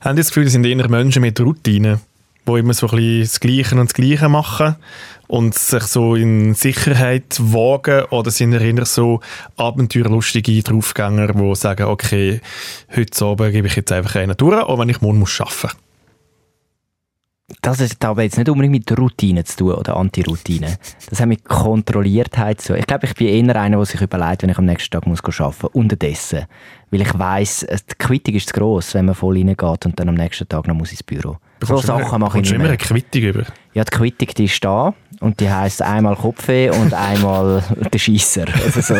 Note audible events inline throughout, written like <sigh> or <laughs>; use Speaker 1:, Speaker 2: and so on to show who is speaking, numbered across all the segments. Speaker 1: Haben Sie das Gefühl, das sind eher Menschen mit Routinen, die immer so ein bisschen das Gleiche und das Gleiche machen und sich so in Sicherheit wagen? Oder sind ihr eher so abenteuerlustige Draufgänger, die sagen, okay, heute Abend gebe ich jetzt einfach einen durch, auch wenn ich morgen muss arbeiten muss?
Speaker 2: das ist aber jetzt nicht unbedingt mit Routinen zu tun oder Anti-Routinen. Das hat mit Kontrolliertheit zu tun. Ich glaube, ich bin eher einer, der sich überlegt, wenn ich am nächsten Tag muss arbeiten muss. Unterdessen. Weil ich weiss, die Quittung ist zu gross, wenn man voll reingeht und dann am nächsten Tag noch muss ins Büro. So
Speaker 1: Bekommst du immer-
Speaker 2: Sachen mache
Speaker 1: bekommst
Speaker 2: ich nicht
Speaker 1: du immer
Speaker 2: mehr.
Speaker 1: eine Quittung über.
Speaker 2: Ja, die Quittung die ist da und die heisst einmal Kopfweh und <laughs> einmal der Schiesser. Also so,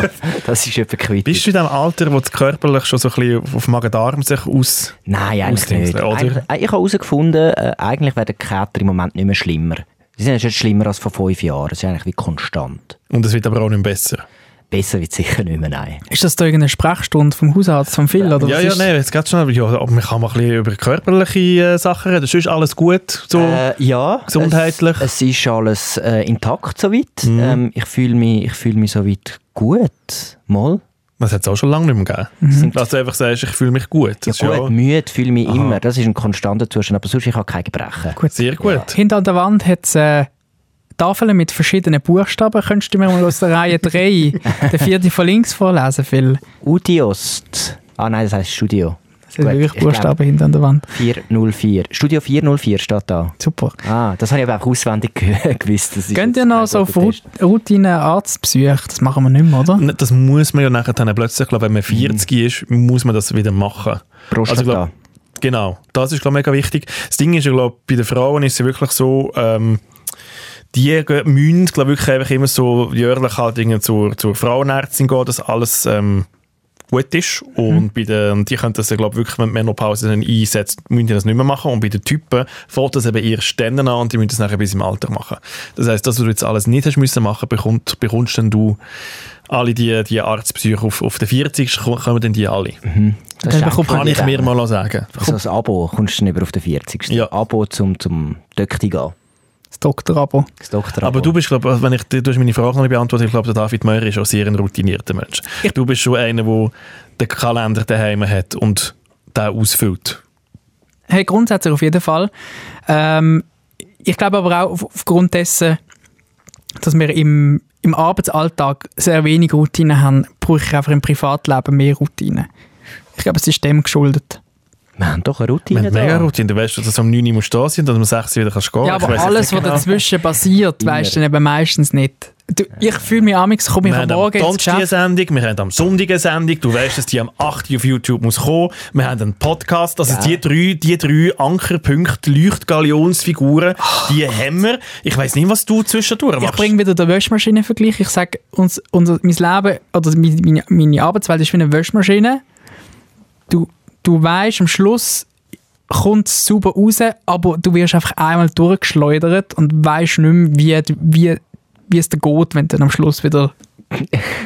Speaker 2: das ist etwa Quittung.
Speaker 1: Bist du in dem Alter, wo das körperlich schon so ein bisschen auf Magen-Darm sich aus...
Speaker 2: Nein, eigentlich
Speaker 1: Ausdingseln,
Speaker 2: nicht.
Speaker 1: oder?
Speaker 2: Eigentlich, äh, ich habe herausgefunden, äh, eigentlich werden die Kater im Moment nicht mehr schlimmer. Sie sind jetzt nicht schlimmer als vor fünf Jahren. Sie sind eigentlich wie konstant.
Speaker 1: Und es wird aber auch nicht besser.
Speaker 2: Besser wird sicher nicht mehr, nein.
Speaker 3: Ist das da irgendeine Sprechstunde vom Hausarzt, vom Phil? Oder
Speaker 1: Ja,
Speaker 3: was
Speaker 1: ja,
Speaker 3: ist?
Speaker 1: nein, jetzt geht schon. Ja, aber man kann mal ein bisschen über körperliche äh, Sachen reden. Sonst alles gut. So.
Speaker 2: Äh, ja,
Speaker 1: Gesundheitlich? Mhm.
Speaker 2: Es, es ist alles äh, intakt soweit. Ähm, ich fühle mich, ich fühl mich soweit gut. Mal.
Speaker 1: Das hat es auch schon lange nicht mehr gegeben. Dass du einfach sagst, ich fühle mich gut. Das
Speaker 2: ja,
Speaker 1: Mhm. ist ja
Speaker 2: gut, müde fühle ich mich immer. Das ist ein konstanter Zustand. Aber sonst, ich habe keine Gebrechen.
Speaker 3: Gut.
Speaker 1: sehr gut.
Speaker 3: Hinter an der Wand hat es äh, Tafeln mit verschiedenen Buchstaben. Könntest du mir mal aus der Reihe 3 den vierten von links vorlesen, Phil?
Speaker 2: Udiost. Ah nein, das heisst Studio.
Speaker 3: Das sind
Speaker 2: Gut,
Speaker 3: wirklich
Speaker 2: ich glaub-
Speaker 3: Buchstaben hinter an der Wand.
Speaker 2: 404. Studio 404 steht da.
Speaker 3: Super.
Speaker 2: Ah, das habe ich aber auch auswendig <laughs> ge- gewusst. Das ist
Speaker 3: Gehen
Speaker 2: jetzt
Speaker 3: ihr noch
Speaker 2: kein
Speaker 3: so
Speaker 2: guter
Speaker 3: auf Rout-
Speaker 2: Test.
Speaker 3: Routine Arztbesuche? Das machen wir nicht mehr, oder?
Speaker 1: Ne, Das muss man ja nachher dann plötzlich, glaube, wenn
Speaker 2: Mhm.
Speaker 1: man 40 ist, muss man das wieder machen.
Speaker 2: Prostata.
Speaker 1: ich glaube, genau, das ist glaube ich, mega wichtig. Das Ding ist, ich glaube, bei den Frauen ist es wirklich so, ähm, die gehen- müssen glaube ich, wirklich einfach immer so jährlich halt irgendwie zur, zur Frauenärztin gehen, dass alles ähm, gut ist. Und bei den, die können das, glaube ich, wirklich, wenn die Menopause dann einsetzt, müssen die das nicht mehr machen. Und bei den Typen fällt das eben ihr Ständen an und die müssen das nachher bis im Alter machen. Das heisst, dass du jetzt alles nicht hast müssen machen, bekommst, bekommst dann du alle die, die Arztbesuche auf, auf den 40. kommen dann die alle.
Speaker 2: Das
Speaker 3: Dann
Speaker 2: ist
Speaker 3: bekommt
Speaker 2: eigentlich
Speaker 1: Kann ich mir
Speaker 2: auch-
Speaker 1: mal sagen.
Speaker 2: So ein Abo kommst du dann über auf den 40.
Speaker 1: Ja.
Speaker 2: Abo zum, zum Dökti gehen.
Speaker 3: Das Doktorabo.
Speaker 2: Das Doktorabo.
Speaker 1: Aber du bist, glaube ich, wenn ich du hast meine Frage noch nicht beantwortet, ich glaube, der David Meurer ist auch sehr ein routinierter Mensch. du bist schon einer, der den Kalender daheim hat und den ausfüllt.
Speaker 3: Hey, grundsätzlich auf jeden Fall. Ähm, ich glaube aber auch auf- aufgrund dessen, dass wir im, im Arbeitsalltag sehr wenig Routinen haben, brauche ich einfach im Privatleben mehr Routinen. Ich glaube, es ist dem geschuldet.
Speaker 2: Wir haben doch eine
Speaker 1: Man
Speaker 2: Routine
Speaker 1: hat mega
Speaker 2: da.
Speaker 1: Routine. Du weißt, dass du am 9 Uhr musst da sein und am 6 Uhr wieder kannst gehen.
Speaker 3: ja,
Speaker 1: Oh, Ich weiss
Speaker 3: aber
Speaker 1: jetzt
Speaker 3: alles,
Speaker 1: nicht genau.
Speaker 3: was dazwischen passiert, weißt du dann eben meistens nicht. Du, ich fühle mich amigs, komme ich
Speaker 1: Wir
Speaker 3: am
Speaker 1: haben am
Speaker 3: Morgen ins
Speaker 1: Donnerstag eine
Speaker 3: Geschäft.
Speaker 1: Sendung, wir haben am Sonntag eine Sendung, du weißt, dass die am 8 Uhr auf YouTube muss kommen. Wir haben einen Podcast, also die drei, die drei Ankerpunkte, Leuchtgalionsfiguren, die haben wir. Ich weiss nicht, was du zwischendurch
Speaker 3: Ich
Speaker 1: machst.
Speaker 3: bringe wieder den Wäschmaschinenvergleich. Ich sage, uns, unser, mein Leben oder meine, meine, meine Arbeitswelt ist wie eine Wäschmaschine. Du, du weißt, am Schluss kommt es sauber raus, aber du wirst einfach einmal durchgeschleudert und weißt nicht mehr, wie, wie, wie es dir geht, wenn du dann am
Speaker 1: <laughs>
Speaker 3: Schluss wieder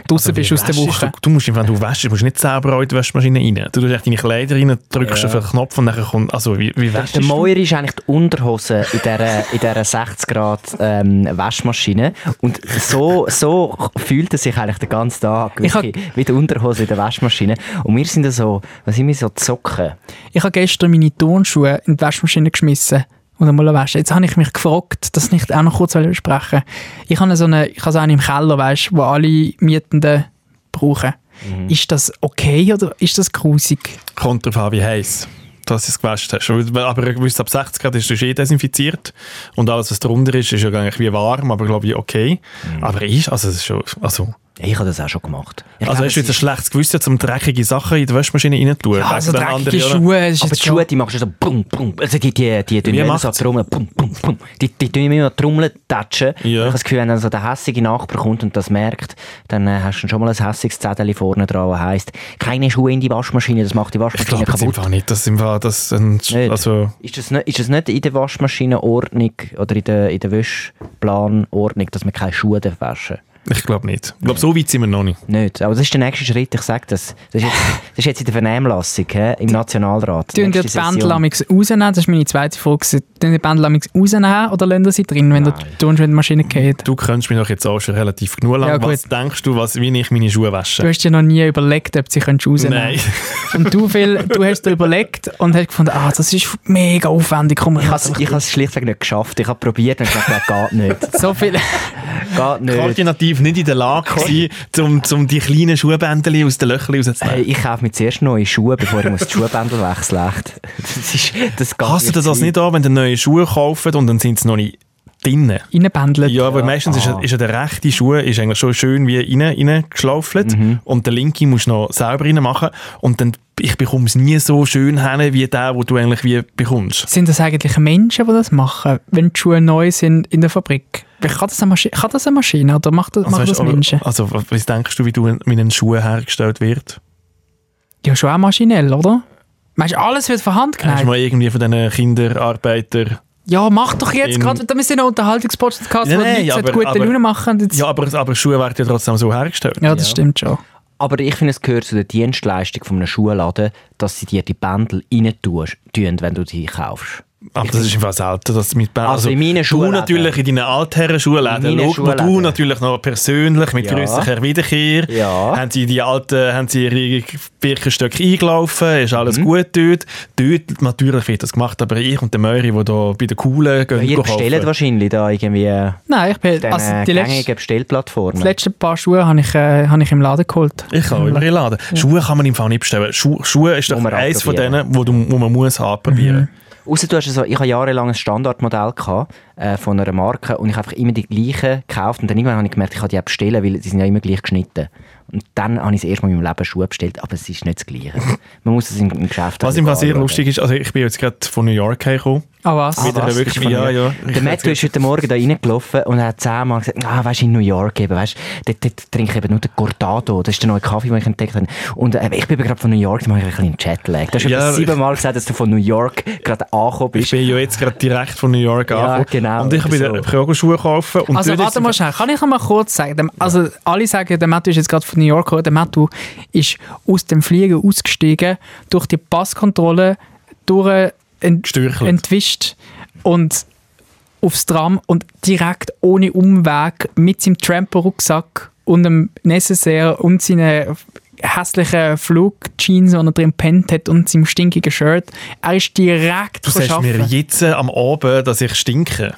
Speaker 3: draußen bist aus der
Speaker 1: Weisst Also, du,
Speaker 3: Woche.
Speaker 1: Du, du musst, wenn du wäschst, musst du nicht selber auch in die Waschmaschine rein. Du tust echt deine Kleider rein, drückst auf den Knopf und dann kommt... Also, wie, wie wäschst
Speaker 2: Der
Speaker 1: du?
Speaker 2: Moir ist eigentlich die Unterhose in dieser, in dieser 60 Grad ähm, Waschmaschine. Und so, so fühlt er sich eigentlich den ganzen Tag
Speaker 3: Ich hab-
Speaker 2: wirklich, wie die Unterhose in der Waschmaschine. Und wir sind ja so, was sind wir so Zocken?
Speaker 3: Ich habe gestern meine Turnschuhe in die Waschmaschine geschmissen und einmal waschen. Jetzt habe ich mich gefragt, das nicht auch noch kurz besprechen Ich habe so eine, ich habe so eine im Keller, weißt, wo alle Mietenden brauchen.
Speaker 1: Mhm.
Speaker 3: Ist das okay oder ist das grusig?
Speaker 1: Kommt drauf an, wie heiß dass du es gewäscht hast. Weil- Aber ich wüsste, ab 60 Grad ist es eh desinfiziert und alles, was drunter ist, ist ja eigentlich wie warm, aber glaube ich okay.
Speaker 3: Mhm.
Speaker 1: Aber ist, also es ist schon... Also,
Speaker 2: Ich habe das auch schon gemacht. Ich
Speaker 1: also hast du
Speaker 2: glaube, es
Speaker 1: jetzt ein
Speaker 2: ist-
Speaker 1: schlechtes Gewissen, um dreckige Sachen in die Waschmaschine rein zu tun? Wegen
Speaker 3: Also
Speaker 1: den
Speaker 3: dreckige
Speaker 1: anderen,
Speaker 3: Schuhe. es Ist
Speaker 2: aber
Speaker 3: jetzt
Speaker 2: die Schuhe,
Speaker 3: schon-
Speaker 2: die machst du so bum, bum. Also die, die, die tun
Speaker 1: Wie
Speaker 2: immer so
Speaker 1: macht's?
Speaker 2: trommeln, bum, bum, bum. Die, die tun immer trommeln, tatschen.
Speaker 1: Ja.
Speaker 2: Ich habe das Gefühl, wenn dann so der hässige Nachbar kommt und das merkt, dann äh, hast du schon mal ein hässiges Zettel vorne dran, das heisst, keine Schuhe in die Waschmaschine, das macht die
Speaker 1: Ich
Speaker 2: Waschmaschine
Speaker 1: glaube das im
Speaker 2: kaputt.
Speaker 1: Fall nicht. Das ist im Fall... Das, ein-
Speaker 2: Nicht.
Speaker 1: also,
Speaker 2: Ist, das nicht, ist das nicht in der Waschmaschinenordnung oder in der, in der Wäschplanordnung, dass man keine Schuhe darf waschen darf?
Speaker 1: Ich glaube nicht. Ich glaube, so weit sind wir noch nicht.
Speaker 2: Nicht. Aber das ist der nächste Schritt, ich sage das. Das ist jetzt, das ist jetzt in der Vernehmlassung hä? im Nationalrat.
Speaker 3: Tun ihr
Speaker 2: Nächste
Speaker 3: die Bändel
Speaker 2: Session.
Speaker 3: amix rausnehmen? Das ist meine zweite Frage. gewesen. Tun ihr die Bändel amix rausnehmen oder lassen ihr sie drin, wenn ihr
Speaker 2: Nein.
Speaker 3: die Tonschwindmaschine geht?
Speaker 1: Du kennst mich doch jetzt auch schon relativ genug lang.
Speaker 3: Ja, gut.
Speaker 1: was denkst du, was, wie ich meine Schuhe
Speaker 3: Du
Speaker 1: wasche?
Speaker 3: hast dir noch nie überlegt, ob sie könntest rausnehmen
Speaker 1: Nein. <laughs>
Speaker 3: Und du, Phil, du hast dir überlegt und hast gefunden, ah, das ist mega aufwendig. Komm,
Speaker 2: Ich habe ich es schlichtweg nicht geschafft. Ich habe probiert und gesagt,
Speaker 1: <laughs>
Speaker 2: geht nicht.
Speaker 3: so viel. <laughs>
Speaker 2: Geht nicht.
Speaker 1: Koordinativ nicht in der Lage
Speaker 3: Äh.
Speaker 1: gewesen, um, um die kleinen Schuhbändchen aus den Löchern rauszunehmen.
Speaker 3: Äh,
Speaker 2: Hey, ich kaufe mir zuerst neue Schuhe, bevor ich muss die Schuhbändel wechseln Das ist, das geht
Speaker 1: Hast du das
Speaker 2: nicht
Speaker 1: also nicht an, wenn du neue Schuhe kaufen und dann sind sie noch nicht drinnen?
Speaker 3: Reinbändelt.
Speaker 1: Ja, weil meistens ist,
Speaker 2: Ah.
Speaker 1: ist ja der rechte Schuh ist eigentlich schon schön wie rein, reingeschlaufelt
Speaker 3: Mhm.
Speaker 1: und der linke musst du noch selber rein machen und dann, ich bekomme es nie so schön hin, wie der, wo du eigentlich wie bekommst.
Speaker 3: Sind das eigentlich Menschen, die das machen, wenn die Schuhe neu sind in der Fabrik? Wie Kann das eine Maschine, kann das eine Maschine oder macht das, machen
Speaker 1: Also weißt
Speaker 3: das
Speaker 1: du, aber-
Speaker 3: Menschen?
Speaker 1: also was was denkst du, wie du mit einem Schuh hergestellt wird?
Speaker 3: Ja, schon auch maschinell, oder? Meinst du, alles wird von Hand
Speaker 1: Hast du
Speaker 3: geneigt?
Speaker 1: mal irgendwie von diesen Kinderarbeitern...
Speaker 3: Ja, mach doch jetzt
Speaker 1: In-
Speaker 3: gerade, wir sind ein Unterhaltungspodcast,
Speaker 1: Nein,
Speaker 3: wo
Speaker 1: nein,
Speaker 3: die Leute
Speaker 1: aber-
Speaker 3: gute
Speaker 1: aber-
Speaker 3: Laune machen. und Jetzt,
Speaker 1: Ja,
Speaker 3: ja,
Speaker 1: aber, aber Schuhe werden ja trotzdem so hergestellt.
Speaker 3: das
Speaker 2: Ja.
Speaker 3: stimmt schon.
Speaker 2: Aber ich finde, es gehört zu der Dienstleistung von einem Schuhladen, dass sie dir die Bändel rein tun, wenn du die kaufst.
Speaker 1: Aber das ist im Fall selten, dass mit Bändern...
Speaker 2: Also in meinen
Speaker 1: Du
Speaker 2: Schuhläden.
Speaker 1: natürlich in deinen altherren
Speaker 2: In
Speaker 1: Schuhläden,
Speaker 2: meinen
Speaker 1: schau, wo du
Speaker 2: Schuhläden.
Speaker 1: natürlich noch persönlich mit
Speaker 2: Ja.
Speaker 1: grösserer Wiederkehr,
Speaker 2: Ja.
Speaker 1: haben sie die alten, haben sie ihre Birkenstöcke eingelaufen, ist alles
Speaker 2: Mhm.
Speaker 1: gut dort. Dort natürlich wird das gemacht, aber ich und der Möri, die da bei den Coolen gehen,
Speaker 2: Ihr
Speaker 1: gehen
Speaker 2: bestellt
Speaker 1: kaufen.
Speaker 2: wahrscheinlich da irgendwie äh,
Speaker 3: Nein, ich bin,
Speaker 2: diesen
Speaker 3: also die letzten,
Speaker 2: gängigen Bestellplattformen.
Speaker 3: das letzte paar Schuhe habe ich, äh, habe ich im Laden geholt. Ah,
Speaker 1: Ich kann auch immer in den Laden. Schuhe kann man im Fall nicht bestellen. Schu Schuhe ist doch
Speaker 2: Muss man
Speaker 1: eins von
Speaker 2: anprobieren.
Speaker 1: denen, wo, du, wo man muss anprobieren
Speaker 2: Ausser du hast so, ich habe jahrelang ein Standardmodell gehabt, äh, von einer Marke und ich habe einfach immer die gleichen gekauft und dann irgendwann habe ich gemerkt, ich kann die auch bestellen, weil sie sind ja immer gleich geschnitten. Und dann habe ich das erste Mal in meinem Leben Schuhe bestellt, aber es ist nicht
Speaker 1: <laughs>
Speaker 2: das Gleiche. Man muss es im, im Geschäft
Speaker 1: Was
Speaker 2: auch
Speaker 1: im Fall sehr
Speaker 2: anschauen.
Speaker 1: lustig ist, also ich bin jetzt gerade von New York hergekommen.
Speaker 3: Ah, was?
Speaker 1: Mit
Speaker 2: was?
Speaker 1: einer
Speaker 2: Bist du
Speaker 1: wirklich,
Speaker 2: von
Speaker 1: ja,
Speaker 2: New
Speaker 1: ja.
Speaker 2: Der Matthew ist heute Morgen da reingelaufen und er hat zehnmal gesagt, ah, weißt du, in New York eben, weißt du, dort, dort trinke ich eben nur den Cortado, das ist der neue Kaffee, den ich entdeckt habe. Und äh, ich bin eben gerade von New York, da mache ich ein bisschen Jetlag. Du hast
Speaker 1: Ja,
Speaker 2: ja,
Speaker 1: ich-
Speaker 2: siebenmal gesagt, dass du von New York gerade angekommen
Speaker 1: Ich
Speaker 2: bist.
Speaker 1: bin ja jetzt gerade direkt von New York
Speaker 2: Ja,
Speaker 1: angekommen.
Speaker 2: genau,
Speaker 1: Und ich habe
Speaker 2: so.
Speaker 1: wieder Progoschuhe kaufen. Und
Speaker 3: Also
Speaker 1: dort
Speaker 3: warte
Speaker 1: ist-
Speaker 3: mal schnell, kann ich noch mal kurz sagen, dem, also alle sagen, der Matthew ist jetzt gerade von New York gekommen, der Matthew ist aus dem Flieger ausgestiegen, durch die Passkontrolle durch ent
Speaker 1: Gestürchelt.
Speaker 3: entwischt und aufs Tram und direkt ohne Umweg mit seinem Tramper-Rucksack und einem Necessaire und seinen hässlichen Flugjeans, die er drin pennt hat und seinem stinkigen Shirt. Er ist direkt
Speaker 1: Du sagst mir jetzt äh, am Abend, dass ich stinke.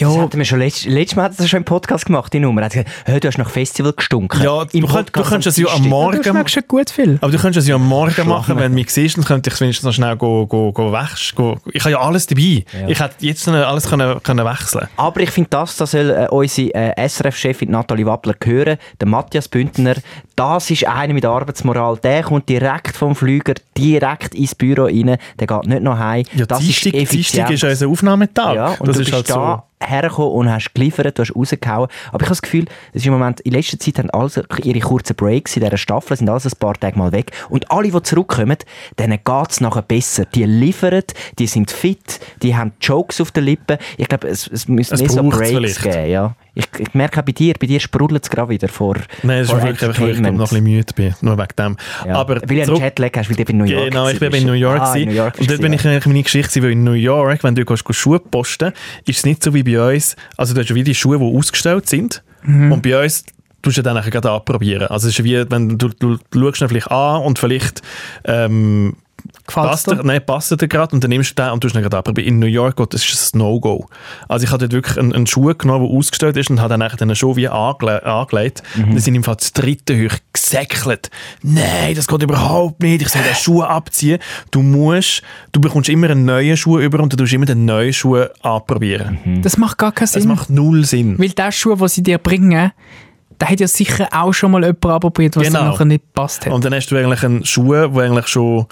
Speaker 2: Das
Speaker 3: ja,
Speaker 2: hatten wir schon letzt, letztes Mal hat er das schon im Podcast gemacht, die Nummer. Er hat gesagt, hey, du hast nach Festival gestunken.
Speaker 1: Ja, du, könnt,
Speaker 2: Im
Speaker 1: du
Speaker 2: Podcast
Speaker 1: könntest es
Speaker 2: am
Speaker 1: ja am
Speaker 2: Dienstag.
Speaker 3: du
Speaker 1: Morgen
Speaker 3: schmeckst schon gut viel.
Speaker 1: aber du könntest es ja am Morgen machen,
Speaker 2: Schlafen.
Speaker 1: wenn du mich siehst, dann könnte ich es wenigstens noch schnell go, go, go wechseln. Go. Ich habe ja alles dabei.
Speaker 2: Ja.
Speaker 1: Ich hätte jetzt noch alles können, können wechseln
Speaker 2: Aber ich finde, das, das soll äh, unsere äh, SRF-Chefin Nathalie Wappler hören, der Matthias Bündner. Das ist einer mit Arbeitsmoral. Der kommt direkt vom Flüger, direkt ins Büro rein. Der geht nicht noch heim.
Speaker 1: Ja,
Speaker 2: das
Speaker 1: Dienstag,
Speaker 2: ist effizient.
Speaker 1: Dienstag ist unser Aufnahmetag.
Speaker 2: ja, und
Speaker 1: das
Speaker 2: du
Speaker 1: ist
Speaker 2: bist
Speaker 1: halt so.
Speaker 2: da hergekommen und hast geliefert, du hast rausgehauen. Aber ich habe das Gefühl, das ist im Moment, in letzter Zeit haben alle so ihre kurzen Breaks in dieser Staffel, sind alles ein paar Tage mal weg. Und alle, die zurückkommen, denen geht es nachher besser. Die liefern, die sind fit, die haben Jokes auf den Lippen. Ich glaube, es, es müssen
Speaker 1: Es
Speaker 2: mehr so
Speaker 1: braucht's
Speaker 2: Breaks
Speaker 1: vielleicht.
Speaker 2: geben. Ja. Ich, ich merke auch bei dir, bei dir sprudelt es gerade wieder vor
Speaker 1: Nein, das ist
Speaker 2: vor
Speaker 1: wirklich, einfach, weil ich glaub,
Speaker 2: Entertainment.
Speaker 1: noch ein bisschen müde bin. Nur wegen dem.
Speaker 2: ja.
Speaker 1: Aber
Speaker 2: Weil du einen
Speaker 1: zurück-
Speaker 2: Jetlag hast, weil du eben in New York
Speaker 1: Genau, ich bin
Speaker 2: warst.
Speaker 1: in New York.
Speaker 2: Ah,
Speaker 1: gewesen.
Speaker 2: in New York
Speaker 1: und dort bin ich eigentlich meine Geschichte, gewesen, weil in New York, wenn du gehst, gehst Schuhe posten, ist es nicht so wie bei uns. Also, du hast ja wie die Schuhe, die ausgestellt sind.
Speaker 2: Mhm.
Speaker 1: Und bei uns tust du dann nachher gerade anprobieren. Also, es ist wie, wenn du, du, du schaust ihn vielleicht an und vielleicht, ähm,
Speaker 3: Gefällt's
Speaker 1: passt er,
Speaker 3: dir?
Speaker 1: nein, passt er dir gerade und dann nimmst du den und tust ihn gerade anprobieren. In New York, oh, das ist ein No-Go. Also, ich habe dort wirklich einen, einen Schuh genommen, der ausgestellt ist und habe dann nachher den Schuh wie angle angelegt. Und die sind im Fall zu dritten hoch gesäckelt. Nein, das geht überhaupt nicht. Ich soll den Schuh abziehen. Du musst, du bekommst immer einen neuen Schuh über und du tust immer den neuen Schuh anprobieren.
Speaker 3: Das macht gar keinen
Speaker 1: Das
Speaker 3: Sinn.
Speaker 1: macht null Sinn.
Speaker 3: Weil der Schuh, den sie dir bringen, da hat ja sicher auch schon mal jemand abprobiert, was
Speaker 1: Genau.
Speaker 3: dir nachher nicht gepasst hat.
Speaker 1: Und dann hast du eigentlich einen Schuh, der eigentlich schon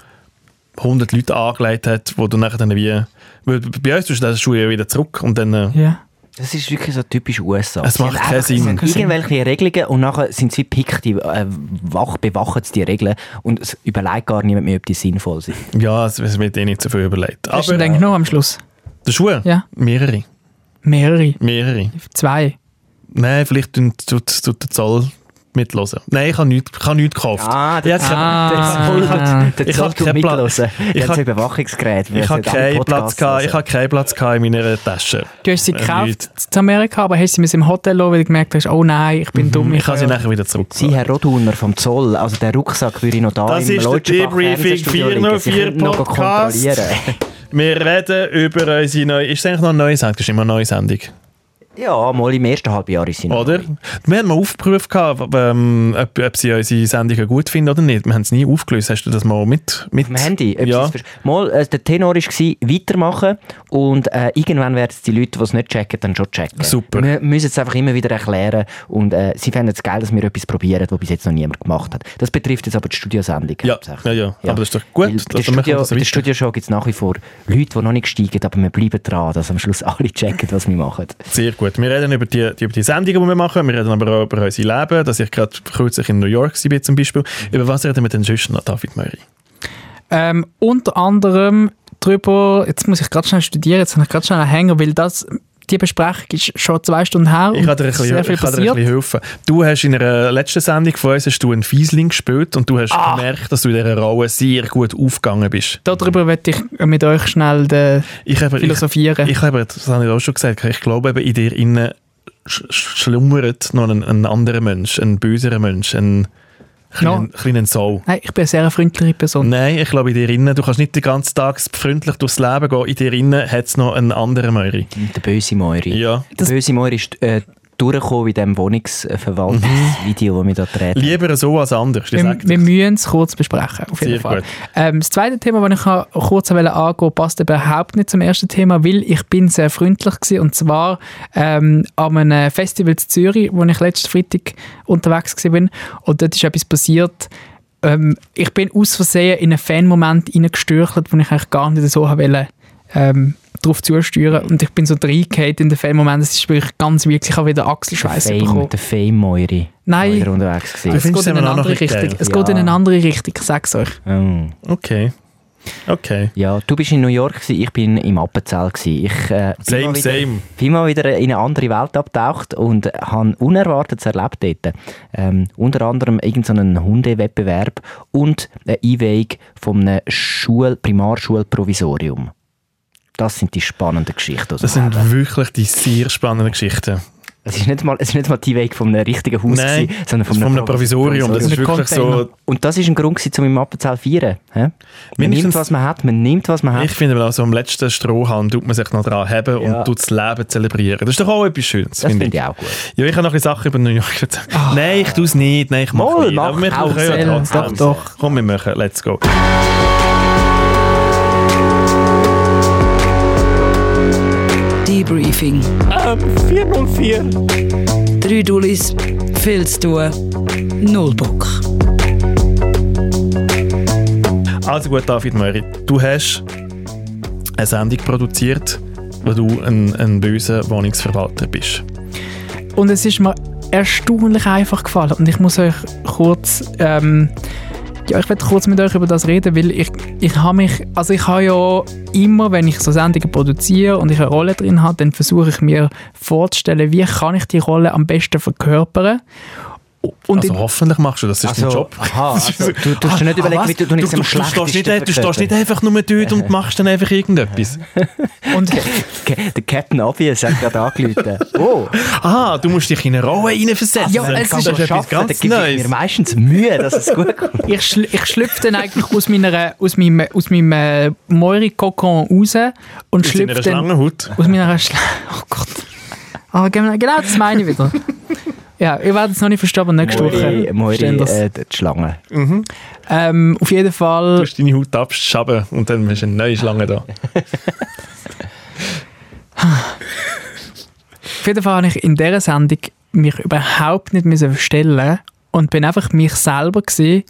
Speaker 1: 100 Leute angelegt hat, wo du nachher dann wie... Weil bei uns tust du den Schuh ja wieder zurück und dann... äh,
Speaker 3: ja.
Speaker 2: Das ist wirklich so typisch USA.
Speaker 1: Es
Speaker 2: Sie
Speaker 1: macht
Speaker 2: haben
Speaker 1: keinen
Speaker 2: einfach
Speaker 1: Sinn.
Speaker 2: Irgendwelche Regeln und nachher sind sie pickt, die äh, wach, bewachen sie die Regeln und es überlegt gar niemand mehr, ob die
Speaker 1: <laughs>
Speaker 2: sinnvoll sind.
Speaker 1: Ja, es, es wird eh nicht so viel überlegt.
Speaker 3: Hast du
Speaker 1: Aber
Speaker 3: denn genommen am Schluss?
Speaker 1: die Schuhe?
Speaker 3: Ja.
Speaker 1: Mehrere.
Speaker 3: Mehrere.
Speaker 1: Mehrere.
Speaker 3: Zwei.
Speaker 1: Nein, vielleicht tut, tut, tut der Zoll mitlosen. Nein, ich habe nichts, ich habe nichts gekauft. Ja,
Speaker 2: Ah, der
Speaker 1: ich
Speaker 2: Zoll-
Speaker 1: habe-
Speaker 3: Ah.
Speaker 2: der Zoll- der
Speaker 1: Ich
Speaker 2: Zoll
Speaker 1: hab
Speaker 2: tut
Speaker 1: keinen Plan.
Speaker 2: mitlosen.
Speaker 1: Ich
Speaker 2: Ich
Speaker 1: hab-
Speaker 2: habe Überwachungsgerät.
Speaker 1: Ich habe keinen Platz, gehabt-
Speaker 2: also.
Speaker 1: ich habe keinen Platz gehabt in meiner Tasche.
Speaker 3: Du hast sie
Speaker 1: Äh,
Speaker 3: gekauft
Speaker 1: nicht. Mhm,
Speaker 3: in Amerika, aber hast sie müssen im Hotel lassen, weil du gemerkt hast, oh nein, ich bin dumm.
Speaker 1: Ich kann sie
Speaker 3: kann-
Speaker 1: nachher wieder zurück.
Speaker 2: Sie, Herr Roduner vom Zoll, also der Rucksack würde ich noch da
Speaker 1: Das
Speaker 2: im
Speaker 1: ist der
Speaker 2: Leutschenbach
Speaker 1: Debriefing
Speaker 2: Fernsehstudio
Speaker 1: 404
Speaker 2: liegen. Sie könnten noch
Speaker 1: Podcast.
Speaker 2: kontrollieren.
Speaker 1: Wir reden über unsere neue... Ist es eigentlich noch eine neue Sendung? Das ist immer eine neue Sendung,
Speaker 2: Ja, mal im ersten Halbjahr ist sie noch.
Speaker 1: oder? Wir haben mal aufgeprüft, gehabt, ob, ähm, ob, ob sie unsere Sendungen gut finden oder nicht. Wir haben es nie aufgelöst. Hast du das mal mit... mit
Speaker 2: Am Handy. ob
Speaker 1: Ja.
Speaker 2: sie es versch- Mal, äh, der Tenor war, weitermachen und äh, irgendwann werden es die Leute, die es nicht checken, dann schon checken.
Speaker 1: Super.
Speaker 2: Wir müssen es einfach immer wieder erklären und äh, sie fänden es geil, dass wir etwas probieren, was bis jetzt noch niemand gemacht hat. Das betrifft jetzt aber die Studiosendung
Speaker 1: Ja, ja,
Speaker 2: hauptsächlich.
Speaker 1: ja,
Speaker 2: Ja.
Speaker 1: Aber das ist doch
Speaker 2: Weil
Speaker 1: gut.
Speaker 2: bei der
Speaker 1: Also machen wir
Speaker 2: Studio,
Speaker 1: das
Speaker 2: bei der
Speaker 1: weiter.
Speaker 2: Studioshow gibt es nach wie vor Leute, die noch nicht steigen, aber wir bleiben dran, dass am Schluss alle checken, was wir machen.
Speaker 1: Sehr gut. Wir reden über die, die, über die Sendungen, die wir machen. Wir reden aber auch über unser Leben, dass ich gerade kürzlich in New York war zum Beispiel. Über was reden wir denn sonst noch, David Murray?
Speaker 3: Ähm, unter anderem darüber, jetzt muss ich gerade schnell studieren, jetzt habe ich gerade schnell einen Hänger, weil das, die Besprechung ist schon zwei Stunden her
Speaker 1: Ich kann dir ein bisschen,
Speaker 3: Oh, sehr viel
Speaker 1: ich kann dir ein
Speaker 3: passiert.
Speaker 1: bisschen helfen. Du hast in einer letzten Sendung von uns hast du einen Fiesling gespielt und du hast
Speaker 3: Ah.
Speaker 1: gemerkt, dass du in dieser Rolle sehr gut aufgegangen bist.
Speaker 3: Darüber möchte ich mit euch schnell äh,
Speaker 1: Ich habe, ich,
Speaker 3: philosophieren.
Speaker 1: ich habe, das habe ich auch schon gesagt, ich glaube, eben in dir innen sch- sch- schlummert noch ein, ein anderer Mensch, ein böserer Mensch, ein kleinen, kleinen Soul.
Speaker 3: Nein, ich bin eine sehr freundliche Person.
Speaker 1: Nein, ich glaube, in dir innen, du kannst nicht den ganzen Tag freundlich durchs Leben gehen, in dir innen hat es noch einen anderen Möri.
Speaker 2: Der böse Moiri.
Speaker 1: Ja.
Speaker 3: Das-
Speaker 2: der böse Moiri ist äh, durchgekommen in diesem Wohnungsverwaltungsvideo, das wir hier drehen.
Speaker 1: Lieber so als anders. Ich
Speaker 3: Wir,
Speaker 1: sag dir.
Speaker 3: wir müssen es kurz besprechen, auf jeden
Speaker 1: Sehr
Speaker 3: Fall.
Speaker 1: gut.
Speaker 3: Ähm, das zweite Thema, das ich ha- kurz angehen wollte, passt eben überhaupt nicht zum ersten Thema, weil ich bin sehr freundlich war. Und zwar ähm, an einem Festival in Zürich, wo ich letzten Freitag unterwegs war. Und dort ist etwas passiert. Ähm, ich bin aus Versehen in einen Fan-Moment hineingestürchelt, wo ich eigentlich gar nicht so wollte. Ähm, drauf zusteuern und ich bin so reingefallen in den Fan-Moment, es ist wirklich ganz wirklich, ich habe wieder Achselschweiß bekommen.
Speaker 2: Fame, der Fame Moiri.
Speaker 3: Nein.
Speaker 2: War er unterwegs
Speaker 1: Du
Speaker 3: Es
Speaker 2: gewesen.
Speaker 1: findest
Speaker 3: geht in
Speaker 1: es
Speaker 3: eine
Speaker 1: immer noch
Speaker 3: andere
Speaker 1: ein bisschen
Speaker 3: Richtung.
Speaker 1: geil.
Speaker 3: Es geht in
Speaker 2: Ja.
Speaker 3: eine andere Richtung, ich sag's euch.
Speaker 2: Oh.
Speaker 1: Okay. Okay.
Speaker 2: Ja, du bist in New York, gewesen, ich bin im Appenzell. Gewesen. Ich äh, bin
Speaker 1: Same,
Speaker 2: mal wieder,
Speaker 1: same.
Speaker 2: bin mal wieder in eine andere Welt abtaucht und habe Unerwartetes erlebt dort. Ähm, unter anderem irgendeinen Hundewettbewerb und eine Einweihung von einem Schul Primarschulprovisorium. Das sind die spannenden Geschichten. aus
Speaker 1: Das
Speaker 2: dem
Speaker 1: sind
Speaker 2: Leben.
Speaker 1: wirklich die sehr spannenden Geschichten.
Speaker 2: Es ist nicht mal, es ist nicht mal die Einweihung von einem richtigen Haus,
Speaker 1: Nein,
Speaker 2: gewesen, sondern von
Speaker 1: Von
Speaker 2: einem
Speaker 1: einem Provisorium, das ist
Speaker 3: Provisorium.
Speaker 1: wirklich so.
Speaker 2: Und das ist ein Grund, gewesen, um im Appenzell zu feiern. hä? Man nimmt,
Speaker 1: Mindestens-
Speaker 2: was man hat, man nimmt, was man hat.
Speaker 1: Ich finde, auch so am letzten Strohhalm tut man sich noch dran haben
Speaker 2: Ja.
Speaker 1: und tut das Leben zelebrieren. Das ist doch auch etwas Schönes,
Speaker 2: das
Speaker 1: finde
Speaker 2: finde
Speaker 1: ich.
Speaker 2: ich auch gut.
Speaker 1: Ja, ich habe noch ein bisschen Sachen über New York erzählt. Nein, ich tue es nicht. Nein, ich mache
Speaker 2: Mal,
Speaker 1: nicht.
Speaker 2: mach
Speaker 1: Aber wir
Speaker 2: auch,
Speaker 1: können ja
Speaker 2: erzähl.
Speaker 1: trotzdem.
Speaker 2: Doch, doch.
Speaker 1: Komm, wir machen. Let's go.
Speaker 4: Debriefing. 404. Drei Dullis, viel zu tun, null Bock.
Speaker 1: Also gut, David Möri, du hast eine Sendung produziert, wo du ein, ein böser Wohnungsverwalter bist.
Speaker 3: Und es ist mir erstaunlich einfach gefallen. Und ich muss euch kurz, ähm, ja, ich werde kurz mit euch über das reden, weil ich, ich habe mich, also ich habe ja immer, wenn ich so Sendungen produziere und ich eine Rolle drin habe, dann versuche ich mir vorzustellen, wie kann ich die Rolle am besten verkörpern. Und
Speaker 1: also
Speaker 3: in-
Speaker 1: hoffentlich machst du das, das ist dein <laughs> Job.
Speaker 2: <laughs> Aha, also, du, du hast dir nicht
Speaker 1: Ah,
Speaker 2: überlegt,
Speaker 1: was?
Speaker 2: wie du,
Speaker 1: Also,
Speaker 2: du,
Speaker 1: du,
Speaker 2: nichts
Speaker 1: du,
Speaker 2: am
Speaker 1: stehst nicht,
Speaker 2: schlechtesten
Speaker 1: du stehst
Speaker 2: <laughs>
Speaker 1: nicht einfach nur dort <laughs> und machst dann einfach irgendetwas.
Speaker 3: und
Speaker 2: verkörperst. Der Captain Obvious hat <laughs> gerade angerufen. Oh,
Speaker 1: Ah, du musst dich in eine Rolle reinversetzen.
Speaker 3: Ja, es ist
Speaker 1: das etwas
Speaker 2: schaffen,
Speaker 1: ganz
Speaker 2: da gibt es mir
Speaker 1: Neues.
Speaker 2: meistens Mühe, dass es <laughs> gut kommt.
Speaker 3: ich, schl ich schlüpfe dann eigentlich aus, meiner, aus meinem, aus meinem äh, Moiri-Kokon raus und
Speaker 1: Aus deiner
Speaker 3: schlüpfe dann...
Speaker 1: Schlangenhaut.
Speaker 3: Aus meiner Schle <laughs> Oh Gott. Aber genau, genau das meine ich wieder. Ja, ihr werdet es noch nicht verstehen, aber nächste
Speaker 2: Moiri,
Speaker 3: Woche.
Speaker 2: Moiri
Speaker 3: verstehen das.
Speaker 2: äh, die Schlange.
Speaker 3: Ähm, auf jeden
Speaker 1: Du
Speaker 3: Fall.
Speaker 1: musst deine Haut abschaben und dann hast du eine neue Schlange da.
Speaker 3: Auf jeden Fall habe ich in dieser Sendung mich überhaupt nicht müssen verstellen und bin einfach mich selber gewesen.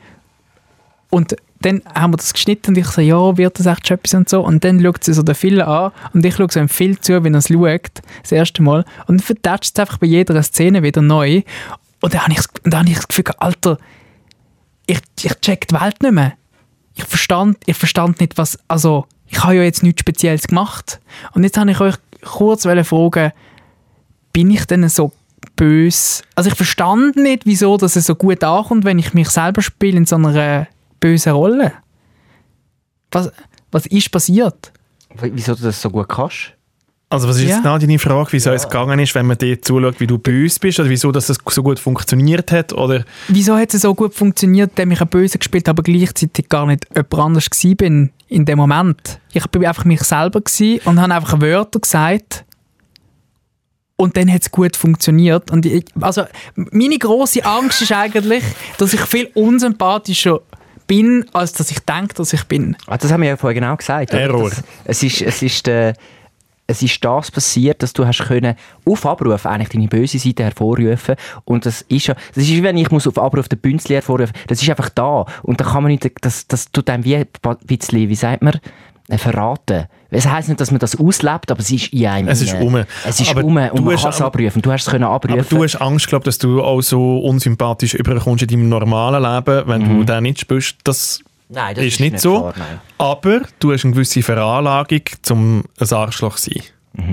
Speaker 3: Und dann haben wir das geschnitten und ich so, ja, wird das echt schon etwas und so. Und dann schaut sie so den Film an und ich schaue so einem Film zu, wenn er es schaut, das erste Mal. Und dann vertatscht es einfach bei jeder Szene wieder neu. Und dann habe ich, dann habe ich das Gefühl, Alter, ich, ich check die Welt nicht mehr. Ich verstand, ich verstand nicht, was, also, ich habe ja jetzt nichts Spezielles gemacht. Und jetzt habe ich euch kurz wollen fragen, bin ich denn so böse. Also ich verstand nicht, wieso dass es so gut ankommt, wenn ich mich selber spiele in so einer äh, bösen Rolle. Was, was ist passiert?
Speaker 2: W- Wieso du das so gut kannst?
Speaker 1: Also was ist
Speaker 3: Ja.
Speaker 1: jetzt genau deine Frage, wieso es gegangen ist, wenn man dir zuschaut, wie du bei uns bist oder wieso dass es so gut funktioniert hat oder
Speaker 3: Wieso hat es so gut funktioniert, indem ich einen Bösen gespielt habe, aber gleichzeitig gar nicht jemand anders gewesen bin in dem Moment? Ich bin einfach mich selber gewesen und habe einfach Wörter gesagt. Und dann hat es gut funktioniert. Und ich, also meine große Angst ist eigentlich, dass ich viel unsympathischer bin, als dass ich denke, dass ich bin.
Speaker 2: Ah, das haben wir ja vorher genau gesagt. oder?
Speaker 1: Error.
Speaker 2: Das, es, ist, es, ist, äh, es ist das passiert, dass du hast können auf Abruf eigentlich deine böse Seite hervorrufen und das ist ja, das ist wie wenn ich muss auf Abruf den Bünzli hervorrufen, das ist einfach da und da kann man nicht, das, das tut einem wie ein bisschen, wie sagt man, äh, verraten. Es heisst nicht, dass man das auslebt, aber es ist in einem.
Speaker 1: Es ist
Speaker 2: drin.
Speaker 1: rum.
Speaker 2: Es ist
Speaker 1: Aber
Speaker 2: rum und
Speaker 1: du
Speaker 2: man
Speaker 1: hast
Speaker 2: kann es
Speaker 1: aber-
Speaker 2: abrufen. Du hast es können abrufen.
Speaker 1: Aber du hast Angst gehabt, dass du auch so unsympathisch überkommst in deinem normalen Leben, wenn
Speaker 2: Mhm.
Speaker 1: du den nicht spürst. Das,
Speaker 2: Nein,
Speaker 1: ist, nicht so.
Speaker 2: wahr, nein.
Speaker 1: Aber du hast eine gewisse Veranlagung, um ein Arschloch zu sein.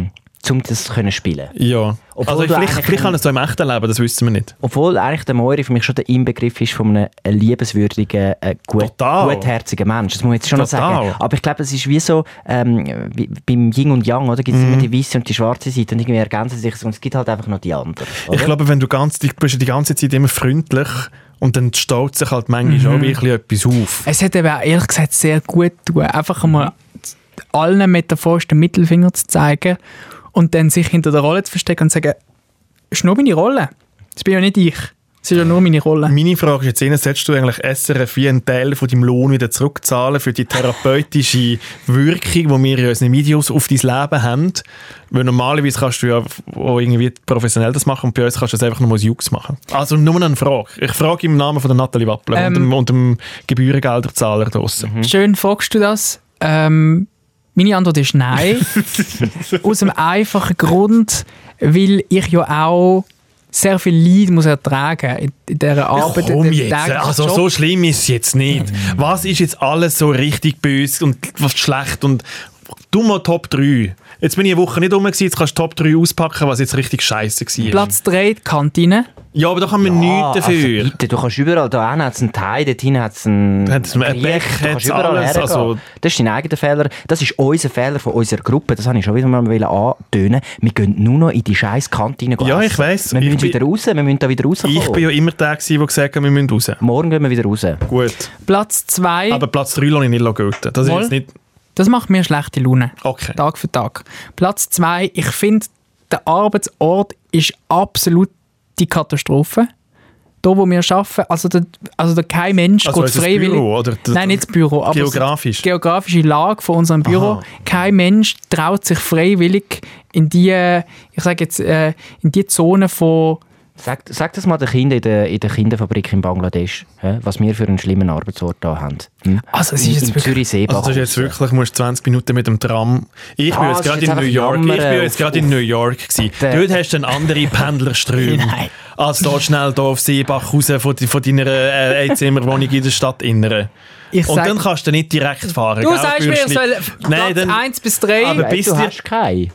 Speaker 2: Um das können spielen
Speaker 1: Ja.
Speaker 2: Obwohl
Speaker 1: also
Speaker 2: du
Speaker 1: vielleicht,
Speaker 2: eigentlich
Speaker 1: vielleicht kann
Speaker 2: ein-
Speaker 1: es so im echten Leben, das wissen wir nicht.
Speaker 2: Obwohl eigentlich der Moiri für mich schon der Inbegriff ist von einem äh, liebenswürdigen, äh, gut,
Speaker 1: Total.
Speaker 2: gutherzigen Mensch. Das muss ich jetzt schon noch
Speaker 1: Total.
Speaker 2: sagen. Aber ich glaube, es ist wie so, ähm, wie, beim Yin und Yang, oder? Gibt es
Speaker 1: Mhm.
Speaker 2: immer die weiße und die schwarze Seite und irgendwie ergänzen sie sich und es gibt halt einfach noch die andere. Oder?
Speaker 1: Ich glaube, wenn du ganz, du bist ja die ganze Zeit immer freundlich und dann staut sich halt manchmal
Speaker 2: Mhm.
Speaker 1: auch wirklich etwas auf.
Speaker 3: Es hat eben auch ehrlich gesagt sehr gut tun, einfach einmal allen metaphorisch den Mittelfinger zu zeigen und dann sich hinter der Rolle zu verstecken und zu sagen, ist nur meine Rolle. Das bin ja nicht ich. Das ist ja nur meine Rolle.
Speaker 1: Meine Frage ist jetzt, eher, solltest du eigentlich SRF wie einen Teil von deinem Lohn wieder zurückzahlen für die therapeutische Wirkung, die wir in unseren Videos auf dein Leben haben? Weil normalerweise kannst du ja auch irgendwie professionell das machen und bei uns kannst du das einfach nur als Jux machen. Also nur eine Frage. Ich frage im Namen von der Nathalie Wappler
Speaker 3: Ähm.
Speaker 1: und, dem, und dem Gebührengelderzahler draussen.
Speaker 3: Schön fragst du das. Ähm, meine Antwort
Speaker 1: <laughs>
Speaker 3: ist nein. Aus dem einfachen Grund, weil ich ja auch sehr viel Leid muss ertragen in, in dieser
Speaker 1: Ja,
Speaker 3: Arbeit. in
Speaker 1: komm
Speaker 3: dem
Speaker 1: jetzt,
Speaker 3: täglichen
Speaker 1: also
Speaker 3: Job.
Speaker 1: so schlimm ist Mhm. es jetzt nicht. Was ist jetzt alles so richtig böse und was schlecht und du mal Top 3. Jetzt bin ich eine Woche nicht rum, gewesen, jetzt kannst du Top 3 auspacken, was jetzt richtig scheiße war.
Speaker 3: Platz 3, die Kantine.
Speaker 1: Ja, aber da kann man
Speaker 2: Ah,
Speaker 1: nichts
Speaker 2: Also
Speaker 1: dafür.
Speaker 2: bitte, du kannst überall, da hinten hat es einen Teil, dort hinten hat es einen
Speaker 1: Hat's einen
Speaker 2: Krieg,
Speaker 1: Bech,
Speaker 2: du
Speaker 1: hat's
Speaker 2: kannst überall
Speaker 1: alles,
Speaker 2: hergehen.
Speaker 1: also-
Speaker 2: Das ist dein eigener Fehler, das ist unser Fehler von unserer Gruppe, das wollte ich schon wieder mal wollen antönen. Wir gehen nur noch in die scheiß Kantine gehen
Speaker 1: Ja, ich
Speaker 2: essen.
Speaker 1: weiss.
Speaker 2: Wir
Speaker 1: Ich
Speaker 2: müssen
Speaker 1: bin-
Speaker 2: wieder raus, wir müssen da wieder rauskommen.
Speaker 1: Ich bin ja immer der, gewesen, der gesagt hat, wir müssen raus.
Speaker 2: Morgen gehen wir wieder raus.
Speaker 1: Gut.
Speaker 3: Platz 2,
Speaker 1: Aber Platz 3 lasse ich nicht gelten. Das ist
Speaker 3: Wohl.
Speaker 1: jetzt nicht...
Speaker 3: das macht mir schlechte Laune.
Speaker 1: Okay.
Speaker 3: Tag für Tag. Platz zwei, ich finde, der Arbeitsort ist absolut die Katastrophe. Da, wo wir arbeiten, also, der, also der kein Mensch
Speaker 1: Also
Speaker 3: geht
Speaker 1: unser
Speaker 3: freiwillig.
Speaker 1: Büro, oder? Das-
Speaker 3: Nein, nicht das Büro, aber
Speaker 1: Geografisch?
Speaker 3: die geografische Lage von unserem Büro.
Speaker 1: Aha.
Speaker 3: Kein Mensch traut sich freiwillig in die, äh, ich sage jetzt, äh, in die Zone von
Speaker 2: Sag, sag das mal den Kindern in der, in der Kinderfabrik in Bangladesch, hä, was wir für einen schlimmen Arbeitsort da haben. Hm?
Speaker 3: Also es ist jetzt
Speaker 2: Im
Speaker 3: wirklich-
Speaker 2: Zürichsee.
Speaker 1: Also das ist jetzt wirklich, du musst 20 Minuten mit dem Tram. Ich bin
Speaker 2: Ah,
Speaker 1: jetzt
Speaker 2: das ist
Speaker 1: gerade
Speaker 2: jetzt
Speaker 1: in New
Speaker 2: einfach
Speaker 1: York. Ich
Speaker 2: Jammern
Speaker 1: bin jetzt
Speaker 2: auf-
Speaker 1: gerade in New York gewesen.
Speaker 2: Den-
Speaker 1: Dort hast du dann andere Pendlerströme.
Speaker 2: Nein.
Speaker 1: Als dort schnell hier auf Seebach raus von, di- von deiner äh, Einzimmerwohnung in der Stadt inneren.
Speaker 3: Ich
Speaker 1: Und
Speaker 3: sag-
Speaker 1: dann kannst du nicht direkt fahren.
Speaker 3: Du
Speaker 1: gell,
Speaker 3: sagst mir, ich
Speaker 1: Bürschli?
Speaker 3: soll
Speaker 1: Nein,
Speaker 3: Platz
Speaker 1: dann,
Speaker 3: 1 bis 3.
Speaker 1: Aber
Speaker 2: Nein,
Speaker 1: bis
Speaker 2: du
Speaker 1: dir-
Speaker 2: hast keinen.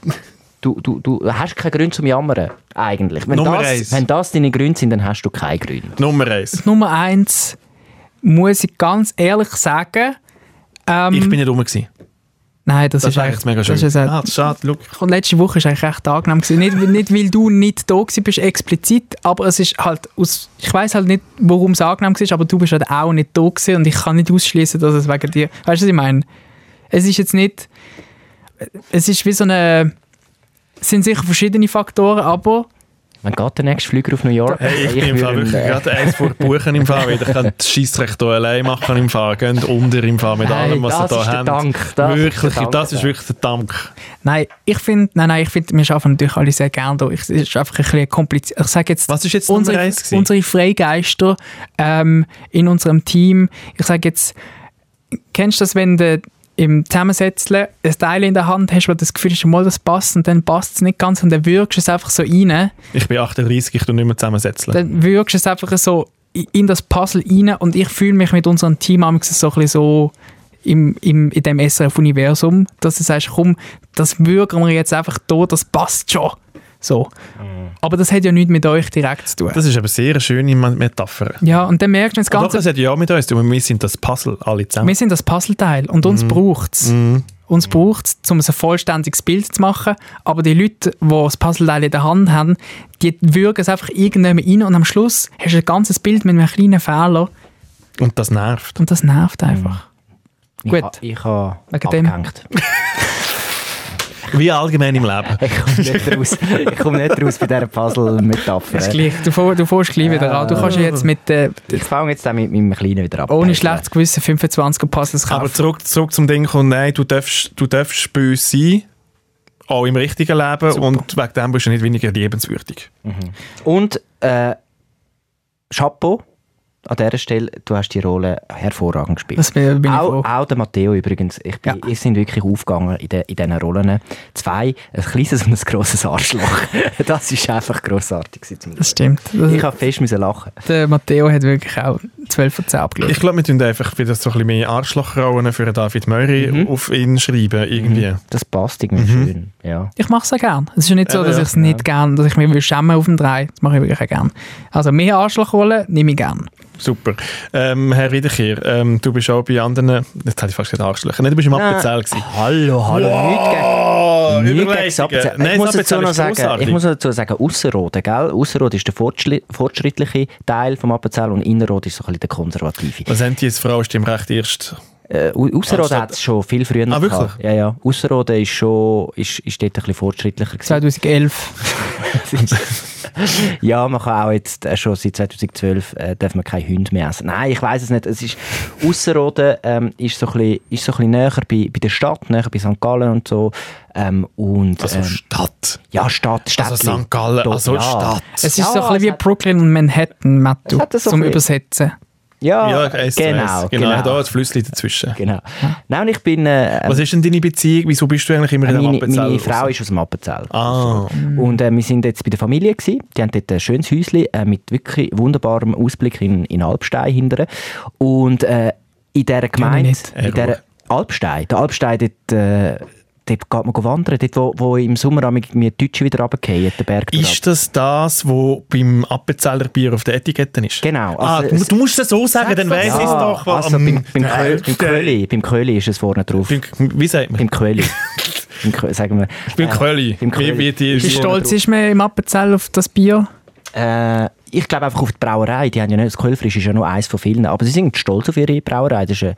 Speaker 2: Du, du, du hast keinen Grund zum Jammern, eigentlich. Wenn
Speaker 1: Nummer
Speaker 2: das,
Speaker 1: eins.
Speaker 2: wenn das deine Gründe sind, dann hast du keinen Grund.
Speaker 1: Nummer eins.
Speaker 3: Nummer eins muss ich ganz ehrlich sagen,
Speaker 1: Ich bin nicht rum. gewesen.
Speaker 3: nein, das,
Speaker 1: Das
Speaker 3: ist
Speaker 1: ist eigentlich mega schön.
Speaker 3: Das ist jetzt-
Speaker 1: ah, schade, schau.
Speaker 3: Und letzte Woche war eigentlich recht angenehm. Gewesen. Nicht, nicht, <laughs> weil du nicht da gewesen bist, explizit, aber es ist halt aus, ich weiß halt nicht, warum es angenehm war, aber du bist halt auch nicht da gewesen und ich kann nicht ausschließen, dass es wegen dir, weißt du, was ich meine? Es ist jetzt nicht, es ist wie so eine, es sind sicher verschiedene Faktoren, aber
Speaker 2: Wann geht der nächste Flüger auf New York? äh,
Speaker 1: Hey, ich, bin im Fall
Speaker 2: würde-
Speaker 1: wirklich gerade eins vor Buchen im Fall, weil ich kann das Scheissrecht hier allein machen im Fall. Geht unter im Fall mit
Speaker 2: Hey,
Speaker 1: allem, was
Speaker 2: das
Speaker 1: ihr
Speaker 2: ist der
Speaker 1: hier habt.
Speaker 2: Dank, das ist der
Speaker 1: wirklich,
Speaker 2: Dank,
Speaker 1: das ist
Speaker 2: ja.
Speaker 1: wirklich der Dank.
Speaker 3: nein, ich finde, nein, nein, ich finde, wir arbeiten natürlich alle sehr gerne da. Ich, es ist einfach ein bisschen kompliziert. Ich sage jetzt,
Speaker 1: Was ist jetzt Nummer
Speaker 3: unsere,
Speaker 1: eins gewesen?
Speaker 3: unsere Freigeister ähm, in unserem Team. Ich sage jetzt, kennst du das, wenn du im Zusammensetzen ein Teil in der Hand hast, wo du das Gefühl hast, mal das passt und dann passt es nicht ganz und dann wirkst du es einfach so rein.
Speaker 1: Ich bin 38, ich tu nicht mehr zusammensetzen.
Speaker 3: Dann wirkst du es einfach so i- in das Puzzle rein und ich fühle mich mit unserem Team manchmal so ein bisschen so im, im, in dem SRF-Universum, dass du sagst, komm, das wirken wir jetzt einfach da, das passt schon. So. Aber das hat ja nichts mit euch direkt zu tun.
Speaker 1: Mhm. Das ist aber sehr eine schöne Me- Metapher.
Speaker 3: ja, und dann merkst du das
Speaker 1: Doch,
Speaker 3: Ganze.
Speaker 1: das hat ja auch mit uns zu tun. Wir sind das Puzzle alle zusammen.
Speaker 3: wir sind das Puzzleteil und uns braucht es.
Speaker 1: Mhm.
Speaker 3: Uns braucht es, um ein vollständiges Bild zu machen. Aber die Leute, die das Puzzleteil in der Hand haben, die würgen es einfach irgendjemand rein und am Schluss hast du ein ganzes Bild mit einem kleinen Fehler
Speaker 1: Und das nervt.
Speaker 3: und das nervt einfach. Gut.
Speaker 2: Ich, ha- ich habe
Speaker 3: Wegen dem.
Speaker 2: abgehängt. <laughs>
Speaker 1: Wie allgemein im Leben.
Speaker 2: Ich komme nicht raus. Ich komme nicht raus bei dieser
Speaker 3: Das ist
Speaker 2: Puzzle-Metapher.
Speaker 3: gleich. Du, fährst- du fährst gleich wieder an. Du kannst ja jetzt mit äh,
Speaker 2: Ich fange jetzt dann mit meinem Kleinen wieder ab.
Speaker 3: ohne schlechtes Gewissen 25er Puzzles kaufen.
Speaker 1: Aber zurück, zurück zum Ding kommt, nein, du darfst, du darfst bei uns sein, auch im richtigen Leben und wegen dem bist du nicht weniger liebenswürdig.
Speaker 2: Und äh, Chapeau an dieser Stelle, du hast die Rolle hervorragend gespielt.
Speaker 3: das bin, bin ich froh.
Speaker 2: auch, auch der Matteo übrigens. Ich bin,
Speaker 3: Ja.
Speaker 2: Ihr sind wirklich aufgegangen in, de, in diesen Rollen. Zwei, ein kleines und ein grosses Arschloch. <laughs> Das ist einfach grossartig. gewesen zum
Speaker 3: Das stimmt. Das,
Speaker 2: Schauen. Ich habe fest müssen lachen.
Speaker 3: der Matteo hat wirklich auch 12 von 10 abgelegt.
Speaker 1: Ich glaube, wir tun einfach wieder so ein bisschen mehr Arschlochrollen für den David Möri
Speaker 3: Mhm.
Speaker 1: auf ihn schreiben, irgendwie.
Speaker 2: Das passt irgendwie schön. Ja.
Speaker 3: Ich mache es auch gerne. Es ist ja nicht so,
Speaker 1: Eben,
Speaker 3: dass
Speaker 1: ja.
Speaker 3: ich es nicht gerne, dass ich mich will schämen auf dem 3. Das mache ich wirklich auch gerne. Also mehr Arschlochrolle nehme ich gerne.
Speaker 1: Super. Ähm, Herr Wiederkehr, ähm, du bist auch bei anderen, jetzt hätte ich fast gesagt Arschlöcher, nein, du bist im Appenzell gewesen.
Speaker 2: Ah. Hallo, hallo. Nicht gegen
Speaker 1: Oh,
Speaker 2: Nicht
Speaker 1: Überlegungen.
Speaker 2: gegen Appenzell.
Speaker 1: Nein,
Speaker 2: Ich muss
Speaker 1: das
Speaker 2: dazu
Speaker 1: Appenzell
Speaker 2: noch
Speaker 1: ist
Speaker 2: sagen,
Speaker 1: grossartig.
Speaker 2: ich muss dazu sagen, Ausserrhoden, gell? Ausserrhoden ist der fortschli- fortschrittliche Teil vom Appenzell und Innerrhoden ist so ein bisschen der konservative.
Speaker 1: Was haben die jetzt Frauenstimmrecht erst?
Speaker 2: Äh, U- Ausserrhoden
Speaker 1: Anstatt-
Speaker 2: hat es schon viel früher
Speaker 1: Ah, wirklich?
Speaker 2: gehabt. Ja, ja. Ausserrhoden ist schon, ist, ist dort ein bisschen fortschrittlicher gewesen. <laughs>
Speaker 3: 2011.
Speaker 2: Ja, man kann auch jetzt äh, schon seit 2012 äh, darf man keine Hunde mehr essen. Nein, ich weiß es nicht. Es ist Ausserrhoden ähm, ist so ein bisschen, ist so ein bisschen näher bei, bei der Stadt, näher bei St. Gallen und so. Ähm, und
Speaker 1: Also
Speaker 2: ähm,
Speaker 1: Stadt.
Speaker 2: ja, Stadt, Stadt.
Speaker 1: Also St. Gallen, also
Speaker 2: ja.
Speaker 1: Stadt.
Speaker 3: Es ist
Speaker 2: Ja,
Speaker 3: so ein bisschen
Speaker 2: es
Speaker 3: wie
Speaker 2: hat-
Speaker 3: Brooklyn und Manhattan, Mattu,
Speaker 2: Es hat so
Speaker 3: zum
Speaker 2: ein bisschen-
Speaker 3: Übersetzen.
Speaker 2: Ja,
Speaker 1: ja, eins zu
Speaker 2: genau,
Speaker 1: eins. genau.
Speaker 2: genau.
Speaker 1: Da ist Flüssli dazwischen.
Speaker 2: genau. Nein, und ich bin äh,
Speaker 1: Was ist denn deine Beziehung? Wieso bist du eigentlich immer in einem
Speaker 2: meine,
Speaker 1: Appenzell?
Speaker 2: meine Frau ist aus dem Appenzell.
Speaker 1: Ah,
Speaker 2: Und äh, wir sind jetzt bei der Familie gsi. Die haben dort ein schönes Häuschen äh, mit wirklich wunderbarem Ausblick in, in Alpstein hinterher. Und äh, in dieser Gemeinde,
Speaker 3: nicht.
Speaker 2: in
Speaker 1: Äh,
Speaker 2: dieser Alpstein, der Alpstein, dort, äh, dort geht man go wandern, dort wo, wo im Sommer am- wir Deutsche wieder runtergehen, den Berg
Speaker 1: ist das das, was beim Appenzeller Bier auf der Etikette ist?
Speaker 2: Genau,
Speaker 1: Ah,
Speaker 2: also
Speaker 1: du,
Speaker 2: es-
Speaker 1: du musst es so sagen, dann weiss ich es doch. was
Speaker 2: also
Speaker 1: am-
Speaker 2: beim, beim, Köli, beim,
Speaker 1: Nein,
Speaker 2: Köli, beim Köli ist es vorne drauf.
Speaker 1: beim- Wie sagt man? <laughs>
Speaker 2: Beim Köli. beim Köli, sagen wir.
Speaker 1: Beim
Speaker 2: äh,
Speaker 1: Köli.
Speaker 2: beim Köli.
Speaker 1: Wie, wie die,
Speaker 3: Wie
Speaker 1: wie
Speaker 3: stolz ist man im Appenzell auf das Bier?
Speaker 2: Äh, ich glaube einfach auf die Brauerei. Die haben ja nicht, das Kölfrisch ist ja nur eins von vielen. Aber sie sind stolz auf ihre Brauerei. Das ist, äh,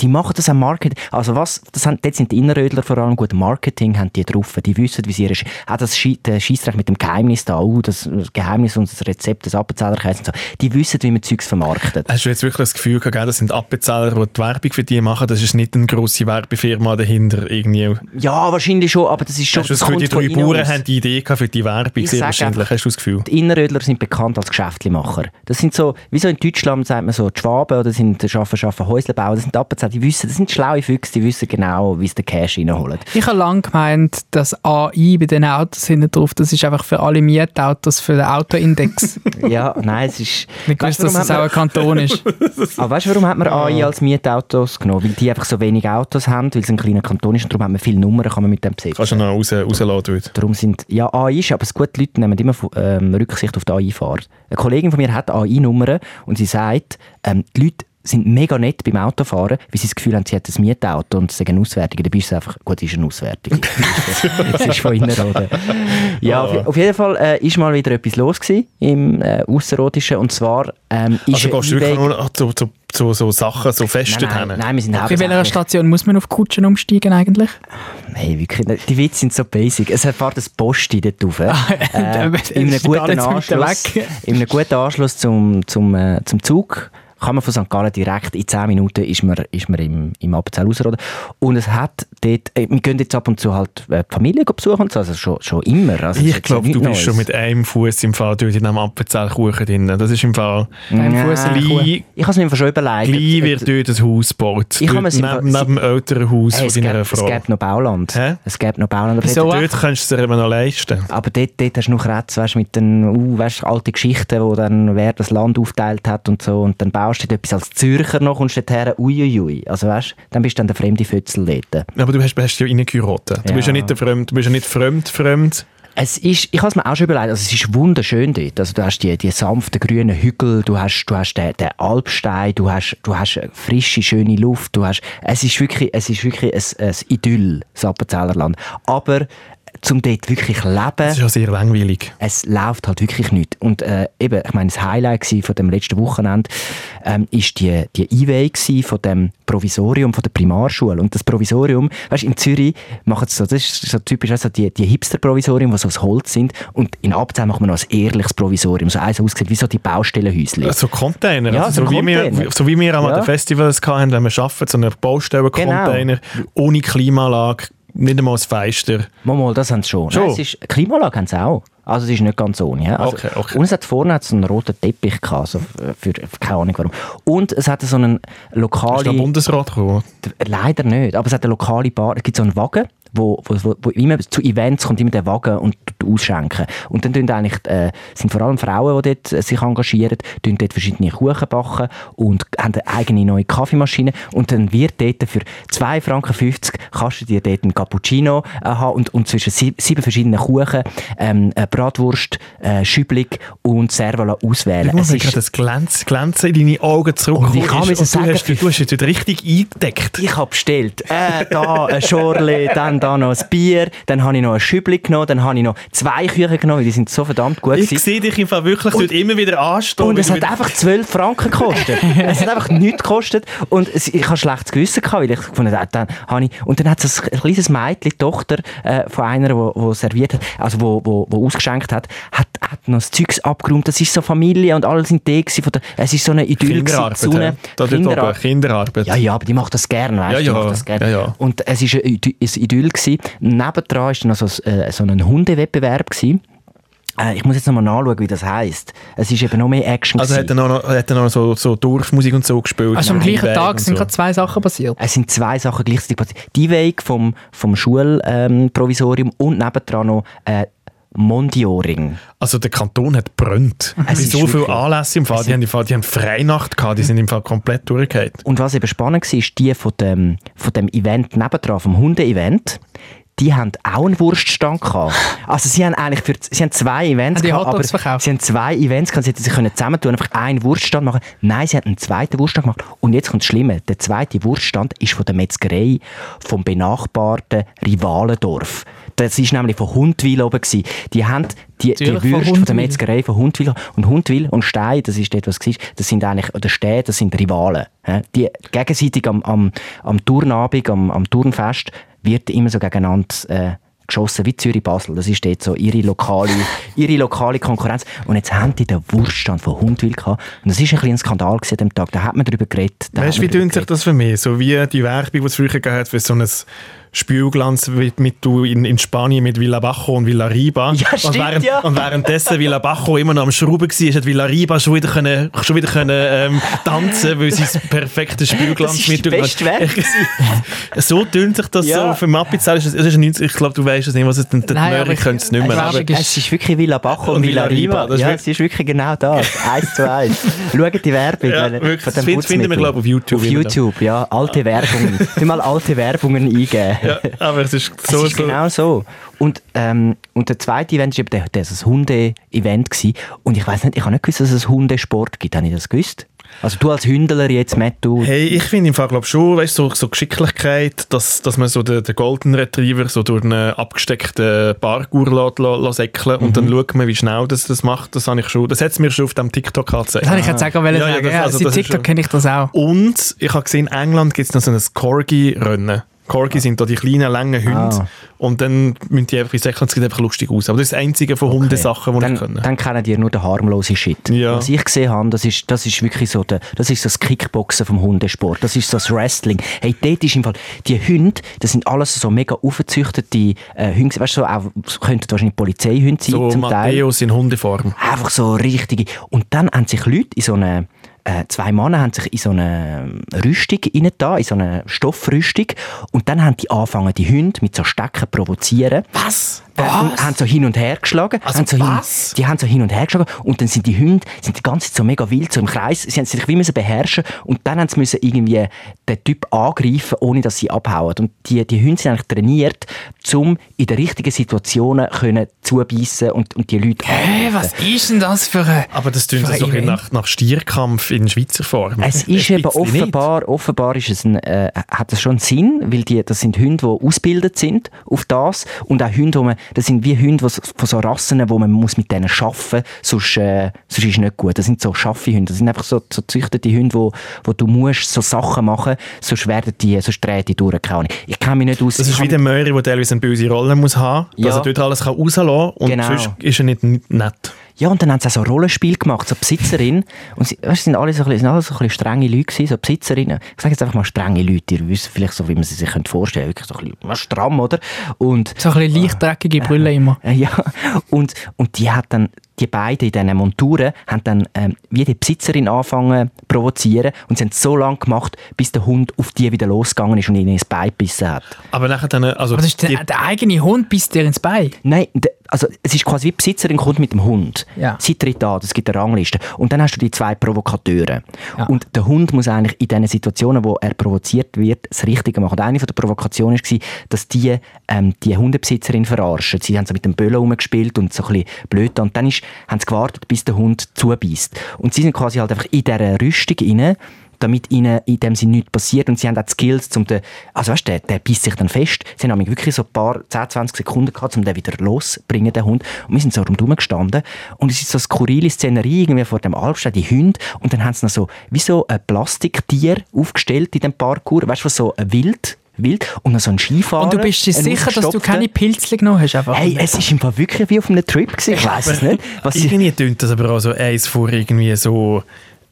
Speaker 2: die machen das am Marketing. Also was, das haben, dort sind die Innerrödler vor allem gut. Marketing haben die drauf. Die wissen, wie sie ihre, Sch- auch das Schi- der Scheissdreck mit dem Geheimnis da, uh, das Geheimnis und das Rezept des Appenzellerkäses und so. Die wissen, wie man Zeugs vermarktet.
Speaker 1: <laughs> Hast du jetzt wirklich das Gefühl gehabt, gell, das sind Appenzeller, die die Werbung für die machen? Das ist nicht eine grosse Werbefirma dahinter. Irgendwie.
Speaker 2: Ja, wahrscheinlich schon, aber das ist schon...
Speaker 1: Hast du das
Speaker 2: das
Speaker 1: Gefühl, die
Speaker 2: kommt
Speaker 1: drei
Speaker 2: von innen
Speaker 1: Bauern
Speaker 2: aus.
Speaker 1: haben die Idee gehabt für die Werbung?
Speaker 2: Ich
Speaker 1: Sehr
Speaker 2: sag
Speaker 1: wahrscheinlich.
Speaker 2: einfach-
Speaker 1: Hast du das Gefühl?
Speaker 2: Die Innerrödler sind bekannt als Geschäftlimacher. Das sind so, wieso in Deutschland sagt man so, die Schwaben oder sind die Schaffen, Schaffen, Häuslebauer, das sind die Appenzell, die wissen, das sind schlaue Füchse, die wissen genau, wie sie den Cash reinholen.
Speaker 3: Ich habe lange gemeint, das AI bei den Autos hinten drauf, das ist einfach für alle Mietautos, für
Speaker 1: <laughs>
Speaker 3: den Autoindex.
Speaker 2: ja, nein, es ist...
Speaker 3: <laughs> Nicht gewusst, dass
Speaker 2: Weißt du,
Speaker 3: das auch ein
Speaker 2: warum hat <laughs>
Speaker 3: Kanton ist.
Speaker 2: man- aber weißt du, warum hat man AI als Mietautos genommen? Weil die einfach so wenig Autos haben, weil es ein kleiner Kanton ist und darum hat man viele Nummern, kann man mit dem besetzen.
Speaker 1: Kannst du noch raus, rauslassen dort?
Speaker 2: Darum sind, ja, AI ist, aber es gut, die Leute nehmen immer ähm, Rücksicht auf die AI-Fahrer. Eine Kollegin von mir hat AI-Nummern und sie sagt, ähm, die Leute sind mega nett beim Autofahren, weil sie das Gefühl haben, sie hat ein Mietauto und sagen eine Auswertung. Dabei ist es einfach, gut, es ist
Speaker 1: <laughs>
Speaker 2: eine Auswertung. es ist von innen oder? Ja,
Speaker 1: Ah.
Speaker 2: auf, auf jeden Fall äh, ist mal wieder etwas los gewesen im äh, Ausserrhodischen und zwar ähm, ist
Speaker 1: Also
Speaker 2: ein
Speaker 1: gehst du wirklich
Speaker 2: E-Bike-
Speaker 1: nur noch zu, zu, zu so Sachen, so Festen
Speaker 2: Nein,
Speaker 1: hin?
Speaker 2: nein, nein, wir sind
Speaker 3: Bei welcher
Speaker 2: hauptsächlich-
Speaker 3: Station muss man auf Kutschen umsteigen eigentlich?
Speaker 2: Hey, wirklich, nicht. die Witze sind so basic. Es fährt das Posti dort rauf.
Speaker 1: Ah, <laughs>
Speaker 2: äh,
Speaker 3: das
Speaker 2: in, einem
Speaker 3: ist gar
Speaker 2: guten
Speaker 3: nicht so weit
Speaker 2: Anschluss,
Speaker 3: weg.
Speaker 2: in einem guten Anschluss zum, zum, äh, zum Zug kann man von St. Gallen direkt in 10 Minuten ist man, ist man im, im Appenzell Ausserrhoden. Und es hat dort, äh, wir gehen jetzt ab und zu halt äh, die Familie besuchen und so, also schon, schon immer. Also es ist
Speaker 1: Ich
Speaker 2: jetzt
Speaker 1: glaube,
Speaker 2: nichts
Speaker 1: du bist schon
Speaker 2: Neues.
Speaker 1: mit einem Fuß im Fall dort in einem Appenzellkuchen drin. Das ist im Fall.
Speaker 3: Einem
Speaker 2: Nein.
Speaker 3: Fuß in die Kuh.
Speaker 1: Gleich,
Speaker 2: Ich habe es mir schon überlegt. äh,
Speaker 1: gleich wird dort ein Haus gebaut.
Speaker 2: Ich
Speaker 1: Dort
Speaker 2: kann mir's im Fall-
Speaker 1: neben, neben dem älteren Haus
Speaker 2: Hey,
Speaker 1: von
Speaker 2: es gibt
Speaker 1: deiner
Speaker 2: es
Speaker 1: Frau.
Speaker 2: gäbe noch Bauland.
Speaker 1: Hä?
Speaker 2: Es gäbe noch Bauland. aber
Speaker 3: Wieso?
Speaker 2: dort-
Speaker 1: Dort kannst du es dir eben noch leisten.
Speaker 2: Aber dort, dort hast du noch Kratz, weißt, du, mit den uh, weißt, du, alten Geschichten, wo dann wer das Land aufteilt hat und so. Und dann baust du dort etwas als Zürcher noch und dort her, uiuiui. Also weißt, du, dann bist du dann der fremde Fötzel dort.
Speaker 1: Aber du hast, hast ja reingeheiratet. Du bist ja
Speaker 2: Ja.
Speaker 1: nicht der Fremd, du bist ja nicht fremd, fremd.
Speaker 2: Es ist, ich habe es mir auch schon überlegt, also es ist wunderschön dort. Also du hast die, die sanften grünen Hügel, du hast, du hast den, den Alpstein, du hast, du hast frische, schöne Luft, du hast, es ist wirklich, es ist wirklich ein, ein Idyll, das Appenzellerland. Aber zum dort wirklich leben,
Speaker 1: Das ist ja sehr langweilig.
Speaker 2: es läuft halt wirklich nicht. Und äh, eben, ich meine, das Highlight gewesen von dem letzten Wochenende ähm, ist die, die Einweihung gewesen von dem Provisorium von der Primarschule. Und das Provisorium, weißt in Zürich machen sie so, das ist so typisch, also die, die Hipster-Provisorien, die so aus Holz sind. Und in Abzell machen wir noch ein ehrliches Provisorium, so eins aussieht, wie so die Baustellenhäuschen.
Speaker 1: So Container,
Speaker 2: Ja,
Speaker 1: also
Speaker 2: so
Speaker 1: so, wie
Speaker 2: Container.
Speaker 1: wir, so wie wir einmal
Speaker 2: Ja.
Speaker 1: den Festivals hatten, wenn wir arbeiten, so einen Baustellen-Container
Speaker 2: Genau.
Speaker 1: ohne Klimaanlage, nicht einmal ein Feister.
Speaker 2: Mal, mal, das haben sie schon.
Speaker 1: Schon?
Speaker 2: Nein, es ist, Klimalage haben sie auch. Also es ist nicht ganz ohne. ja. Also,
Speaker 1: Okay, okay.
Speaker 2: Und es hat vorne hat so einen roten Teppich gehabt, also für, für keine Ahnung warum. Und es hat so einen
Speaker 1: Ist der
Speaker 2: lokalen...
Speaker 1: Bundesrat gekommen?
Speaker 2: Leider nicht, aber es hat eine lokale Bar, es gibt so einen Wagen, wo, wo, wo, wo immer zu Events kommt immer der Wagen und tut ausschenken. Und dann tun eigentlich, äh, sind vor allem Frauen, die dort, äh, sich engagieren, tun dort verschiedene Kuchen backen und haben eine eigene neue Kaffeemaschine und dann wird dort für 2,50 Franken kannst du dir dort einen Cappuccino äh, haben und, und zwischen sieb, sieben verschiedenen Kuchen ähm, äh, Bratwurst, äh, Schüblig und Servola auswählen.
Speaker 1: Ich muss
Speaker 2: Es
Speaker 1: mir gerade
Speaker 2: ist,
Speaker 1: das Glänzen, Glänzen in deine Augen zurück.
Speaker 2: Und ich kann mir
Speaker 1: und
Speaker 2: das
Speaker 1: du,
Speaker 2: sagen,
Speaker 1: hast, du hast jetzt heute richtig eingedeckt.
Speaker 2: Ich habe bestellt. Äh, da ein Schorle, dann da noch ein Bier, dann habe ich noch ein Schübli genommen, dann habe ich noch zwei Küchen genommen, weil die sind so verdammt gut
Speaker 1: Ich
Speaker 2: gewesen.
Speaker 1: sehe dich im Fall wirklich dort immer wieder anstehen.
Speaker 2: Und es
Speaker 1: weil
Speaker 2: hat
Speaker 1: du wieder-
Speaker 2: einfach 12
Speaker 1: <laughs>
Speaker 2: Franken gekostet. es hat einfach nichts gekostet. Und es, ich habe schlechtes Gewissen, gehabt, weil ich gefunden habe, dann habe ich... Und dann hat es ein kleines Mädchen, die Tochter äh, von einer, die wo, wo serviert hat, also wo, wo, wo ausgeschenkt hat, hat, hat noch das Zeugs abgeräumt. Das ist so Familie und alle sind da gewesen. von der- Es ist so eine Idyll. gewesen, die
Speaker 1: Kinderarbeit.
Speaker 2: Sonne,
Speaker 1: Sonne, da Kinderarbeit. Dort
Speaker 2: Kinderarbeit.
Speaker 1: oben, Kinderarbeit.
Speaker 2: Ja, ja, aber die macht das gerne, weißt du?
Speaker 1: Ja,
Speaker 2: die
Speaker 1: ja.
Speaker 2: macht das gerne.
Speaker 1: Ja, ja.
Speaker 2: Und es war ein, Idy- ein Idyll. Gewesen. Nebendran war noch so, ein- äh, so ein Hundewettbewerb. Gewesen. Äh, ich muss jetzt nochmal nachschauen, wie das heisst. Es ist eben noch mehr Action.
Speaker 1: Also hat er
Speaker 2: gewesen.
Speaker 1: noch, hat er noch so, so Dorfmusik und so gespielt.
Speaker 3: Also am gleichen
Speaker 1: Einweg
Speaker 3: Tag
Speaker 1: und
Speaker 3: sind
Speaker 1: so.
Speaker 3: gerade zwei Sachen passiert.
Speaker 2: es sind zwei Sachen gleichzeitig passiert. Die Weg vom, vom Schulprovisorium ähm, Provisorium und nebendran noch äh, Mondioring.
Speaker 1: Also der Kanton hat brennt. Bei
Speaker 2: Es ist
Speaker 1: so viele
Speaker 2: wirklich-
Speaker 1: Anlässe im Fall. Die haben, im Fall, die haben Freinacht gehabt, die sind im Fall komplett durchgefallen.
Speaker 2: Und was eben spannend war, ist die von dem, von dem Event nebendran, vom Hunde-Event, die haben auch einen Wurststand gehabt. Also sie haben eigentlich für, sie haben zwei Events
Speaker 3: Haben die
Speaker 2: gehabt,
Speaker 3: Hotdogs verkauft?
Speaker 2: sie haben zwei Events gehabt, sie hätten sich können zusammentun, einfach einen Wurststand machen. Nein, sie haben einen zweiten Wurststand gemacht. Und jetzt kommt das Schlimme, der zweite Wurststand ist von der Metzgerei vom benachbarten Rivalendorf. Das war nämlich von Hundwil oben. Gewesen. Die haben die, die
Speaker 3: Natürlich
Speaker 2: Würste
Speaker 3: von
Speaker 2: von der
Speaker 3: Hundwil.
Speaker 1: Mhm.
Speaker 2: Metzgerei Metzgerei von Hundwil. Und Hundwil und Stein, das ist etwas, das sind eigentlich, oder Stein, das sind Rivalen. hä? Die gegenseitig am, am, am Turnabend, am, am Turnfest, wird immer so gegeneinander äh, geschossen, wie Zürich-Basel. Das ist dort so
Speaker 1: <laughs>
Speaker 2: ihre lokale, ihre lokale Konkurrenz. Und jetzt haben die den Wurststand von Hundwil gehabt. Und das war ein bisschen ein Skandal gewesen an dem Tag. Da hat man darüber geredet. da hat
Speaker 1: Weißt du,
Speaker 2: man
Speaker 1: wie
Speaker 2: drüber
Speaker 1: tönt sich
Speaker 2: geredet.
Speaker 1: das für mich? So wie die Werbung, die es früher gegeben hat, für so ein Spülglanz mit, mit du in, in Spanien mit Villabajo und Villariba.
Speaker 2: Ja, stimmt,
Speaker 1: und, während,
Speaker 2: ja.
Speaker 1: und währenddessen Villabajo immer noch am Schrauben war, hat Villariba schon wieder, können, schon wieder können, ähm, tanzen weil sie das perfekte Spülglanz
Speaker 2: <laughs> Das ist die
Speaker 1: mit-
Speaker 2: beste Werbung.
Speaker 1: <laughs> So tönt sich das
Speaker 2: Ja.
Speaker 1: so. Für Mappizell ist es, es ist ein 90, ich glaube, du weißt es nicht, was es denn, die
Speaker 3: Nein, aber
Speaker 1: Möhre
Speaker 3: ich-
Speaker 1: können es nicht
Speaker 3: ich
Speaker 1: mehr.
Speaker 3: glaube,
Speaker 1: aber-
Speaker 3: ich-
Speaker 2: Es ist wirklich Villa Bacho und
Speaker 1: Und
Speaker 2: Villa
Speaker 1: Villa
Speaker 2: Riva.
Speaker 1: Riva, das ist
Speaker 2: Ja,
Speaker 1: wirklich-
Speaker 2: es ist wirklich genau
Speaker 1: <laughs>
Speaker 2: das. Eins zu eins. Schaut die Werbung.
Speaker 1: Ja,
Speaker 2: wenn ihr-
Speaker 1: wirklich.
Speaker 2: von dem
Speaker 1: Das find- finden wir,
Speaker 2: Putzmittel.
Speaker 1: glaub, auf YouTube
Speaker 2: Auf
Speaker 1: immer
Speaker 2: YouTube, ja.
Speaker 1: <laughs>
Speaker 2: Alte Werbungen. Du mal alte Werbungen eingeben.
Speaker 1: ja, aber es ist
Speaker 2: So,
Speaker 1: so.
Speaker 2: es ist
Speaker 1: so.
Speaker 2: genau so. Und, ähm, und der zweite Event war eben der, der, das Hunde-Event. gewesen. Und ich weiß nicht, ich habe nicht gewusst, dass es Hundesport gibt. Habe ich das gewusst? Also du als Hündler jetzt, Matt, du...
Speaker 1: Hey, ich finde im Fall glaub schon, weißt, so, so Geschicklichkeit, dass, dass man so den, den Golden Retriever so durch einen abgesteckten Parkour lässt- lässt- lässt säckeln und
Speaker 3: Mhm.
Speaker 1: dann schaut man, wie schnell das, das macht. Das habe ich schon, das hat es mir schon auf dem TikTok angezeigt.
Speaker 3: Das habe ich jetzt auch wollen
Speaker 1: Ja, ja,
Speaker 3: sagen.
Speaker 1: das-
Speaker 3: Ja,
Speaker 1: also
Speaker 3: Seit
Speaker 1: das ist
Speaker 3: TikTok
Speaker 1: schon-
Speaker 3: kenne ich das auch.
Speaker 1: Und ich habe gesehen, in England gibt es noch so ein Corgi-Rennen. Corgi sind da die kleinen, langen Hunde.
Speaker 2: Ah.
Speaker 1: Und dann müssen die einfach in Säckeln, es sieht einfach lustig aus. Aber das ist das einzige von Hundesachen, die ich
Speaker 2: Dann,
Speaker 1: kann.
Speaker 2: dann kennen die nur den harmlosen Shit.
Speaker 1: Ja.
Speaker 2: Was ich gesehen habe, das ist, das ist wirklich so, der, das ist so das Kickboxen vom Hundesport, das ist so das Wrestling. Hey, dort ist im Fall, die Hunde, das sind alles so mega aufgezüchtete äh, Hunde, weißt du, so, auch, so könnten wahrscheinlich Polizeihunde sein
Speaker 1: So
Speaker 2: zum Teil.
Speaker 1: Matthäus in Hundeform.
Speaker 2: Einfach so richtige. Und dann haben sich Leute in so eine, äh, zwei Männer haben sich in so eine ähm, Rüstung rein da, in so eine Stoffrüstung. Und dann haben die angefangen, die Hunde mit so Stecken zu provozieren.
Speaker 1: Was?
Speaker 2: äh, und haben so hin und her geschlagen.
Speaker 1: Also
Speaker 2: haben so hin,
Speaker 1: was?
Speaker 2: Die haben so hin und her geschlagen und dann sind die Hunde sind die ganze Zeit so mega wild, so im Kreis. Sie haben sich wie müssen beherrschen und dann haben sie müssen irgendwie den Typ angreifen, ohne dass sie abhauen. Und die, die Hunde sind eigentlich trainiert, um in den richtigen Situationen können zubeissen und, und die Leute
Speaker 3: Hey, was ist denn das für ein...
Speaker 1: Aber das tönt
Speaker 3: Für
Speaker 1: so ein bisschen
Speaker 3: Event.
Speaker 1: nach, nach Stierkampf in Schweizer Form.
Speaker 2: <laughs> Es
Speaker 1: Ein
Speaker 2: ist
Speaker 1: bisschen
Speaker 2: eben
Speaker 1: nicht.
Speaker 2: offenbar, offenbar ist es ein, äh, hat es schon Sinn, weil die, das sind Hunde, die ausgebildet sind auf das und auch Hunde, wo man, das sind wie Hunde wo, so- von so Rassen, wo man muss mit denen schaffen, sonst, äh, sonst ist es nicht gut. Das sind so schaffe Hunde, das sind einfach so, so züchtete Hunde, wo, wo du musst so Sachen machen, sonst werden die, sonst drehen die durch, keine Ahnung. Ich kenne mich nicht aus.
Speaker 1: Das
Speaker 2: Ich
Speaker 1: ist
Speaker 2: kann
Speaker 1: wie der Möri, der teilweise eine böse Rolle muss haben muss, dass
Speaker 2: Ja.
Speaker 1: er dort alles kann rauslassen kann und
Speaker 2: Genau.
Speaker 1: sonst ist er nicht n- nett.
Speaker 2: Ja, und dann haben sie auch so Rollenspiel gemacht, so Besitzerin. Und sie, weißt, sind alle so ein bisschen, sind alle so ein bisschen strenge Leute gewesen, so Besitzerinnen. Ich sage jetzt einfach mal strenge Leute, ihr wisst vielleicht so, wie man sie sich könnte vorstellen Wirklich so ein bisschen was stramm, oder? Und,
Speaker 3: So ein bisschen leicht dreckige Brille immer.
Speaker 2: äh, ja, <laughs> und, und die hat dann, die beiden in diesen Monturen, haben dann ähm, wie die Besitzerin angefangen zu provozieren und sie haben es so lange gemacht, bis der Hund auf die wieder losgegangen ist und ihnen ins Bein gebissen hat.
Speaker 1: Aber nachher dann, also
Speaker 3: Aber das ist
Speaker 1: die,
Speaker 3: der, der eigene Hund bisst dir ins Bein.
Speaker 2: Nein, d- also es ist quasi wie die Besitzerin kommt mit dem Hund.
Speaker 3: Ja.
Speaker 2: Sie tritt an, es gibt eine Rangliste. Und dann hast du die zwei Provokateure.
Speaker 3: Ja.
Speaker 2: Und der Hund muss eigentlich in den Situationen, wo er provoziert wird, das Richtige machen. Und eine von der Provokationen war, dass die ähm, die Hundebesitzerin verarschen. Sie haben so mit dem Böllen rumgespielt und so ein bisschen blöd. Und dann ist, haben sie gewartet, bis der Hund zubeißt. Und sie sind quasi halt einfach in dieser Rüstung rein damit ihnen in dem Sinne nichts passiert und sie haben auch die Skills, um den, also weißt du, der, der beißt sich dann fest. Sie haben nämlich wirklich so ein paar 10, 20 Sekunden gehabt, um den wieder loszubringen, den Hund. Und wir sind so rundherum gestanden und es ist so eine skurrile Szenerie, irgendwie vor dem Albstadt, die Hunde und dann haben sie noch so, wie so ein Plastiktier aufgestellt in dem Parkour, weißt du, was so ein Wild, Wild und noch so ein Skifahrer.
Speaker 3: Und du bist dir
Speaker 2: ein
Speaker 3: sicher, dass du
Speaker 2: ausgestopfter.
Speaker 3: keine Pilze genommen hast? Einfach.
Speaker 2: Hey, es ist im Fall wirklich wie auf einem Trip gewesen, ich weiss es nicht. Was sie-
Speaker 1: irgendwie tönt das aber auch so eins vor irgendwie so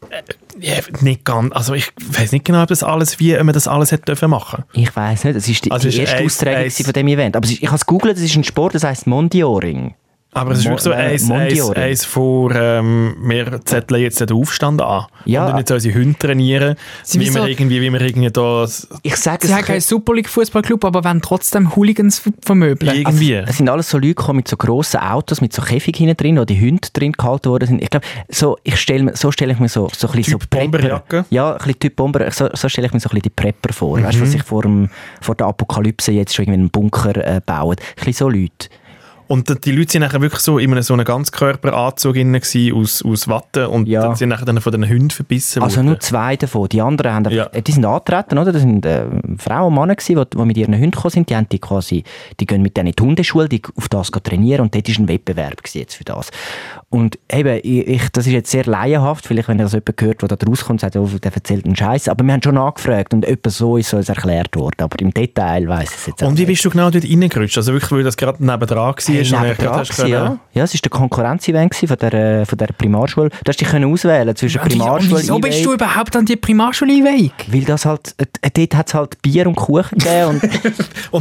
Speaker 1: äh, ja, nicht ganz, also ich weiß nicht genau, ob das alles, wie man das alles hätte dürfen machen.
Speaker 2: Ich weiß nicht, es ist die,
Speaker 1: Also
Speaker 2: die
Speaker 1: es ist
Speaker 2: erste
Speaker 1: eins-
Speaker 2: Austragung
Speaker 1: eins-
Speaker 2: gewesen von dem Event. Aber es ist, ich habe es gegoogelt, es ist ein Sport, das heißt Mondioring.
Speaker 1: Aber es ist
Speaker 2: Mo-
Speaker 1: wirklich so
Speaker 2: äh,
Speaker 1: eins, eins,
Speaker 2: Mondioring.
Speaker 1: eins vor, ähm, wir zetteln jetzt den Aufstand an.
Speaker 2: Ja.
Speaker 1: Und jetzt unsere Hunde trainieren,
Speaker 3: Sie
Speaker 1: wie
Speaker 3: wissen
Speaker 1: wir,
Speaker 3: auch-
Speaker 1: irgendwie, wie wir irgendwie da
Speaker 2: Ich sage
Speaker 3: Sie haben
Speaker 2: es
Speaker 3: keinen
Speaker 2: könnte-
Speaker 3: Super League Fußballclub, aber wollen trotzdem Hooligans ver- vermöbeln.
Speaker 1: irgendwie...
Speaker 2: Es sind alles so Leute gekommen mit so grossen Autos, mit so Käfig hinten drin, wo die Hunde drin gehalten worden sind. Ich glaube, so, ich stell, mir- so stelle ich mir so, so ein bisschen
Speaker 1: Typ
Speaker 2: so Prepper.
Speaker 1: Bomberjacke.
Speaker 2: Ja, ein bisschen Typ Bomber. So, so stelle ich mir so ein bisschen die Prepper vor. Weißt du,
Speaker 1: Mhm.
Speaker 2: was sich vor, dem, vor der Apokalypse jetzt schon irgendwie einen Bunker äh, bauen. Ein bisschen so Leute.
Speaker 1: Und die Leute sind nachher wirklich so in einem so einem Ganzkörperanzug innen gewesen, aus, aus Watte und
Speaker 2: Ja.
Speaker 1: dann sind nachher dann von den Hunden verbissen
Speaker 2: Also
Speaker 1: worden.
Speaker 2: nur zwei davon. Die anderen haben,
Speaker 1: Ja.
Speaker 2: äh, die sind angetreten, oder? Das sind äh, Frauen und Männer, gewesen, die, die mit ihren Hunden gekommen sind. Die, haben die, quasi, die gehen mit denen in die Hundeschule, die auf das gehen trainieren und dort war ein Wettbewerb gewesen jetzt für das. Und eben, ich, ich, das ist jetzt sehr laienhaft, vielleicht wenn ihr das jemand hört, der da rauskommt, sagt, oh, der erzählt einen Scheiß. Aber wir haben schon angefragt und etwa so ist es erklärt worden. Aber im Detail weiss ich es jetzt auch
Speaker 1: Und wie
Speaker 2: nicht.
Speaker 1: bist du genau dort reingerutscht? Also wirklich, weil das gerade nebendran war?
Speaker 2: Hey,
Speaker 1: und
Speaker 2: neben
Speaker 1: du gerade
Speaker 2: dran
Speaker 1: hast
Speaker 2: gewesen, ja.
Speaker 1: können-
Speaker 2: ja, es war der Konkurrenzevent gewesen von der, äh, von der Primarschule. Du hast dich können auswählen zwischen
Speaker 3: Und wie-
Speaker 2: Primarschule
Speaker 3: und wieso
Speaker 2: IWF.
Speaker 3: bist du überhaupt an die Primarschule einweihung?
Speaker 2: Weil das halt, äh, äh, dort hat es halt Bier und Kuchen gegeben und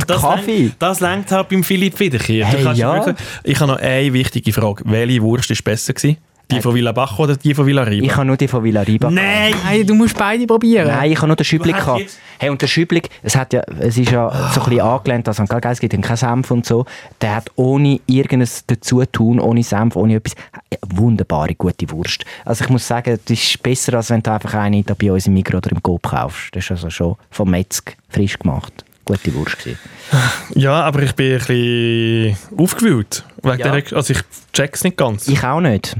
Speaker 1: Und das
Speaker 2: Kaffee.
Speaker 1: lenkt- Das lenkt halt beim Philipp Wiederkehr.
Speaker 2: Hey,
Speaker 1: Du kannst
Speaker 2: ja.
Speaker 1: wirklich- Ich habe noch eine wichtige Frage. Welche Wurst war besser? Gewesen? Die von Villa Bach oder die von Villa
Speaker 2: ich
Speaker 1: Riba?
Speaker 2: habe nur die von Villariba.
Speaker 1: Nein!
Speaker 3: Nein, du musst beide probieren.
Speaker 2: Nein, ich habe nur den Schüblig
Speaker 1: Du hast
Speaker 2: gehabt.
Speaker 1: jetzt-
Speaker 2: Hey, und der Schüblig, es, hat ja, es ist ja so ein bisschen angelehnt, also St. es gibt ihm keinen Senf und so. Der hat ohne irgendes Dazutun, ohne Senf, ohne etwas, äh, wunderbare, gute Wurst. Also ich muss sagen, das ist besser, als wenn du einfach eine da bei uns im Migros oder im Coop kaufst. Das ist also schon vom Metzg frisch gemacht. Gute Wurst gewesen.
Speaker 1: Ja, aber ich bin ein bisschen aufgewühlt. Wegen
Speaker 2: Ja.
Speaker 1: der, also ich check's nicht ganz.
Speaker 2: Ich auch nicht.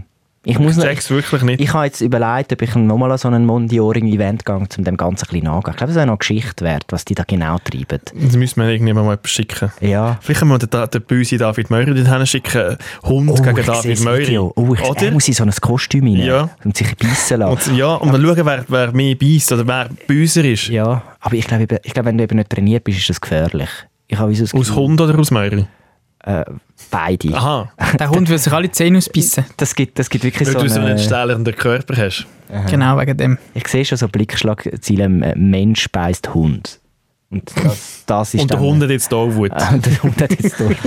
Speaker 2: Ich muss
Speaker 1: Ich
Speaker 2: noch-
Speaker 1: check's wirklich nicht.
Speaker 2: Ich habe jetzt überlegt, ob ich nochmal an so einen Mondioring-Event gehe, um dem Ganzen ein bisschen nachzugehen. Ich glaube, es wäre noch eine Geschichte wert, was die da genau treiben.
Speaker 1: Das müssen wir irgendjemand mal etwas schicken.
Speaker 2: Ja.
Speaker 1: Vielleicht können wir den, Da- den bösen David Meurer dorthin schicken. Hund
Speaker 2: Oh,
Speaker 1: gegen David Meurer.
Speaker 2: Video. Oh, ich, er
Speaker 1: Oder?
Speaker 2: muss in so ein Kostüm hinein
Speaker 1: Ja.
Speaker 2: und sich beißen lassen.
Speaker 1: Und, ja, und dann schauen, wer, wer mehr beißt oder wer böser ist.
Speaker 2: ja, aber ich glaube, eben- ich glaube, wenn du eben nicht trainiert bist, ist das gefährlich. Ich habe wieso
Speaker 1: Aus Hund oder aus Meurer?
Speaker 2: beide.
Speaker 1: Aha,
Speaker 3: Der Hund will sich alle Zähne ausbissen.
Speaker 2: Das gibt, das gibt wirklich
Speaker 1: weil
Speaker 2: so
Speaker 1: du so einen
Speaker 2: eine...
Speaker 1: stählernden Körper hast.
Speaker 3: Genau wegen dem.
Speaker 2: Ich sehe schon so Blickschlagziele, äh, Mensch beißt Hund. Und das, das Ah. ist
Speaker 1: Und der
Speaker 2: dann- <laughs>
Speaker 1: Hund hat jetzt da Wut.
Speaker 2: Und der Hund hat jetzt durch.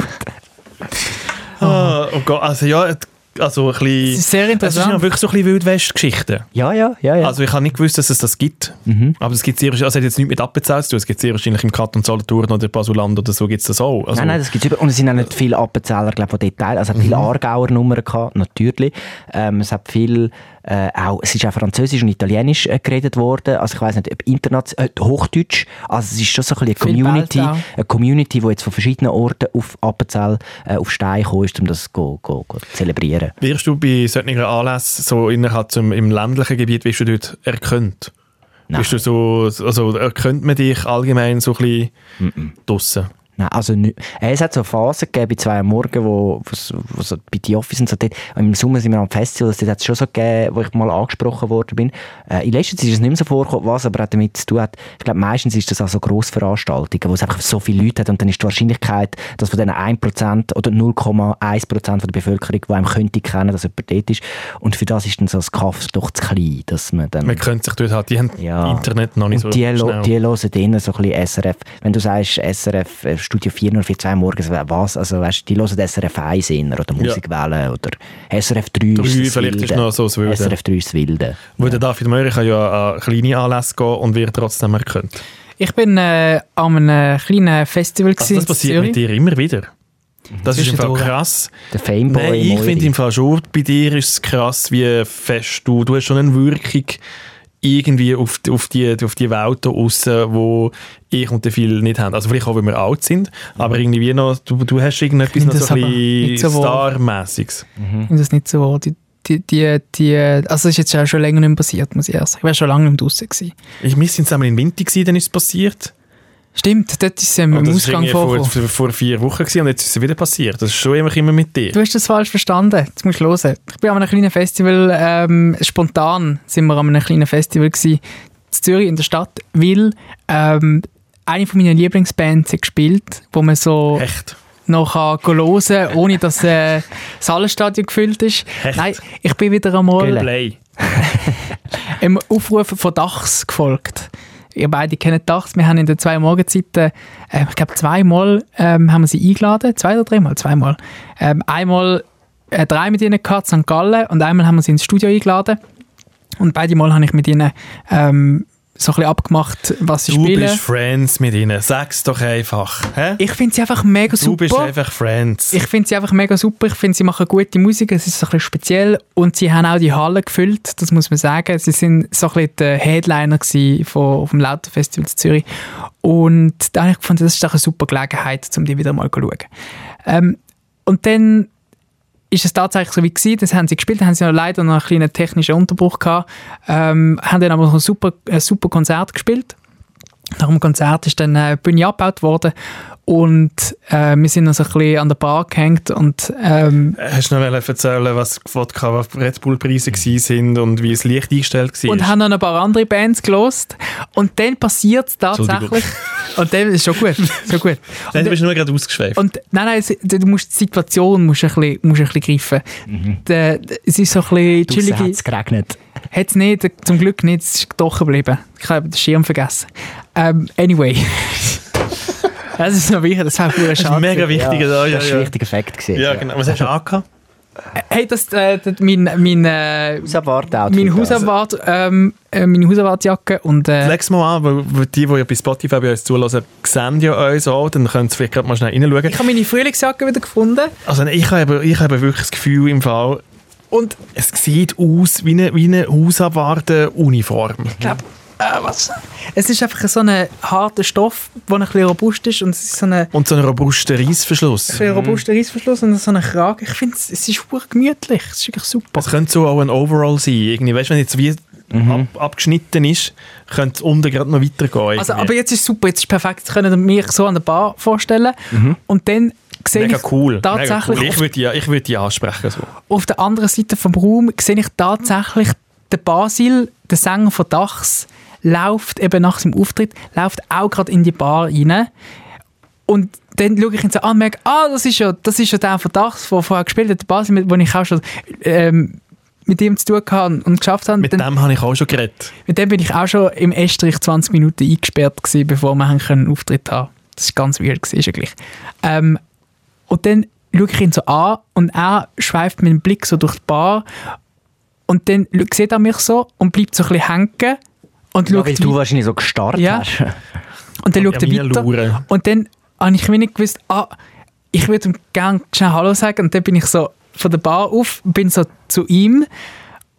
Speaker 1: Ah, oh Gott, also ja, also ein
Speaker 3: Das
Speaker 1: bisschen...
Speaker 3: ist sehr
Speaker 1: Es sind ja
Speaker 3: interessant.
Speaker 1: wirklich so ein bisschen Wildwest-Geschichten.
Speaker 2: Ja, ja, ja, ja. Mhm.
Speaker 1: Also ich habe nicht gewusst, dass es das gibt. Aber es gibt sehr, also es hat jetzt nichts mit Appenzell zu tun. Es gibt sehr wahrscheinlich im Kanton Solothurn oder Basuland oder so gibt es das auch. Also,
Speaker 2: nein, nein, das gibt's über. Und es sind auch nicht viele Appenzeller, glaube ich, von Detail. Also, es hat
Speaker 1: Mhm.
Speaker 2: viele Aargauer Nummern gehabt, natürlich. Ähm, es hat viel, äh, auch, es ist auch Französisch und Italienisch äh, geredet worden. Also, ich weiß nicht, ob international, äh, Hochdeutsch. Also, es ist schon so ein bisschen eine
Speaker 3: Viel
Speaker 2: Community,
Speaker 3: Welt
Speaker 2: eine Community, die jetzt von verschiedenen Orten auf Appenzell, äh, auf Stein gekommen ist, um das go, go, go zu zelebrieren.
Speaker 1: wirst du bei solchen Anlässen so innerhalb zum, im ländlichen Gebiet, wirst du dort erkannt?
Speaker 2: Nein.
Speaker 1: Bist du so, also erkennt man dich allgemein so ein bisschen draussen?
Speaker 2: Nein, also nicht. Äh, Es hat so Phasen gegeben, bei zwei am Morgen, wo, wo, so- wo so bei die Office und so dort, im Sommer sind wir am Festival, also dort hat es schon so gegeben, wo ich mal angesprochen worden bin. Äh, in letzter Zeit ist es nicht mehr so vorgekommen, was aber auch damit zu tun hat, ich glaube, meistens ist das auch so Grossveranstaltungen, wo es einfach so viele Leute hat und dann ist die Wahrscheinlichkeit, dass von diesen 1% oder 0,1% von der Bevölkerung, die einem könnte kennen, dass jemand dort ist. Und für das ist dann so das Kaff doch zu klein, dass man dann...
Speaker 1: Man könnte sich dort halt, die haben
Speaker 2: Ja.
Speaker 1: Internet noch nicht
Speaker 2: Und
Speaker 1: so
Speaker 2: die, lo
Speaker 1: schnell.
Speaker 2: die hören innen so ein bisschen SRF. Wenn du sagst SRF äh, Studio 442 morgens, äh, was? Also weißt, die hören SRF 1 inner oder Musikwelle oder SRF 3
Speaker 1: Drei
Speaker 2: ist das
Speaker 1: vielleicht ist
Speaker 2: Wilde.
Speaker 1: noch so das Wilde.
Speaker 2: SRF 3 ist das Wilde.
Speaker 1: Weil der David Möhrer kann ja an kleine Anlässe gehen und wird trotzdem erkannt.
Speaker 3: Ich bin äh, an einem kleinen Festival
Speaker 1: Also
Speaker 3: gewesen
Speaker 1: das
Speaker 3: in
Speaker 1: passiert mit
Speaker 3: Zürich.
Speaker 1: dir immer wieder. Das ist einfach
Speaker 3: Zwischendurch.
Speaker 1: krass.
Speaker 2: Der Fameboy
Speaker 1: Nein, ich
Speaker 2: Moiri.
Speaker 1: finde im Fall schon, bei dir ist es krass, wie fest du, du hast schon eine Wirkung irgendwie auf, die- auf, die, auf die Welt da aussen, wo ich und der viel nicht haben. Also vielleicht auch, weil wir alt sind, aber irgendwie noch, du, du hast irgendetwas
Speaker 3: Mhm. Ich
Speaker 1: noch
Speaker 3: finde das
Speaker 1: so ein
Speaker 3: aber nicht
Speaker 1: bisschen
Speaker 3: so wahr.
Speaker 1: Star-mässiges.
Speaker 3: Ich finde das nicht so wahr. Die, die, die, die, also das ist jetzt auch schon länger nicht mehr passiert, muss ich ehrlich sagen. Ich war schon lange nicht mehr draußen. Gewesen.
Speaker 1: Ich wir sind zusammen in Winter gewesen, dann ist es passiert.
Speaker 3: Stimmt, dort ist es im
Speaker 1: Und Ah, Oh, das ist
Speaker 3: Ausgang
Speaker 1: irgendwie vor,
Speaker 3: vorgekommen.
Speaker 1: vor, vor vier Wochen gewesen und jetzt ist es wieder passiert. Das ist schon immer, immer mit dir.
Speaker 3: Du hast das falsch verstanden. Jetzt musst du hören. Ich bin an einem kleinen Festival, ähm, spontan sind wir an einem kleinen Festival gewesen, in Zürich in der Stadt, weil ähm, eine von meinen Lieblingsbands hat gespielt, wo man so
Speaker 1: Echt.
Speaker 3: noch kann gehen hören kann, ohne dass äh, das Hallenstadion gefüllt ist.
Speaker 1: Echt?
Speaker 3: Nein, ich bin wieder einmal
Speaker 1: Play.
Speaker 3: im Aufruf von Dachs gefolgt. Ihr beide kennt Dachs. Wir haben in den zwei Morgenzeiten, äh, ich glaube zweimal ähm, haben wir sie eingeladen, zwei oder dreimal, zweimal. Ähm, einmal äh, drei mit ihnen gehabt, St. Gallen, und einmal haben wir sie ins Studio eingeladen. Und beide Mal habe ich mit ihnen ähm, so ein bisschen abgemacht, was sie
Speaker 1: Du
Speaker 3: spielen.
Speaker 1: bist Friends mit ihnen. Sag's doch einfach. Hä?
Speaker 3: ich finde sie einfach mega
Speaker 1: Du
Speaker 3: super.
Speaker 1: bist einfach Friends.
Speaker 3: Ich finde sie einfach mega super. Ich finde, sie machen gute Musik. Es ist so ein bisschen speziell. Und sie haben auch die Halle gefüllt, das muss man sagen. Sie sind so ein bisschen der Headliner gsi von, vom Lauterfestival in Zürich. Und da habe ich gefunden, das ist doch eine super Gelegenheit, um die wieder mal zu schauen. Ähm, und dann ist es tatsächlich so wie gewesen, das haben sie gespielt, haben sie noch leider noch einen kleinen technischen Unterbruch gehabt, ähm, haben dann aber noch ein super, ein super Konzert gespielt. Nach dem Konzert ist dann äh, die Bühne abgebaut worden und äh, wir sind noch so ein bisschen an der Bar gehängt und ähm,
Speaker 1: Hast du noch wollen erzählen, was die Vodka Red Bull Preise gewesen sind und wie es Licht eingestellt war?
Speaker 3: und haben noch ein paar andere Bands gelost und dann passiert es
Speaker 1: Entschuldigung.
Speaker 3: tatsächlich und dann ist schon gut, schon gut.
Speaker 1: <laughs> Nein, du
Speaker 3: Und-
Speaker 1: bist nur gerade ausgeschweift.
Speaker 3: Und nein, nein, es- du musst die Situation musst ein bisschen, musst ein bisschen greifen.
Speaker 1: Mhm.
Speaker 3: Der- Es ist so ein
Speaker 2: Draussen
Speaker 3: bisschen
Speaker 2: hat
Speaker 3: chillige.
Speaker 2: es geregnet.
Speaker 3: Hat es nicht, äh, zum Glück nicht, es ist gedochen geblieben. Ich habe den Schirm vergessen. Ähm,
Speaker 1: <laughs>
Speaker 3: anyway. das ist noch wichtig, das war pure
Speaker 1: das ist ein
Speaker 3: Schade.
Speaker 1: mega wichtiger
Speaker 2: ja,
Speaker 1: da. Ja,
Speaker 2: das ist ein
Speaker 1: ja.
Speaker 2: wichtiger Effekt gewesen.
Speaker 1: ja, genau. Was hast du angehabt?
Speaker 3: Hey, das, äh, das, mein, mein, äh,
Speaker 2: Hausabwart
Speaker 3: mein Hausabwart, ähm, äh, meine Hausabwartjacke und äh,
Speaker 1: Leg's mal an, weil weil die, die ja bei Spotify bei uns zulassen, sehen ja uns auch, dann können sie vielleicht gerade mal schnell
Speaker 3: ich
Speaker 1: reinschauen.
Speaker 3: habe meine Frühlingsjacke wieder gefunden
Speaker 1: Also ich habe, ich habe wirklich das Gefühl im Fall,
Speaker 3: und
Speaker 1: es sieht aus wie eine, wie eine Hausabwarten-Uniform.
Speaker 3: ich glaube, äh, was? Es ist einfach so ein harter Stoff, der ein bisschen robust ist und es ist so ein
Speaker 1: Und so einen robusten Reissverschluss.
Speaker 3: so einen robusten Reissverschluss und so einen Kragen. Ich finde, es es ist wirklich gemütlich. Es ist wirklich super.
Speaker 1: Es könnte so auch ein Overall sein. Irgendwie, weißt du, wenn jetzt wie
Speaker 3: Mhm.
Speaker 1: ab, abgeschnitten ist, könnte es unten gerade noch weitergehen.
Speaker 3: Also,
Speaker 1: irgendwie.
Speaker 3: aber jetzt ist es super, jetzt ist es perfekt. Jetzt können mich so an der Bar vorstellen. Und dann sehe
Speaker 1: Mhm. Mega
Speaker 3: ich
Speaker 1: cool.
Speaker 3: tatsächlich
Speaker 1: Mega cool. Ich würde die, ich würde die ansprechen. So.
Speaker 3: Auf, auf der anderen Seite vom Raum sehe ich tatsächlich den Basil, den Sänger von Dachs, läuft eben nach seinem Auftritt, läuft auch gerade in die Bar rein. Und dann schaue ich ihn so an und merke, ah, das ist ja, das ist ja der von Dachs, der vorher gespielt hat, der Basil, mit wo ich auch schon ähm, mit ihm zu tun hatte und geschafft habe.
Speaker 1: Mit
Speaker 3: Dann-
Speaker 1: dem habe ich auch schon geredet.
Speaker 3: mit dem bin ich auch schon im Estrich 20 Minuten eingesperrt, gewesen, bevor wir haben können einen Auftritt haben Das war ganz weird, gewesen, ist ja gleich. Ähm, und dann schaue ich ihn so an und er schweift meinen Blick so durch die Bar und dann lü- sieht er mich so und bleibt so ein bisschen hängen und
Speaker 2: Ja,
Speaker 3: schaut
Speaker 2: weil
Speaker 3: wei-
Speaker 2: du wahrscheinlich so gestarrt
Speaker 3: Ja.
Speaker 2: hast.
Speaker 3: und dann schaut er
Speaker 1: Ja, meine
Speaker 3: weiter.
Speaker 1: Laure.
Speaker 3: Und dann habe ich mir nicht gewusst, ah, ich würde ihm gerne schnell Hallo sagen. Und dann bin ich so von der Bar auf, bin so zu ihm.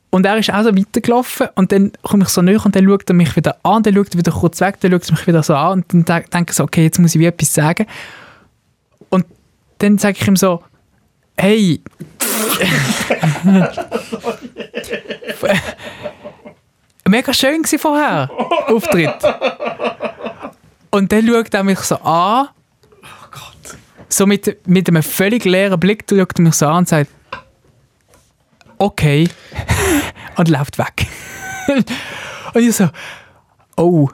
Speaker 3: Und er ist auch so weitergelaufen. Und dann komme ich so näher und dann schaut er mich wieder an. Dann schaut er wieder kurz weg, dann schaut er mich wieder so an. Und dann de- denke ich so, okay, jetzt muss ich wie etwas sagen. Und dann sage ich ihm so, hey. <laughs> Mega schön gewesen vorher, Auftritt. Und dann schaut er mich so an. So mit, mit einem völlig leeren Blick schaut er mich so an und sagt, okay. <laughs> und läuft weg. <laughs> und ich so, oh.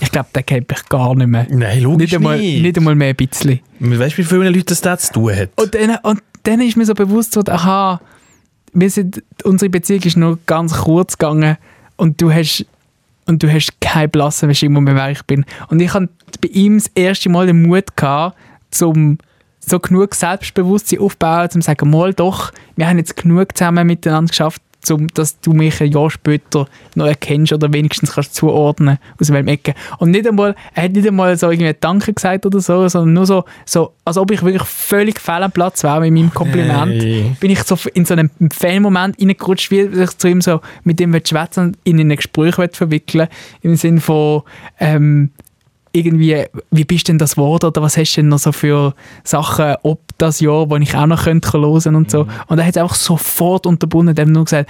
Speaker 3: Ich glaube, der kennt mich gar nicht mehr.
Speaker 1: Nein, logisch
Speaker 3: Nicht einmal,
Speaker 1: nicht.
Speaker 3: nicht einmal mehr ein bisschen.
Speaker 1: Weißt du, wie viele Leute das da zu tun hat?
Speaker 3: Und dann, und dann ist mir so bewusst worden, aha, wir sind, unsere Beziehung ist nur ganz kurz gegangen und du hast und du hast keinen blassen Schimmer mehr, wer ich bin. Und ich hatte bei ihm das erste Mal den Mut, gehabt, zum so genug Selbstbewusstsein aufzubauen, um zu sagen, mal doch, wir haben jetzt genug zusammen miteinander geschafft, zum, dass du mich ein Jahr später noch erkennst oder wenigstens kannst zuordnen, aus welchem Ecke. Und nicht einmal, er hat nicht einmal so irgendwie Danke gesagt oder so, sondern nur so, so als ob ich wirklich völlig fehl am Platz wäre mit meinem Kompliment
Speaker 1: Nein.
Speaker 3: bin ich so in so einen Fan-Moment reingerutscht, wie ich zu ihm so mit ihm schwätzen und ihn in ein Gespräch will verwickeln Im Sinne von, ähm, irgendwie, wie bist denn das geworden oder was hast du denn noch so für Sachen ob das Jahr, wo ich auch noch könnte hören und so. Und er hat es einfach sofort unterbunden, dem nur gesagt,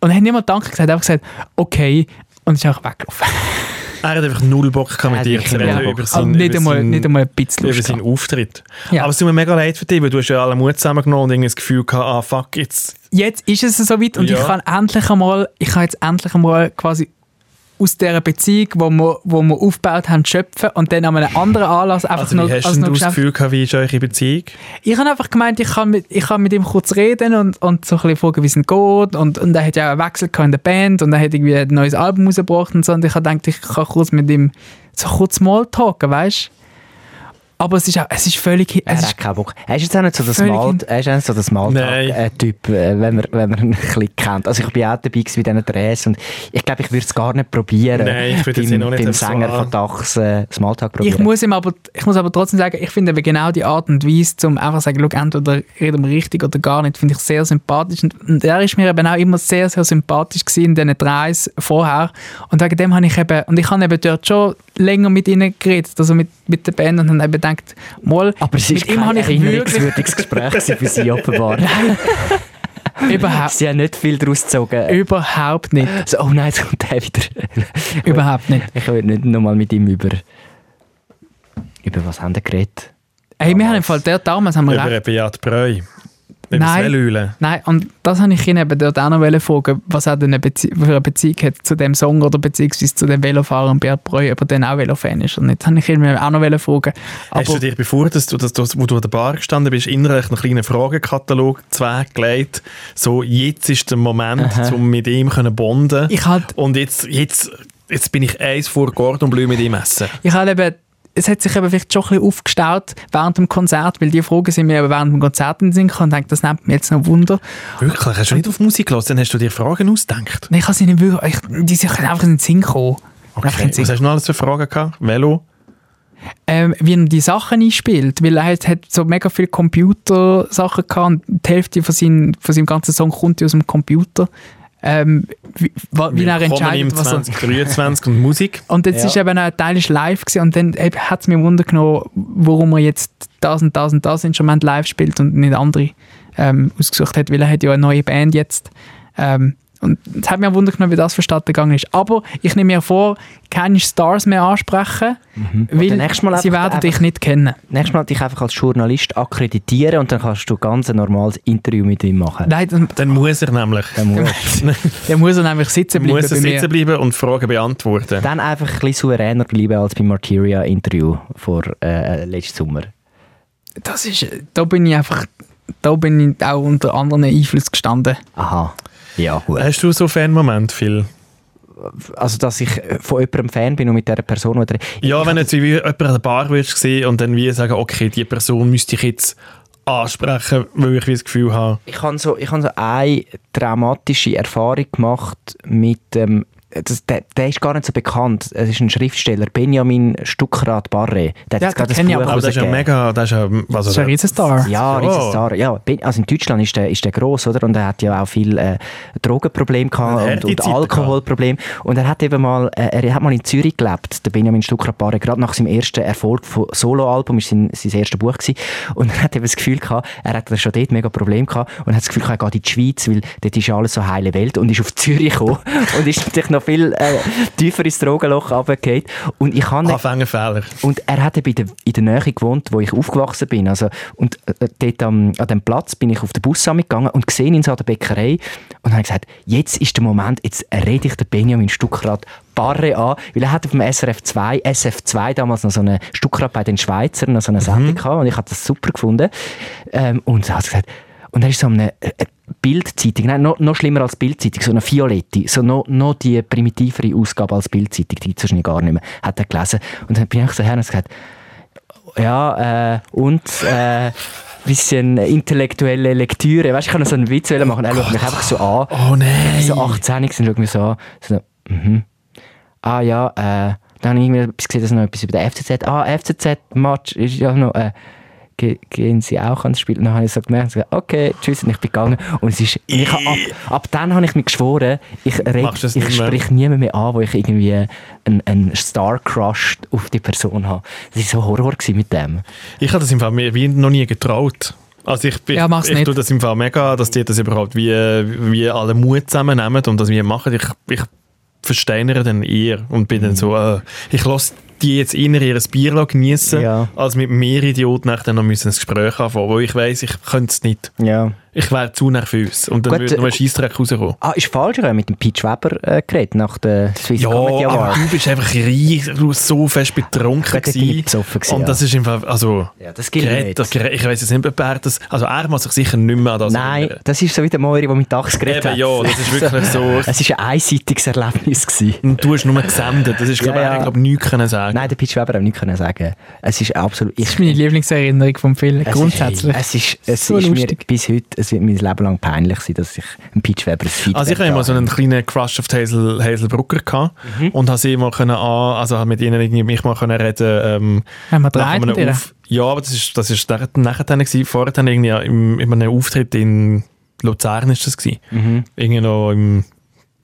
Speaker 3: und er hat niemand Danke gesagt, einfach gesagt, okay, und ist einfach weggelaufen.
Speaker 1: Er hat einfach null Bock gehabt,
Speaker 2: Er
Speaker 1: mit
Speaker 2: hat
Speaker 1: dir zu
Speaker 2: wirklich
Speaker 1: reden.
Speaker 2: null Bock.
Speaker 1: Über
Speaker 3: Also
Speaker 1: seinen,
Speaker 3: nicht,
Speaker 1: über
Speaker 3: einmal,
Speaker 1: seinen,
Speaker 3: nicht einmal ein bisschen
Speaker 1: über
Speaker 3: Lust
Speaker 1: seinen
Speaker 3: gehabt.
Speaker 1: Auftritt.
Speaker 3: Ja.
Speaker 1: Aber es tut mir mega leid für dich, weil du hast ja alle Mut zusammengenommen und irgendwie das Gefühl gehabt, ah fuck, jetzt...
Speaker 3: jetzt ist es soweit und
Speaker 1: Ja.
Speaker 3: ich kann endlich einmal, ich kann jetzt endlich einmal quasi aus dieser Beziehung, die wo wir, wo wir aufgebaut haben, schöpfen und dann an einem anderen Anlass einfach
Speaker 1: Also
Speaker 3: noch...
Speaker 1: wie hast denn
Speaker 3: also noch
Speaker 1: du das
Speaker 3: geschafft-
Speaker 1: Gefühl gehabt, wie ist eure Beziehung?
Speaker 3: ich habe einfach gemeint, ich kann, mit, ich kann mit ihm kurz reden und, und so ein bisschen fragen, wie es ihm geht. Und, und er hat ja auch einen Wechsel gehabt in der Band und er hat irgendwie ein neues Album rausgebracht und so. Und ich habe gedacht, ich kann kurz mit ihm so kurz mal talken, weißt du? Aber es ist, auch, es ist völlig...
Speaker 2: Er
Speaker 3: Es
Speaker 1: Also
Speaker 3: ist
Speaker 2: hat keinen Bock. Er ist jetzt auch nicht so das
Speaker 3: Völlig
Speaker 2: Mal,
Speaker 3: hin-
Speaker 2: er ist auch nicht so das
Speaker 1: Nein.
Speaker 2: Maltag-Typ, äh, wenn man, wenn man <laughs> ihn ein bisschen kennt. Also ich bin auch dabei gewesen bei diesen Drehs und ich glaube, ich würde es gar nicht probieren.
Speaker 1: Nein, ich würde jetzt
Speaker 2: beim,
Speaker 1: auch nicht
Speaker 2: beim
Speaker 1: einfach so
Speaker 2: Sänger
Speaker 1: an-
Speaker 2: von Dachs äh, das Maltag probieren.
Speaker 3: Ich muss, ihm aber, ich muss aber trotzdem sagen, ich finde eben genau die Art und Weise, um einfach zu sagen, «Schau, entweder reden wir richtig oder gar nicht, finde ich sehr sympathisch. Und, und er ist mir eben auch immer sehr, sehr sympathisch gewesen in diesen Dreis vorher. Und wegen dem habe ich eben, und ich habe eben dort schon länger mit ihnen geredet, also mit, mit der Band und habe eben gedacht, mal,
Speaker 2: aber es
Speaker 3: mit
Speaker 2: ist kein erinnerungswürdiges Gespräch gewesen für
Speaker 1: <laughs>
Speaker 2: sie offenbar.
Speaker 3: überhaupt,
Speaker 2: sie haben nicht viel daraus gezogen.
Speaker 3: überhaupt nicht,
Speaker 2: So, oh nein, jetzt kommt
Speaker 1: <laughs>
Speaker 2: der wieder.
Speaker 3: überhaupt nicht.
Speaker 2: Ich will nicht nochmal mit ihm über... Über was haben wir geredet?
Speaker 3: Hey, wir haben im Fall dort damals haben wir recht
Speaker 1: Über Beat Breu? Über
Speaker 3: Nein.
Speaker 1: Swellüle?
Speaker 3: Nein, und das habe ich ihn eben dort auch noch wollen fragen, was er denn eine Bezie für eine Beziehung hat zu dem Song oder beziehungsweise zu dem Velofahrer und Bert Breu, ob er denn auch Velofan ist oder nicht. Das habe ich ihn eben auch noch wollen fragen.
Speaker 1: Hast du
Speaker 3: Aber
Speaker 1: dich, bevor dass du, dass du, wo du an der Bar gestanden bist, innerlich einen kleinen Fragenkatalog zweiggelegt, so jetzt ist der Moment, um mit ihm können bonden
Speaker 3: ich halt,
Speaker 1: und jetzt, jetzt, jetzt bin ich eins vor Gordon Bleu mit ihm essen.
Speaker 3: ich halt eben, es hat sich eben vielleicht schon ein bisschen aufgestaut während dem Konzert, weil die Fragen sind mir eben während dem Konzert in den Sinn gekommen und denke, das nimmt mir jetzt noch Wunder.
Speaker 1: Wirklich? Hast du nicht auf Musik gelassen? Dann hast du dir Fragen ausgedacht.
Speaker 3: Nein, ich habe sie nicht wirklich, ich, die sind einfach in den Sinn gekommen. Einfach in den Sinn
Speaker 1: Was hast du noch alles für Fragen gehabt? Velo?
Speaker 3: ähm, wie er die Sachen einspielt, weil er hat, hat so mega viele Computersachen gehabt und die Hälfte von, seinen, von seinem ganzen Song kommt ja aus dem Computer. Ähm, wie, wa- wie er entscheidet,
Speaker 1: im
Speaker 3: was er...
Speaker 1: 2023 und Musik.
Speaker 3: Und jetzt
Speaker 2: Ja.
Speaker 3: ist eben auch ein Teil ist live gewesen und dann hat es mir Wunder genommen, warum er jetzt das und das und das Instrument live spielt und nicht andere ähm, ausgesucht hat, weil er hat ja eine neue Band jetzt. Ähm, und es hat mir Wunder genommen, wie das verstanden gegangen ist. Aber ich nehme mir vor, keine Stars mehr ansprechen,
Speaker 1: Mhm.
Speaker 2: dann
Speaker 3: weil
Speaker 2: nächstes Mal
Speaker 3: sie
Speaker 2: einfach-
Speaker 3: werden
Speaker 2: einfach-
Speaker 3: dich nicht kennen.
Speaker 2: Nächstes Mal dich einfach als Journalist akkreditieren und dann kannst du ganz ein normales Interview mit ihm machen.
Speaker 3: Nein, dann,
Speaker 1: Dann muss er nämlich. <laughs>
Speaker 2: Dann, muss,
Speaker 3: dann muss er nämlich sitzen bleiben
Speaker 1: muss er
Speaker 3: bei mir.
Speaker 1: sitzen bleiben und Fragen beantworten.
Speaker 2: dann einfach ein bisschen souveräner bleiben als beim Materia-Interview vor äh, letzten Sommer.
Speaker 3: Das ist, da bin ich einfach, da bin ich auch unter anderen Einfluss gestanden.
Speaker 2: Aha. Ja, gut.
Speaker 1: Hast du so Fan-Moment, Phil?
Speaker 2: Äh, Also, dass ich äh, von jemandem Fan bin und mit dieser Person... Oder
Speaker 1: Ja, wenn jetzt wie jemand an der Bar würdest sehen und dann wie sagen, okay, die Person müsste ich jetzt ansprechen, weil ich wie das Gefühl habe,
Speaker 2: Ich habe so, ich habe so eine dramatische Erfahrung gemacht mit ähm, das, der, der ist gar nicht so bekannt. Es ist ein Schriftsteller, Benjamin Stuckrad Barre. Der hat
Speaker 3: Ja,
Speaker 2: jetzt gerade
Speaker 3: den
Speaker 2: ein
Speaker 3: kenn ich
Speaker 2: Buch
Speaker 3: aber.
Speaker 1: aber das ist ja
Speaker 2: rausgegeben.
Speaker 1: mega, das ist ja, also,
Speaker 3: Das ist ein Riesenstar.
Speaker 2: Ja,
Speaker 1: So.
Speaker 2: Riesenstar. Ja, Ben- also in Deutschland ist der, ist der gross, oder? Und er hat ja auch viel äh, Drogenprobleme
Speaker 1: Hat er
Speaker 2: gehabt und,
Speaker 1: die
Speaker 2: und
Speaker 1: Zeiten
Speaker 2: Alkoholprobleme. Und er hat eben mal, äh, er hat mal in Zürich gelebt, der Benjamin Stuckrad-Barre, gerade nach seinem ersten Erfolg von Soloalbum, ist sein, sein erstes Buch gewesen. Und er hat eben das Gefühl gehabt, er hat schon dort mega Probleme gehabt und hat das Gefühl gehabt, er geht in die Schweiz, weil dort ist ja alles so heile Welt und ist auf Zürich gekommen <laughs> und ist natürlich noch viel äh, tiefer ins Drogenloch runtergefallen. Und ich habe
Speaker 1: Anfängerfehler.
Speaker 2: und er hat eben in der, in der Nähe gewohnt, wo ich aufgewachsen bin. Also, und äh, dort am, an dem Platz bin ich auf den Bus gegangen und gesehen ihn so an der Bäckerei und habe gesagt, jetzt ist der Moment, jetzt rede ich den Benjamin Stuckrad Barre an, weil er hat auf dem SRF 2, SF 2 damals noch so eine Stuckrad bei den Schweizern, noch so eine Sendung gehabt und ich habe das super gefunden. Ähm, und er hat gesagt, und er ist so eine äh, Bildzeitung, nein, noch, noch schlimmer als Bildzeitung, so eine Violette, so noch, noch die primitivere Ausgabe als Bildzeitung, die gibt es wahrscheinlich gar nicht mehr, hat er gelesen. Und dann bin ich so her und habe gesagt, ja, äh, und äh, bisschen intellektuelle Lektüre, weißt du, ich kann noch so einen Witz machen, und er schaut mich einfach so an,
Speaker 1: Oh nein!
Speaker 2: so 18 und schaut mich so an, so, mhm. ah ja, äh, dann habe ich irgendwie etwas gesehen, dass noch etwas über den FCZ, ah, FCZ-Match ist ja noch, äh, ge- gehen Sie auch ans Spiel? Und dann habe ich so gemerkt, so, okay, tschüss, und ich bin gegangen. Und es ist, ich habe ab, ab dann habe ich mir geschworen, ich, red,
Speaker 1: Machst du das
Speaker 2: ich
Speaker 1: nicht mehr?
Speaker 2: spreche niemanden mehr an, wo ich irgendwie einen, einen Star-Crush auf die Person habe. Das war so Horror gewesen mit dem.
Speaker 1: Ich habe das im Fall mir wie noch nie getraut. Also ich, ich,
Speaker 3: Ja, mach's
Speaker 1: ich
Speaker 3: nicht.
Speaker 1: tue das im Fall mega, dass die das überhaupt wie, wie alle Mut zusammennehmen und das wir machen. Ich, ich versteinere dann eher und bin
Speaker 3: Mhm.
Speaker 1: dann so, äh, ich lasse die jetzt eher ihr Bier genießen,
Speaker 2: Ja.
Speaker 1: als mit mir Idioten nachher noch müssen ein Gespräch anfangen, weil ich weiß, ich könnte es nicht.
Speaker 2: Ja.
Speaker 1: Ich wäre zu nervös und dann
Speaker 2: Gut,
Speaker 1: würde nur ein
Speaker 2: äh,
Speaker 1: Scheissdreck rauskommen.
Speaker 2: Ah, ist falsch, ich habe mit dem Peach Weber äh, geredet, nach der Swiss
Speaker 1: Ja,
Speaker 2: Comedy
Speaker 1: aber
Speaker 2: Award.
Speaker 1: du bist einfach reich, du warst so fest betrunken
Speaker 2: Gut, dort bin ich
Speaker 1: gewesen.
Speaker 2: besoffen gewesen,
Speaker 1: Und
Speaker 2: ja.
Speaker 1: das ist im Fall, also...
Speaker 2: Ja, das
Speaker 1: Gerät, das Gerät, ich weiß jetzt nicht, ob er das... Also er muss sich sicher nicht mehr an das
Speaker 2: Nein,
Speaker 1: erinnern.
Speaker 2: das ist so wie der Moiri, der mit Dachs geredet
Speaker 1: Eben,
Speaker 2: hat.
Speaker 1: ja, das ist wirklich so.
Speaker 2: <laughs> Es war ein einseitiges Erlebnis. Gewesen.
Speaker 1: Und du hast nur gesendet. Das ist, glaube
Speaker 2: Ja,
Speaker 1: ich,
Speaker 2: ja.
Speaker 1: glaub, nichts können sagen.
Speaker 2: Nein, der Pitch Weber hat nichts können sagen. Es ist absolut...
Speaker 3: Das ist meine Lieblingserinnerung vom Film,
Speaker 2: es
Speaker 3: grundsätzlich.
Speaker 2: Ist, es ist, es
Speaker 3: So
Speaker 2: ist mir
Speaker 3: lustig.
Speaker 2: bis heute, es wird mein Leben lang peinlich sein, dass ich einen Pitch Weber ein Feedback
Speaker 1: Also ich hatte mal so
Speaker 2: habe.
Speaker 1: einen kleinen Crush auf die Hazel, Hazel Brucker gehabt und habe sie mal können an, also habe mit ihnen irgendwie mich mal können reden ähm,
Speaker 3: Haben wir
Speaker 1: nach
Speaker 3: drei
Speaker 1: einem
Speaker 3: mit ihr?
Speaker 1: Auf- Ja, aber das ist das ist nach- nachher dann gewesen. Vorher dann irgendwie im, in einem Auftritt in Luzern ist das gewesen. Irgendwie noch im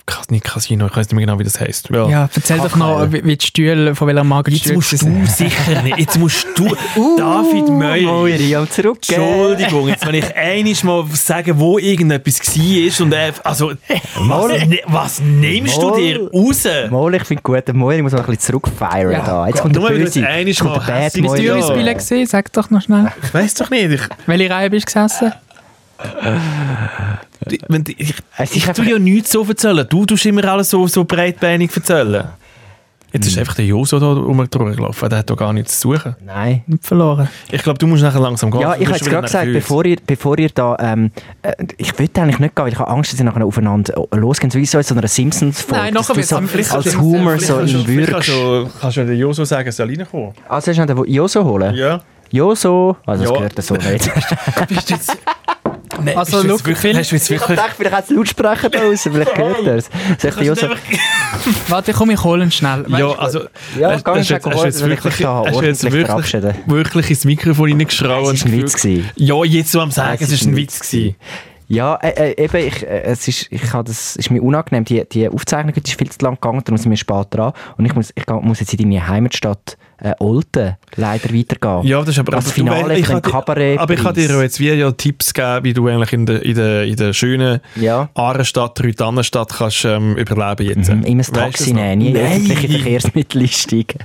Speaker 1: Kas- nicht Casino, ich weiß nicht mehr genau wie das heißt.
Speaker 3: Ja, erzähl doch noch, wie, wie die Stühle von welcher Marke die
Speaker 1: Jetzt
Speaker 3: Stühle
Speaker 1: musst
Speaker 3: sind.
Speaker 1: du <laughs> sicher nicht. Jetzt musst <laughs> du David Uh, Meyer.
Speaker 2: Uh, Moiri, am zurückgehen.
Speaker 1: Entschuldigung, jetzt wenn ich einisch mal sagen, wo irgendetwas war und er, also was, ne- was nimmst du
Speaker 2: Mal.
Speaker 1: dir raus?
Speaker 2: Mal, ich finde gut, der Moiri muss noch ein bisschen zurückfeiern
Speaker 3: Ja,
Speaker 2: da. Jetzt
Speaker 1: Gott,
Speaker 2: kommt der
Speaker 1: nur weil du
Speaker 2: Böse,
Speaker 1: jetzt einmal
Speaker 2: jetzt kommt der Bad
Speaker 1: hässliches
Speaker 2: Moiri.
Speaker 1: Ja.
Speaker 3: Stühle spielen gesehen, sag doch
Speaker 1: <laughs>
Speaker 3: noch schnell.
Speaker 1: Ich weiß doch nicht. Ich,
Speaker 3: Welche Reihe bist du gesessen?
Speaker 1: wenn, die- ich,
Speaker 2: Äh, Es ist
Speaker 1: ich
Speaker 2: einfach-
Speaker 1: tue ja nichts so erzählen. Du tust immer alles so, so breitbeinig erzählen. Jetzt
Speaker 2: Hm.
Speaker 1: ist einfach der Joso da rumgetragen gelaufen. Der hat doch gar nichts zu suchen.
Speaker 2: Nein.
Speaker 3: Nicht verloren.
Speaker 1: Ich glaube, du musst nachher langsam gehen.
Speaker 2: Ja,
Speaker 1: Du
Speaker 2: ich habe
Speaker 1: bist wieder
Speaker 2: jetzt gerade gesagt,
Speaker 1: nervös.
Speaker 2: bevor ihr, bevor ihr da. Ähm, äh, ich würde eigentlich nicht gehen, weil ich habe Angst, dass ihr nachher aufeinander äh, losgehen. So wie so in so einer Simpsons-Folge.
Speaker 3: Nein,
Speaker 2: dass
Speaker 3: nachher
Speaker 2: du
Speaker 3: wird's
Speaker 2: so
Speaker 3: am- vielleicht
Speaker 2: Als
Speaker 3: kannst du-
Speaker 2: Humor
Speaker 1: Vielleicht
Speaker 2: so
Speaker 1: kannst du-
Speaker 2: im
Speaker 1: vielleicht
Speaker 2: Würg.
Speaker 1: kannst du- Kannst du den Joso sagen, er soll reinkommen?
Speaker 2: Also, hast du den Joso holen?
Speaker 1: Ja.
Speaker 2: Joso. Also, das
Speaker 1: Ja.
Speaker 2: gehört so nicht.
Speaker 1: Bist du jetzt... Nein,
Speaker 3: Also,
Speaker 1: bist du jetzt
Speaker 3: schau,
Speaker 1: wirklich, hast du jetzt wirklich...
Speaker 2: dachte, vielleicht hat es Lautsprecher da raus. Vielleicht hört er es. Sagt der Joso.
Speaker 3: Warte, komm, ich hole ihn schnell. Weißt
Speaker 1: Ja,
Speaker 3: du,
Speaker 1: also,
Speaker 2: Ja,
Speaker 1: hast-
Speaker 2: ganz
Speaker 1: hast
Speaker 2: schön
Speaker 1: jetzt- hast
Speaker 2: geholt,
Speaker 1: jetzt
Speaker 2: wenn ich
Speaker 1: wirklich,
Speaker 2: mich da
Speaker 1: hast du jetzt
Speaker 2: ordentlich verabschieden.
Speaker 1: wirklich, wirklich ins Mikrofon reingeschraubt.
Speaker 2: Es ist ein Witz gewesen.
Speaker 1: Ja, jetzt so am Sagen, es ist ein Witz gewesen.
Speaker 2: Ja, äh, äh, eben, ich, äh, es ist, ich hab das, ist mir unangenehm. Die, die Aufzeichnung die ist viel zu lang gegangen, darum sind wir spät dran. Und ich muss, ich ga- muss jetzt in deine Heimatstadt äh, Olten leider weitergehen.
Speaker 1: Ja, das ist aber...
Speaker 2: Als
Speaker 1: aber du-
Speaker 2: Finale
Speaker 1: ich
Speaker 2: für
Speaker 1: kann
Speaker 2: den
Speaker 1: dir-
Speaker 2: Kabarett.
Speaker 1: Aber ich kann dir ja jetzt wie ja Tipps geben, wie du eigentlich in der, in der, in der schönen
Speaker 2: Ja.
Speaker 1: Ahrenstadt, Rütannenstadt kannst ähm, überleben jetzt.
Speaker 2: Mhm, Immer das
Speaker 1: Weißt du
Speaker 2: Taxi
Speaker 1: noch?
Speaker 2: nehmen, nie in öffentliche
Speaker 1: Nein,
Speaker 2: Verkehrsmittel einsteigen.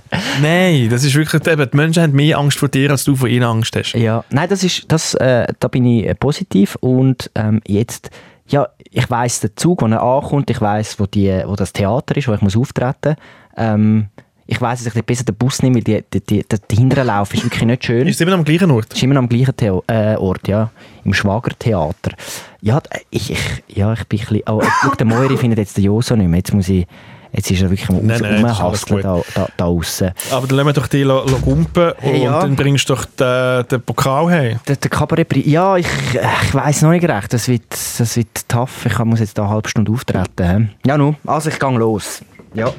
Speaker 1: nein, das ist wirklich... Eben, die Menschen haben mehr Angst vor dir, als du vor ihnen Angst hast.
Speaker 2: Ja, nein, das ist, das, äh, da bin ich äh, positiv und ähm, jetzt, ja, ich weiß den Zug, wann er ankommt, ich weiß, wo die, äh, wo das Theater ist, wo ich muss auftreten. Ähm, ich weiß, dass ich dort besser den Bus nehme, weil die, die, die, der der hintere Lauf ist wirklich nicht schön.
Speaker 1: Ist es immer am gleichen Ort?
Speaker 2: ist immer am gleichen Theo äh, Ort, ja. Im Schwagertheater. äh, Ja, d- ich, ich, ja, ich bin ein bisschen... Oh, äh, schau, der Moiri findet jetzt den Joso nicht mehr. Jetzt muss ich... Jetzt ist er wirklich am
Speaker 1: Nein,
Speaker 2: Aus-
Speaker 1: nein, das ist alles
Speaker 2: Rumhasteln da, da, da aussen.
Speaker 1: Aber dann lassen wir doch die lo- lo gumpen und
Speaker 2: Hey, ja. Oh,
Speaker 1: dann bringst du doch den, den Pokal her.
Speaker 2: Der, der Kabarettpreis, ja, ich, äh, ich weiß noch nicht recht. Das wird, das wird tough. Ich muss jetzt da eine halbe Stunde auftreten. hä? Ja, nun, also ich gehe los. Ja.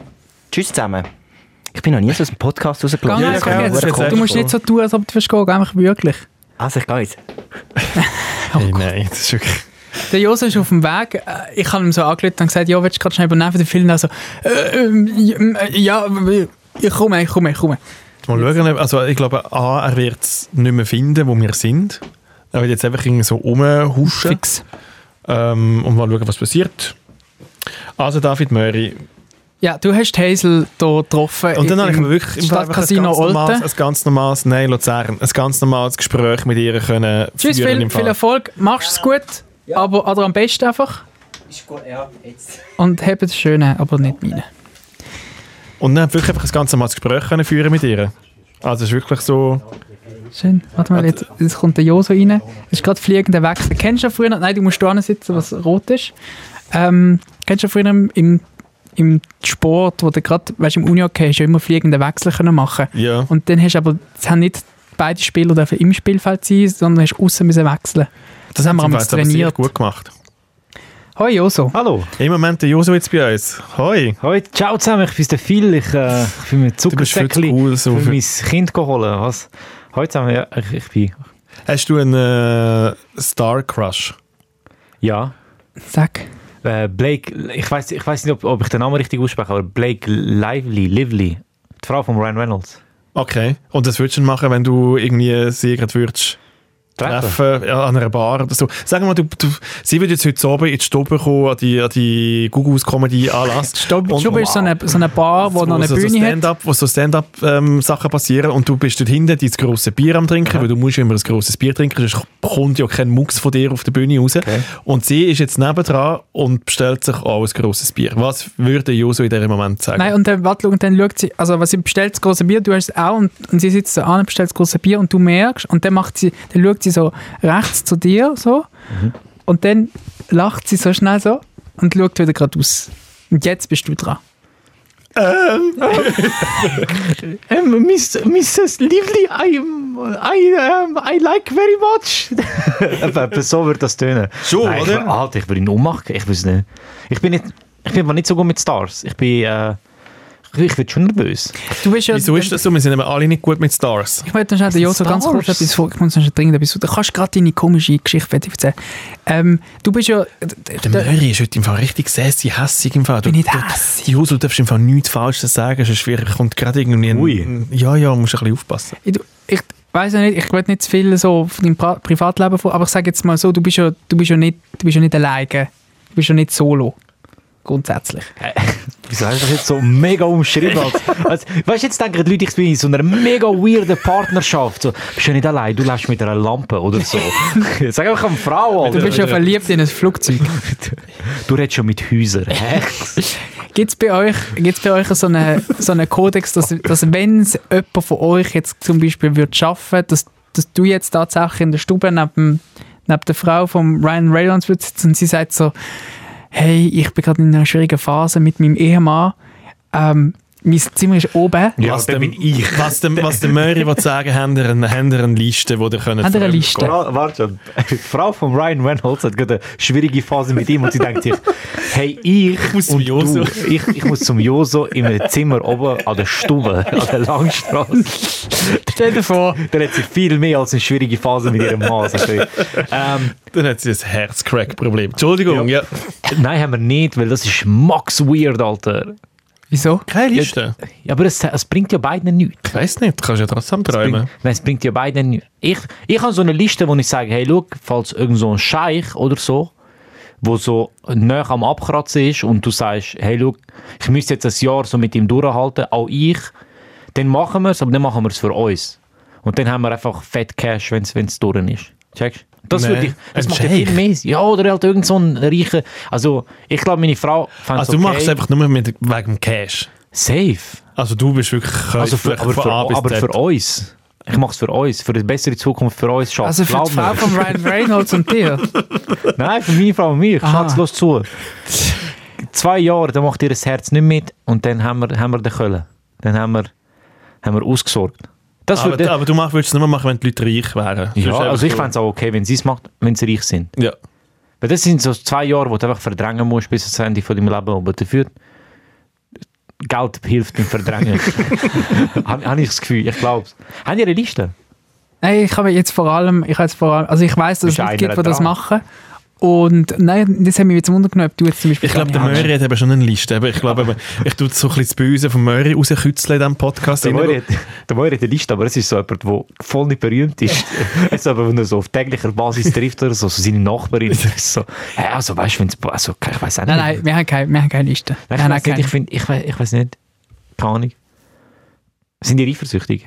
Speaker 2: Tschüss zusammen. Ich bin noch nie so aus dem Podcast rausgelaufen.
Speaker 1: Ja,
Speaker 3: Gang
Speaker 1: ja,
Speaker 3: einfach
Speaker 1: klar,
Speaker 3: jetzt.
Speaker 1: das ist jetzt
Speaker 3: Du musst
Speaker 1: echt
Speaker 3: nicht so tun, als ob du gehst, geh einfach wirklich.
Speaker 2: Also ich gehe jetzt.
Speaker 1: hey, nein, das ist wirklich...
Speaker 3: Der Jose ist auf dem Weg. Äh, Ich habe ihm so angerufen und gesagt, ja, willst du gerade schnell übernehmen für den Film? Also, äh, ähm, ja, äh, ich komme, ich komme, ich komme.
Speaker 1: Mal schauen, ob- also ich glaube, A, er wird es nicht mehr finden, wo wir sind. Er wird jetzt einfach irgendwie so rumhuschen
Speaker 3: Fix.
Speaker 1: ähm, und mal schauen, was passiert. Also David Möri.
Speaker 3: Ja, du hast Hazel hier getroffen.
Speaker 1: Und dann
Speaker 3: im-
Speaker 1: habe ich mir wirklich
Speaker 3: im
Speaker 1: im Fall einfach ein,
Speaker 3: Stadtcasino
Speaker 1: ganz normales,
Speaker 3: Olten.
Speaker 1: ein ganz normales, nein, Luzern, ein ganz normales Gespräch mit ihr können
Speaker 3: Tschüss,
Speaker 1: führen
Speaker 3: viel,
Speaker 1: im Fall.
Speaker 3: viel Erfolg, mach's gut, aber oder am besten einfach.
Speaker 2: Ist gut, ja, jetzt.
Speaker 3: Und habt das Schöne, aber nicht meine.
Speaker 1: Und dann habe ich wirklich einfach ein ganz normales Gespräch können führen mit ihr. Also es ist wirklich so...
Speaker 3: Schön. Warte mal, jetzt, jetzt kommt der Joso rein. Es ist gerade fliegender Wechsel. Kennst du ja früher? Nein, du musst da sitzen, was rot ist. Ähm, kennst du ja früher im- im, im Sport, wo du gerade, weißt du, im Uni-Hockey hast du ja immer fliegende Wechsel können machen
Speaker 1: Ja.
Speaker 3: Und dann hast du aber, das haben nicht beide Spieler dürfen im Spielfeld sein, sondern hast außen müssen wechseln. Das haben wir
Speaker 1: Zum
Speaker 3: am
Speaker 1: Teil hat es aber sehr
Speaker 3: trainiert.
Speaker 1: gut gemacht.
Speaker 3: Hoi Joso.
Speaker 5: Hallo,
Speaker 1: Im Moment der Josu jetzt bei uns. Hoi.
Speaker 5: hoi, ciao zusammen, ich bin der Phil, ich, äh, ich bin mir
Speaker 1: Du bist viel zu
Speaker 5: Zuckersäckchen
Speaker 1: cool. So
Speaker 5: für
Speaker 1: für
Speaker 5: mein Kind holen, was? Heute zusammen, ja, ich, ich bin,
Speaker 1: Hast du einen äh, Star-Crush?
Speaker 5: ja,
Speaker 3: Sag.
Speaker 5: äh, Blake, ich weiß ich weiss nicht, ob, ob ich den Namen richtig ausspreche, aber Blake Lively, Lively, die Frau von Ryan Reynolds.
Speaker 1: Okay. Und das würdest du machen, wenn du irgendwie sie gerade würdest treffen ja, an einer Bar oder so. Sag mal, du, du, sie würde jetzt heute Abend in die Stube kommen, an die, an die Gugus-Comedy
Speaker 3: <laughs>
Speaker 1: anlass.
Speaker 3: Stopp,
Speaker 1: Und-
Speaker 3: Stub ist so eine, so eine Bar, wo noch eine
Speaker 1: so, so
Speaker 3: Bühne hat.
Speaker 1: Stand-up, Wo so Stand-up-Sachen passieren und du bist dort hinten dein grosses Bier am trinken, weil du musst ja immer ein grosses Bier trinken, sonst kommt ja kein Mucks von dir auf der Bühne raus. Und sie ist jetzt nebendran und bestellt sich auch ein grosses Bier. Was würde Joso in diesem Moment sagen?
Speaker 3: Nein, und dann, warte, schau, und dann schaut sie, also was sie bestellt, das große Bier, du hast es auch, und, und sie sitzt so an und bestellt das große Bier, und du merkst, und dann macht sie, dann schaut sie so rechts zu dir, so,
Speaker 1: Mhm.
Speaker 3: und dann lacht sie so schnell so, und schaut wieder gerade aus. Und jetzt bist du dran.
Speaker 5: Ähm, Miss, Mrs. Lively, I, I, ähm, I like very much. <laughs> Eben, etwa so würde das tönen.
Speaker 1: Schon,
Speaker 5: Nein, ich,
Speaker 1: oder?
Speaker 5: wür- Alter, ich würde ihn ummachen. Ich weiß nicht. Ich bin nicht, ich bin aber nicht so gut mit Stars. Ich bin, äh, ich- ich werde schon nervös.
Speaker 3: Du bist ja,
Speaker 1: Wieso ist das so? Wir sind eben alle nicht gut mit Stars.
Speaker 3: Ich möchte noch schnell den Joso ganz
Speaker 5: Stars.
Speaker 3: kurz etwas vor, ich muss noch schnell dringend etwas, du kannst gerade deine komische Geschichte fertig erzählen. Ähm, du bist ja,
Speaker 1: Der Möri ist heute im Fall richtig sassy, hässig im Fall. Du,
Speaker 3: Bin ich
Speaker 1: du-
Speaker 3: hässig?
Speaker 1: Joso, du darfst im Fall nichts Falsches sagen, sonst wird- kommt gerade irgendwie ein...
Speaker 5: Ui.
Speaker 1: Ja, ja, musst ein bisschen aufpassen.
Speaker 3: ich, ich weiß ja nicht, ich will nicht zu viel so von deinem Pri- Privatleben vor, aber ich sage jetzt mal so, du bist ja, du bist ja nicht, du bist ja nicht alleine, du bist ja nicht solo. Grundsätzlich.
Speaker 5: Wieso hast du das jetzt so mega umschrieben? Als, als, weißt du, jetzt denken die Leute, ich bin in so einer mega weirden Partnerschaft. So, bist du nicht allein, du lebst mit einer Lampe oder so. <laughs> Sag einfach eine Frau,
Speaker 3: Du
Speaker 5: Alter.
Speaker 3: bist ja verliebt in ein Flugzeug.
Speaker 5: Du redest schon mit Häusern. hä?
Speaker 3: Gibt es bei euch, gibt's bei euch so einen, so einen Kodex, dass, dass wenn es jemand von euch jetzt zum Beispiel würde schaffen, dass, dass du jetzt tatsächlich in der Stube neben, dem- neben der Frau von Ryan Reynolds würdest sitzen und sie sagt so, hey, ich bin gerade in einer schwierigen Phase mit meinem Ehemann, ähm, mein Zimmer ist oben.
Speaker 5: Ja,
Speaker 1: was
Speaker 5: dann
Speaker 1: dem,
Speaker 5: bin ich.
Speaker 1: Was, dem, was der Möri will sagen, haben wir eine, haben wir eine Liste, die ihr könnt.
Speaker 3: Habt ihr eine Liste?
Speaker 5: Frau, warte, die Frau von Ryan Reynolds hat gerade eine schwierige Phase mit ihm und sie denkt sich, hey, ich,
Speaker 1: muss zum
Speaker 5: und
Speaker 1: Joso.
Speaker 5: Du, ich, ich muss zum Joso in einem Zimmer oben an der Stube, an der Langstrasse.
Speaker 3: Stell dir vor,
Speaker 5: Dann hat sie viel mehr als eine schwierige Phase mit ihrem Mann. Also, ähm,
Speaker 1: Dann hat sie ein Herzcrack-Problem. Entschuldigung, ja.
Speaker 5: nein, haben wir nicht, weil das ist max weird, Alter.
Speaker 3: wieso?
Speaker 1: Keine Liste.
Speaker 5: Ja, aber es, es bringt ja beiden nichts.
Speaker 1: äh, Ich weiss nicht, du kannst ja trotzdem träumen.
Speaker 5: Bringt, nein, es bringt ja beiden nichts. Ich, ich habe so eine Liste, wo ich sage, hey, schau, falls irgend so ein Scheich oder so, wo so nah am Abkratzen ist und du sagst, hey, schau, ich müsste jetzt ein Jahr so mit ihm durchhalten, auch ich, dann machen wir es, aber dann machen wir es für uns. Und dann haben wir einfach fett Cash, wenn es durch ist. Checkst Das,
Speaker 1: Nein,
Speaker 5: würde ich, das
Speaker 1: ein
Speaker 5: macht ja viel
Speaker 1: Scheich.
Speaker 5: mehr. Sinn. Ja, oder halt irgend so ein reicher... Also, ich glaube, meine Frau fände
Speaker 1: Also
Speaker 5: okay.
Speaker 1: du machst es einfach nur mit, wegen dem Cash.
Speaker 5: Safe.
Speaker 1: Also du bist wirklich
Speaker 5: Also für,
Speaker 1: käuflich
Speaker 5: aber, für,
Speaker 1: von A bis
Speaker 5: aber
Speaker 1: Z.
Speaker 5: für uns. Ich mache es für uns, für eine bessere Zukunft für uns schaffen.
Speaker 3: Also für die
Speaker 5: Glaub
Speaker 3: Frau
Speaker 5: <laughs> mir. <laughs>
Speaker 3: von Ryan Reynolds und dir.
Speaker 5: Nein, für meine Frau und mich.
Speaker 3: Ah.
Speaker 5: Schadlos zu. zwei Jahren, dann macht ihr das Herz nicht mit und dann haben wir, haben wir den Köln. Dann haben wir, haben wir ausgesorgt. Das
Speaker 1: aber,
Speaker 5: würde,
Speaker 1: aber du machst, würdest es nicht mehr machen, wenn die Leute reich wären.
Speaker 5: ja,
Speaker 1: Sonst
Speaker 5: also ich
Speaker 1: einfach
Speaker 5: fände es auch okay, wenn sie es macht, wenn sie reich sind.
Speaker 1: so- Ja.
Speaker 5: Weil das sind so zwei Jahre, wo du einfach verdrängen musst bis ans Ende von deinem Leben. Aber dafür, Geld hilft
Speaker 1: <laughs>
Speaker 5: beim Verdrängen. <laughs> Habe hab ich das Gefühl, ich glaube es. Haben ihr eine Liste?
Speaker 3: Nein, ich habe jetzt vor allem, ich habe jetzt vor allem, also ich weiß, dass es
Speaker 5: Ist
Speaker 3: Leute
Speaker 5: einer
Speaker 3: gibt, die das
Speaker 5: dran?
Speaker 3: machen. Und nein, das hat mich jetzt wundern genommen, ob du jetzt zum Beispiel
Speaker 1: Ich glaube, der
Speaker 3: keine hast.
Speaker 1: Möri hat eben schon eine Liste. Aber ich glaube, eben, ich tue so ein bisschen das Böse vom Möri rauskützeln in diesem Podcast.
Speaker 5: Der
Speaker 1: Rein-
Speaker 5: Moira hat, der Moira hat eine Liste, aber es ist so jemand, der voll nicht berühmt <laughs> ist. Es ist aber, wenn er so auf täglicher Basis trifft oder so, so seine Nachbarin, das ist so, hey, also weißt du, wenn es, also ich weiß auch nicht.
Speaker 3: Nein, nein, wir haben keine, wir haben keine Liste.
Speaker 5: Nein,
Speaker 3: wir
Speaker 5: ich
Speaker 3: haben
Speaker 5: weiß
Speaker 3: auch
Speaker 5: nicht,
Speaker 3: keine.
Speaker 5: ich, find, ich, we- ich weiß nicht, keine Ahnung. Sind die eifersüchtig?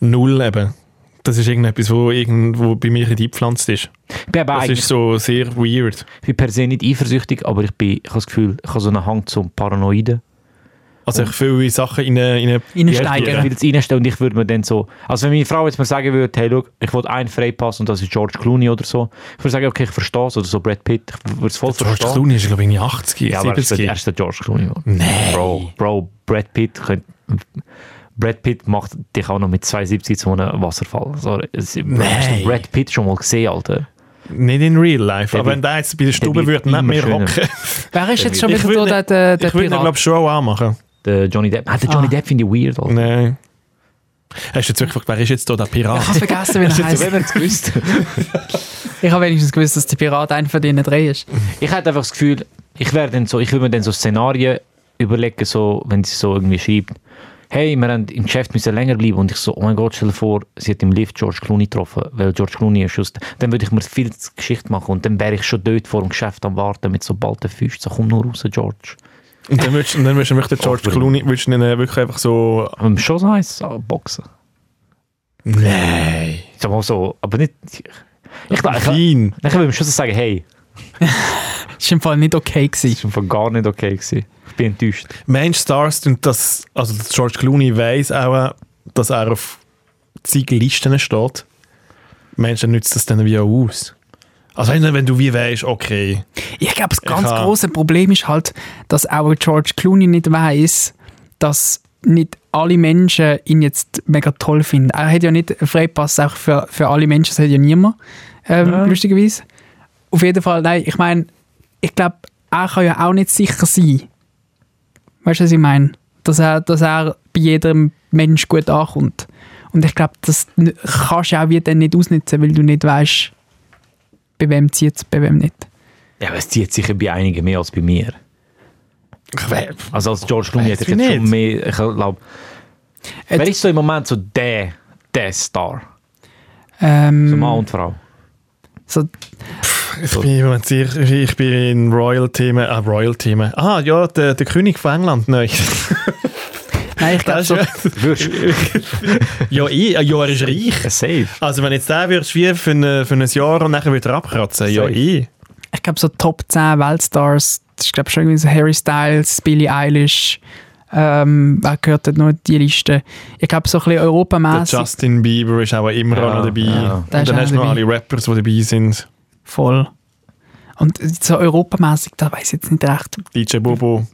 Speaker 1: Null eben. Das ist irgendetwas, wo irgendwo bei mir ein bisschen eingepflanzt ist.
Speaker 5: Ich bin, eben
Speaker 1: Das
Speaker 5: eigentlich,
Speaker 1: ist so sehr weird.
Speaker 5: ich bin per se nicht eifersüchtig, aber ich, bin, ich habe das Gefühl, ich habe so einen Hang zum Paranoiden.
Speaker 1: Also ich viele Sachen in eine... In eine
Speaker 3: Reinsteigern.
Speaker 5: Ich will es reinstellen und ich würde mir dann so, also wenn meine Frau jetzt mir sagen würde, hey, schau, ich will einen Freipass und das ist George Clooney oder so, ich würde sagen, okay, ich verstehe es oder so Brad Pitt, ich würde es voll
Speaker 1: George
Speaker 5: verstehen.
Speaker 1: Clooney ist, glaube ich, in 80,
Speaker 5: Ja, aber er ist der-
Speaker 1: 70.
Speaker 5: er ist der George Clooney. Nee. Bro, Bro, Brad Pitt könnte, Brad Pitt macht dich auch noch mit 72 zu einem Wasserfall. So, es- Hast du Brad Pitt schon mal gesehen, Alter?
Speaker 1: Nicht in real life.
Speaker 5: Der
Speaker 1: aber
Speaker 5: wird-
Speaker 1: wenn der jetzt bei der Stube
Speaker 5: wird
Speaker 1: würde, nicht
Speaker 5: immer
Speaker 1: mehr
Speaker 5: schöner.
Speaker 1: rocken.
Speaker 3: Wer ist jetzt schon
Speaker 1: Ich
Speaker 3: wieder so
Speaker 1: würde
Speaker 3: der, der, der
Speaker 1: Ich würde ihn,
Speaker 3: Pirat?
Speaker 1: glaube ich, schon auch anmachen.
Speaker 5: Der Johnny Depp. Ah, der Johnny
Speaker 3: Ah.
Speaker 5: Depp finde ich weird, Alter.
Speaker 1: Nein. Hast du jetzt wirklich gefragt, wer ist jetzt da der
Speaker 3: ich habe
Speaker 1: Pirat?
Speaker 5: <laughs>
Speaker 3: vergessen, wie er
Speaker 5: Also,
Speaker 3: heißt.
Speaker 5: wenn man es gewusst.
Speaker 3: <laughs> Ich habe wenigstens gewusst, dass der Pirat einer von denen drei ist.
Speaker 5: Ich hätte einfach das Gefühl, ich wäre dann so, ich würde mir dann so Szenarien überlegen, so, wenn sie so irgendwie schreibt, hey, wir haben im Geschäft müssen länger bleiben und ich so, oh mein Gott, stell dir vor, sie hat im Lift George Clooney getroffen, weil George Clooney ist aus, dann würde ich mir viel zu Geschichte machen und dann wäre ich schon dort vor dem Geschäft am Warten mit so balten Füßen, so komm nur raus, George.
Speaker 1: Und dann würdest du dann würdest du wirklich den George
Speaker 5: Oh,
Speaker 1: Clooney würdest du ihn äh, wirklich einfach so...
Speaker 5: Aber schon so heiß, ah, Boxen.
Speaker 1: Nein.
Speaker 5: Ich sag mal so, aber nicht, ich, ich, glaub, ich, ich,
Speaker 1: Nein.
Speaker 5: ich würde mir schon so sagen, hey,
Speaker 3: Das war im Fall nicht okay. Gewesen.
Speaker 5: das war gar nicht okay gewesen. Ich bin enttäuscht.
Speaker 1: Mensch, Stars tun das... Also der George Clooney weiss auch, äh, dass er auf zig Listen steht. Mensch, dann nützt das dann wie auch aus. Also wenn wenn du wie weißt, okay...
Speaker 3: Ich glaube, das ganz
Speaker 1: habe-
Speaker 3: große Problem ist halt, dass auch George Clooney nicht weiß, dass nicht alle Menschen ihn jetzt mega toll finden. Er hat ja nicht einen Freipass auch für, für alle Menschen, das hat ja niemand, ähm, lustigerweise. Auf jeden Fall, nein, ich meine, ich glaube, er kann ja auch nicht sicher sein. Weißt du, was ich meine? Dass er, dass er bei jedem Mensch gut ankommt. Und ich glaube, das n- kannst du auch wieder nicht ausnutzen, weil du nicht weißt, bei wem zieht es, bei wem nicht.
Speaker 5: Ja, aber es zieht sicher bei einigen mehr als bei mir.
Speaker 1: Ich we-
Speaker 5: Also als George Clooney
Speaker 1: Weiss
Speaker 5: hätte ich
Speaker 1: ich
Speaker 5: jetzt schon
Speaker 1: nicht.
Speaker 5: mehr, ich glaube,
Speaker 3: Äh,
Speaker 5: Wer ist so im Moment so der, der Star? So
Speaker 1: Mm.
Speaker 3: Ähm,
Speaker 5: Mann und Frau.
Speaker 3: so,
Speaker 1: Ich bin, im Moment sehr- ich bin in Royal-Themen. Ah, Royal-Themen. Ah, ja, der, der König von England. <laughs> Nein.
Speaker 3: nein,
Speaker 5: <laughs>
Speaker 3: ich glaube
Speaker 1: Das
Speaker 3: so,
Speaker 1: ist,
Speaker 5: Würdest du?
Speaker 1: <laughs> ja, ich, ja, er ist reich.
Speaker 5: Safe.
Speaker 1: Also wenn jetzt der würdest, wie für, ein- für ein Jahr und nachher wieder abkratzen. Ja, eh.
Speaker 5: Safe.
Speaker 1: ich.
Speaker 3: ich glaube so Top 10 Weltstars, das ist glaube schon irgendwie so Harry Styles, Billie Eilish, ähm, wer gehört dort noch in die Liste? Ich glaube Ah, so ein bisschen
Speaker 1: Der
Speaker 3: europamässig.
Speaker 1: Justin Bieber ist auch immer
Speaker 5: Ja,
Speaker 1: noch dabei.
Speaker 5: ja.
Speaker 1: Und
Speaker 3: Der ist
Speaker 1: dann
Speaker 3: auch
Speaker 1: hast du noch
Speaker 3: dabei.
Speaker 1: alle Rappers, die dabei sind.
Speaker 3: Voll. Und so europamässig, da weiß ich jetzt nicht recht.
Speaker 1: DJ Bobo.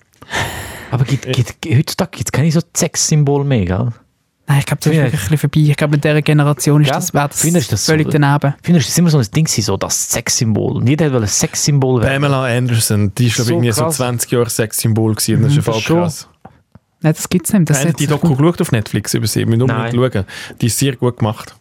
Speaker 5: Aber gibt, gibt, heutzutage gibt es keine so Sexsymbol mehr, gell?
Speaker 3: Nein, ich glaube, das ist
Speaker 5: Ja.
Speaker 3: wirklich ein bisschen vorbei. Ich glaube, mit dieser Generation ist
Speaker 5: Ja,
Speaker 3: das, wär das,
Speaker 5: früher ist das so-
Speaker 3: völlig daneben.
Speaker 5: Früher war es immer so ein Ding, gewesen, so das Sexsymbol. Und Jeder wollte ein Sexsymbol werden.
Speaker 1: Pamela Anderson, die ist schon
Speaker 5: So
Speaker 1: irgendwie
Speaker 5: krass.
Speaker 1: so 20 Jahre Sexsymbol gewesen. Das ist voll
Speaker 5: schon.
Speaker 1: krass.
Speaker 3: Nein, das gibt es nicht. Das
Speaker 1: Haben
Speaker 3: hat
Speaker 1: die
Speaker 3: sich-
Speaker 1: Doku geschaut auf Netflix über sie? Müssen unbedingt
Speaker 5: Nein.
Speaker 1: schauen. Die ist sehr gut gemacht.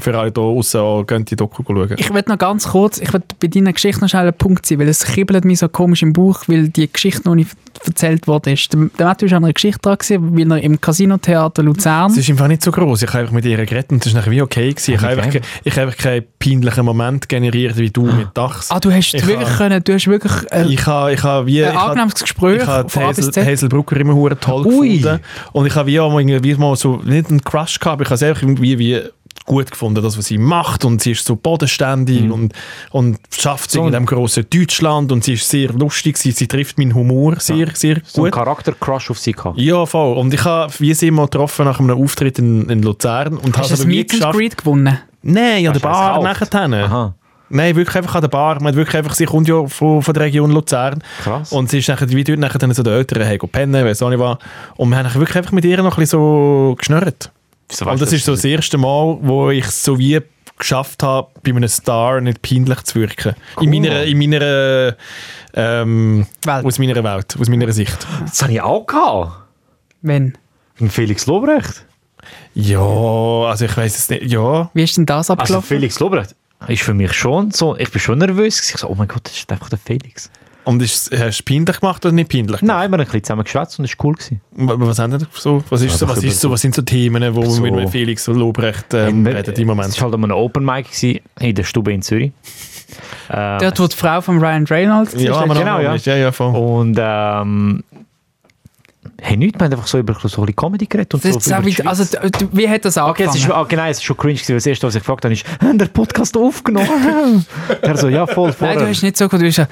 Speaker 1: Für alle da draussen, könnt die Doku schauen.
Speaker 3: Ich will noch ganz kurz, ich will bei deiner Geschichte noch schnell einen Punkt sein, weil es kribbelt mir so komisch im Bauch, weil die Geschichte noch nicht erzählt worden ist. Der, der Matthew war an einer Geschichte dran, gewesen, weil er im Casino-Theater Luzern...
Speaker 1: Es ist einfach nicht so groß. Ich habe einfach mit ihr geredet und es war nachher wie okay. Gewesen. Ich
Speaker 5: Ah,
Speaker 1: habe einfach,
Speaker 5: mit
Speaker 1: ke- ich habe einfach keinen peinlichen Moment generiert wie du mit Dachs.
Speaker 3: ah, du hast
Speaker 1: Ich
Speaker 3: wirklich
Speaker 1: hab-
Speaker 3: können, du hast wirklich äh,
Speaker 1: Ich habe, ich habe wie,
Speaker 3: ein
Speaker 1: ich habe,
Speaker 3: angenehmes Gespräch
Speaker 1: ich habe die
Speaker 3: von A bis
Speaker 1: Hazel,
Speaker 3: Z.
Speaker 1: Hazel Brucker immer hure toll
Speaker 5: Ui.
Speaker 1: gefunden. Und ich habe wie auch mal, irgendwie mal so, nicht einen Crush gehabt, aber ich habe es einfach irgendwie wie gut gefunden, das, was sie macht. Und sie ist so bodenständig
Speaker 3: Mhm.
Speaker 1: und, und schafft es
Speaker 5: So
Speaker 1: in
Speaker 5: ein-
Speaker 1: diesem grossen Deutschland. Und sie ist sehr lustig, sie, sie trifft meinen Humor sehr, sehr gut.
Speaker 5: So ein Charakter-Crush auf sie gehabt.
Speaker 1: Ja, voll. Und ich habe wie sie mal getroffen nach einem Auftritt in, in Luzern und habe
Speaker 3: Hast
Speaker 1: es
Speaker 3: du ein
Speaker 1: aber wie
Speaker 3: Meet and
Speaker 1: geschafft.
Speaker 3: Greet gewonnen?
Speaker 1: Nein, an der
Speaker 5: Hast du es
Speaker 1: Bar
Speaker 5: gekauft?
Speaker 1: nachher.
Speaker 5: Aha.
Speaker 1: Nein, wirklich einfach an der Bar. Man hat wirklich einfach, sie kommt ja von, von der Region Luzern.
Speaker 5: Krass.
Speaker 1: Und sie ist nachher, wie dort nachher dann so der Eltern hey, go pennen, weiss auch nicht was. Und wir haben nachher wirklich einfach mit ihr noch ein bisschen so geschnurrt.
Speaker 5: Wieso
Speaker 1: Und
Speaker 5: weißt
Speaker 1: das
Speaker 5: du
Speaker 1: ist so das erste Mal, wo ich es so wie geschafft habe, bei einem Star nicht peinlich zu wirken. In meiner, in meiner ähm,
Speaker 3: Welt.
Speaker 1: aus meiner Welt, aus meiner Sicht.
Speaker 5: Das habe ich auch gehabt.
Speaker 3: Wenn?
Speaker 5: Mit Felix Lobrecht.
Speaker 1: Ja, also ich weiß es nicht. Ja,
Speaker 3: Wie ist denn das
Speaker 5: Also
Speaker 3: abgelaufen?
Speaker 5: Felix Lobrecht ist für mich schon so, ich bin schon nervös. gewesen. Ich so, oh mein Gott, das ist einfach der Felix.
Speaker 1: und ist, hast du peinlich gemacht oder nicht peinlich?
Speaker 5: Nein, wir haben ein bisschen zusammen geschwätzt und es war cool. Gewesen.
Speaker 1: W- Was, haben denn so? Was, ist so, was, ist so, was sind so Themen, wo
Speaker 5: So.
Speaker 1: wir mit Felix und Lobrecht ähm,
Speaker 5: Wir-
Speaker 1: reden im
Speaker 5: Es
Speaker 1: Moment?
Speaker 5: war halt an einem Open Mic gewesen, in der Stube in Zürich. Ähm,
Speaker 3: Dort, wo die Frau von Ryan Reynolds ist,
Speaker 1: äh, Ja,
Speaker 3: letztes-
Speaker 1: aber
Speaker 5: genau,
Speaker 1: noch-
Speaker 5: ja.
Speaker 1: ja, ja, voll.
Speaker 5: Und ähm, hey, nichts, wir haben einfach so über so ein bisschen Comedy geredet und
Speaker 3: das
Speaker 5: so.
Speaker 3: ist
Speaker 5: über
Speaker 3: auch
Speaker 5: die
Speaker 3: wieder,
Speaker 5: Schweiz.
Speaker 3: also, d- d- wie hat das
Speaker 5: Okay,
Speaker 3: angefangen?
Speaker 5: es ist, ah, genau, es ist schon cringe gewesen. weil Das erste, was ich gefragt habe, ist, haben der
Speaker 3: <laughs>
Speaker 5: Podcast aufgenommen? er so, ja, voll, voll.
Speaker 3: Nein, du hast nicht so gut. Du bist ja,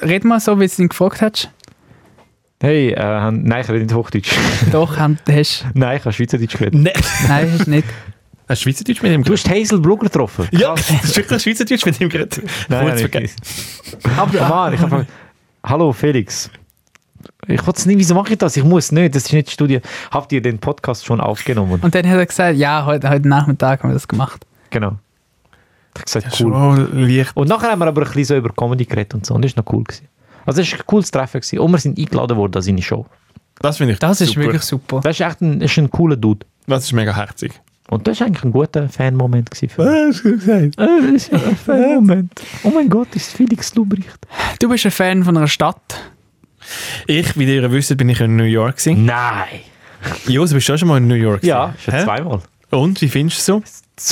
Speaker 3: red mal so, wie du ihn
Speaker 1: <laughs>
Speaker 3: gefragt hast.
Speaker 5: Hey, äh, haben- nein, ich rede nicht Hochdeutsch. <laughs>
Speaker 3: Doch, haben- hast
Speaker 5: nein, ich habe Schweizerdeutsch geredet.
Speaker 1: <laughs> Nein,
Speaker 3: Nein, hast nicht.
Speaker 1: hast du Schweizerdeutsch mit ihm
Speaker 5: Du
Speaker 1: geredet?
Speaker 5: hast Hazel Brugger getroffen.
Speaker 1: Ja, <laughs> hast du wirklich Schweizerdeutsch mit ihm geredet?
Speaker 5: Nein,
Speaker 1: Kurz
Speaker 5: nein,
Speaker 1: vergessen.
Speaker 5: nicht. Aber, oh Mann, ich habe gefragt, Hallo Felix. Ich wollte es nicht, wieso mache ich das? Ich muss nicht, das ist nicht die Studie. Habt ihr den Podcast schon aufgenommen?
Speaker 3: Und dann hat er gesagt, ja, heute, heute Nachmittag haben wir das gemacht.
Speaker 5: Genau. Ich habe gesagt, cool.
Speaker 1: Schon leicht.
Speaker 5: Und nachher haben wir aber ein bisschen so über Comedy geredet und so. Und das war noch cool. Gewesen. Also es war ein cooles Treffen. Gewesen. Und wir sind eingeladen worden an seine Show.
Speaker 1: Das finde ich
Speaker 3: Das ist
Speaker 1: super.
Speaker 3: wirklich super.
Speaker 5: Das ist echt ein, ist ein cooler Dude.
Speaker 1: Das ist mega herzig.
Speaker 5: Und das war eigentlich ein guter Fan-Moment. gewesen für mich.
Speaker 1: hast du gesagt?
Speaker 5: Äh, das ist ein Fan-Moment. Oh mein Gott, ist Felix Lubricht.
Speaker 3: Du bist ein Fan von einer Stadt.
Speaker 1: Ich, wie ihr wisst, bin ich in New York. gewesen.
Speaker 5: Nein.
Speaker 1: Jos, bist du auch schon mal in New York?
Speaker 5: Mhm. Ja,
Speaker 1: gewesen?
Speaker 5: schon
Speaker 1: Hä?
Speaker 5: zweimal.
Speaker 1: Und, wie findest du es so?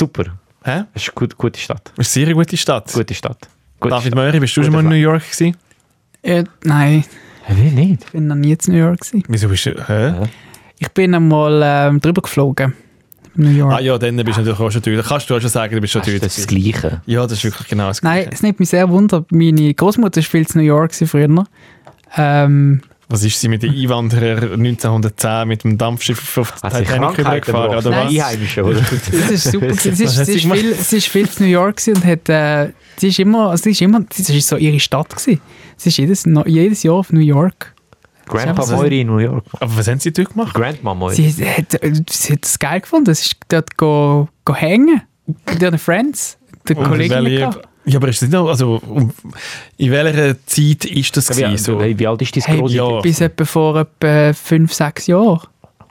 Speaker 5: Super.
Speaker 1: Hä?
Speaker 5: Das ist eine gut, gute Stadt.
Speaker 1: Ist eine sehr gute Stadt.
Speaker 5: Gute Stadt. Gute
Speaker 1: David
Speaker 5: Stadt.
Speaker 1: Möhrig, bist du schon
Speaker 5: Gute
Speaker 1: mal in
Speaker 5: Stadt.
Speaker 1: New York? Gewesen?
Speaker 3: Äh, nein,
Speaker 5: Wie nicht?
Speaker 3: ich bin noch nie in New York. Gewesen.
Speaker 1: Wieso bist du... Hä?
Speaker 3: Ich bin einmal ähm, drüber geflogen. New York.
Speaker 1: Ah ja, dann bist du natürlich auch schon teuer. Kannst du auch schon sagen, du bist schon
Speaker 5: Das
Speaker 1: teuer.
Speaker 5: ist das Gleiche.
Speaker 1: Ja, das ist wirklich genau das
Speaker 3: Nein,
Speaker 1: Gleiche.
Speaker 3: es nimmt mich sehr wunder. Meine Großmutter war viel in New York gewesen früher. Ähm,
Speaker 1: Was ist sie mit den Einwanderern 1910 mit dem Dampfschiff auf die
Speaker 5: Hat sich
Speaker 1: Titanic
Speaker 5: Krankheit
Speaker 1: rübergefahren, oder
Speaker 3: Nein.
Speaker 1: was?
Speaker 5: Einheimische,
Speaker 1: <laughs>
Speaker 5: oder?
Speaker 3: das ist super. gewesen. sie,
Speaker 1: Was hat
Speaker 3: ist, sie,
Speaker 1: sie
Speaker 3: ist viel, sie ist viel in New York gewesen und hat, äh, sie ist immer, sie ist immer, sie ist so ihre Stadt gewesen. Sie ist jedes, no- jedes Jahr auf New York.
Speaker 5: Grandpa
Speaker 3: Das ist einfach so-
Speaker 5: Moiri in New York.
Speaker 1: Aber was haben sie dort gemacht?
Speaker 5: Grandma Moiri.
Speaker 3: Sie hat, äh, sie hat es geil gefunden. Sie ist dort go, go hängen. Mit ihren Friends. Der
Speaker 1: Und
Speaker 3: Kollegen.
Speaker 1: welche-
Speaker 3: gehabt.
Speaker 1: Ja, aber ist das nicht noch... Also, um- in welcher Zeit ist das
Speaker 5: Wie,
Speaker 1: gewesen? So?
Speaker 5: wie, wie alt ist dein
Speaker 3: Hey,
Speaker 5: Grossi?
Speaker 1: ja.
Speaker 3: Bis etwa vor etwa 5, 6 Jahren.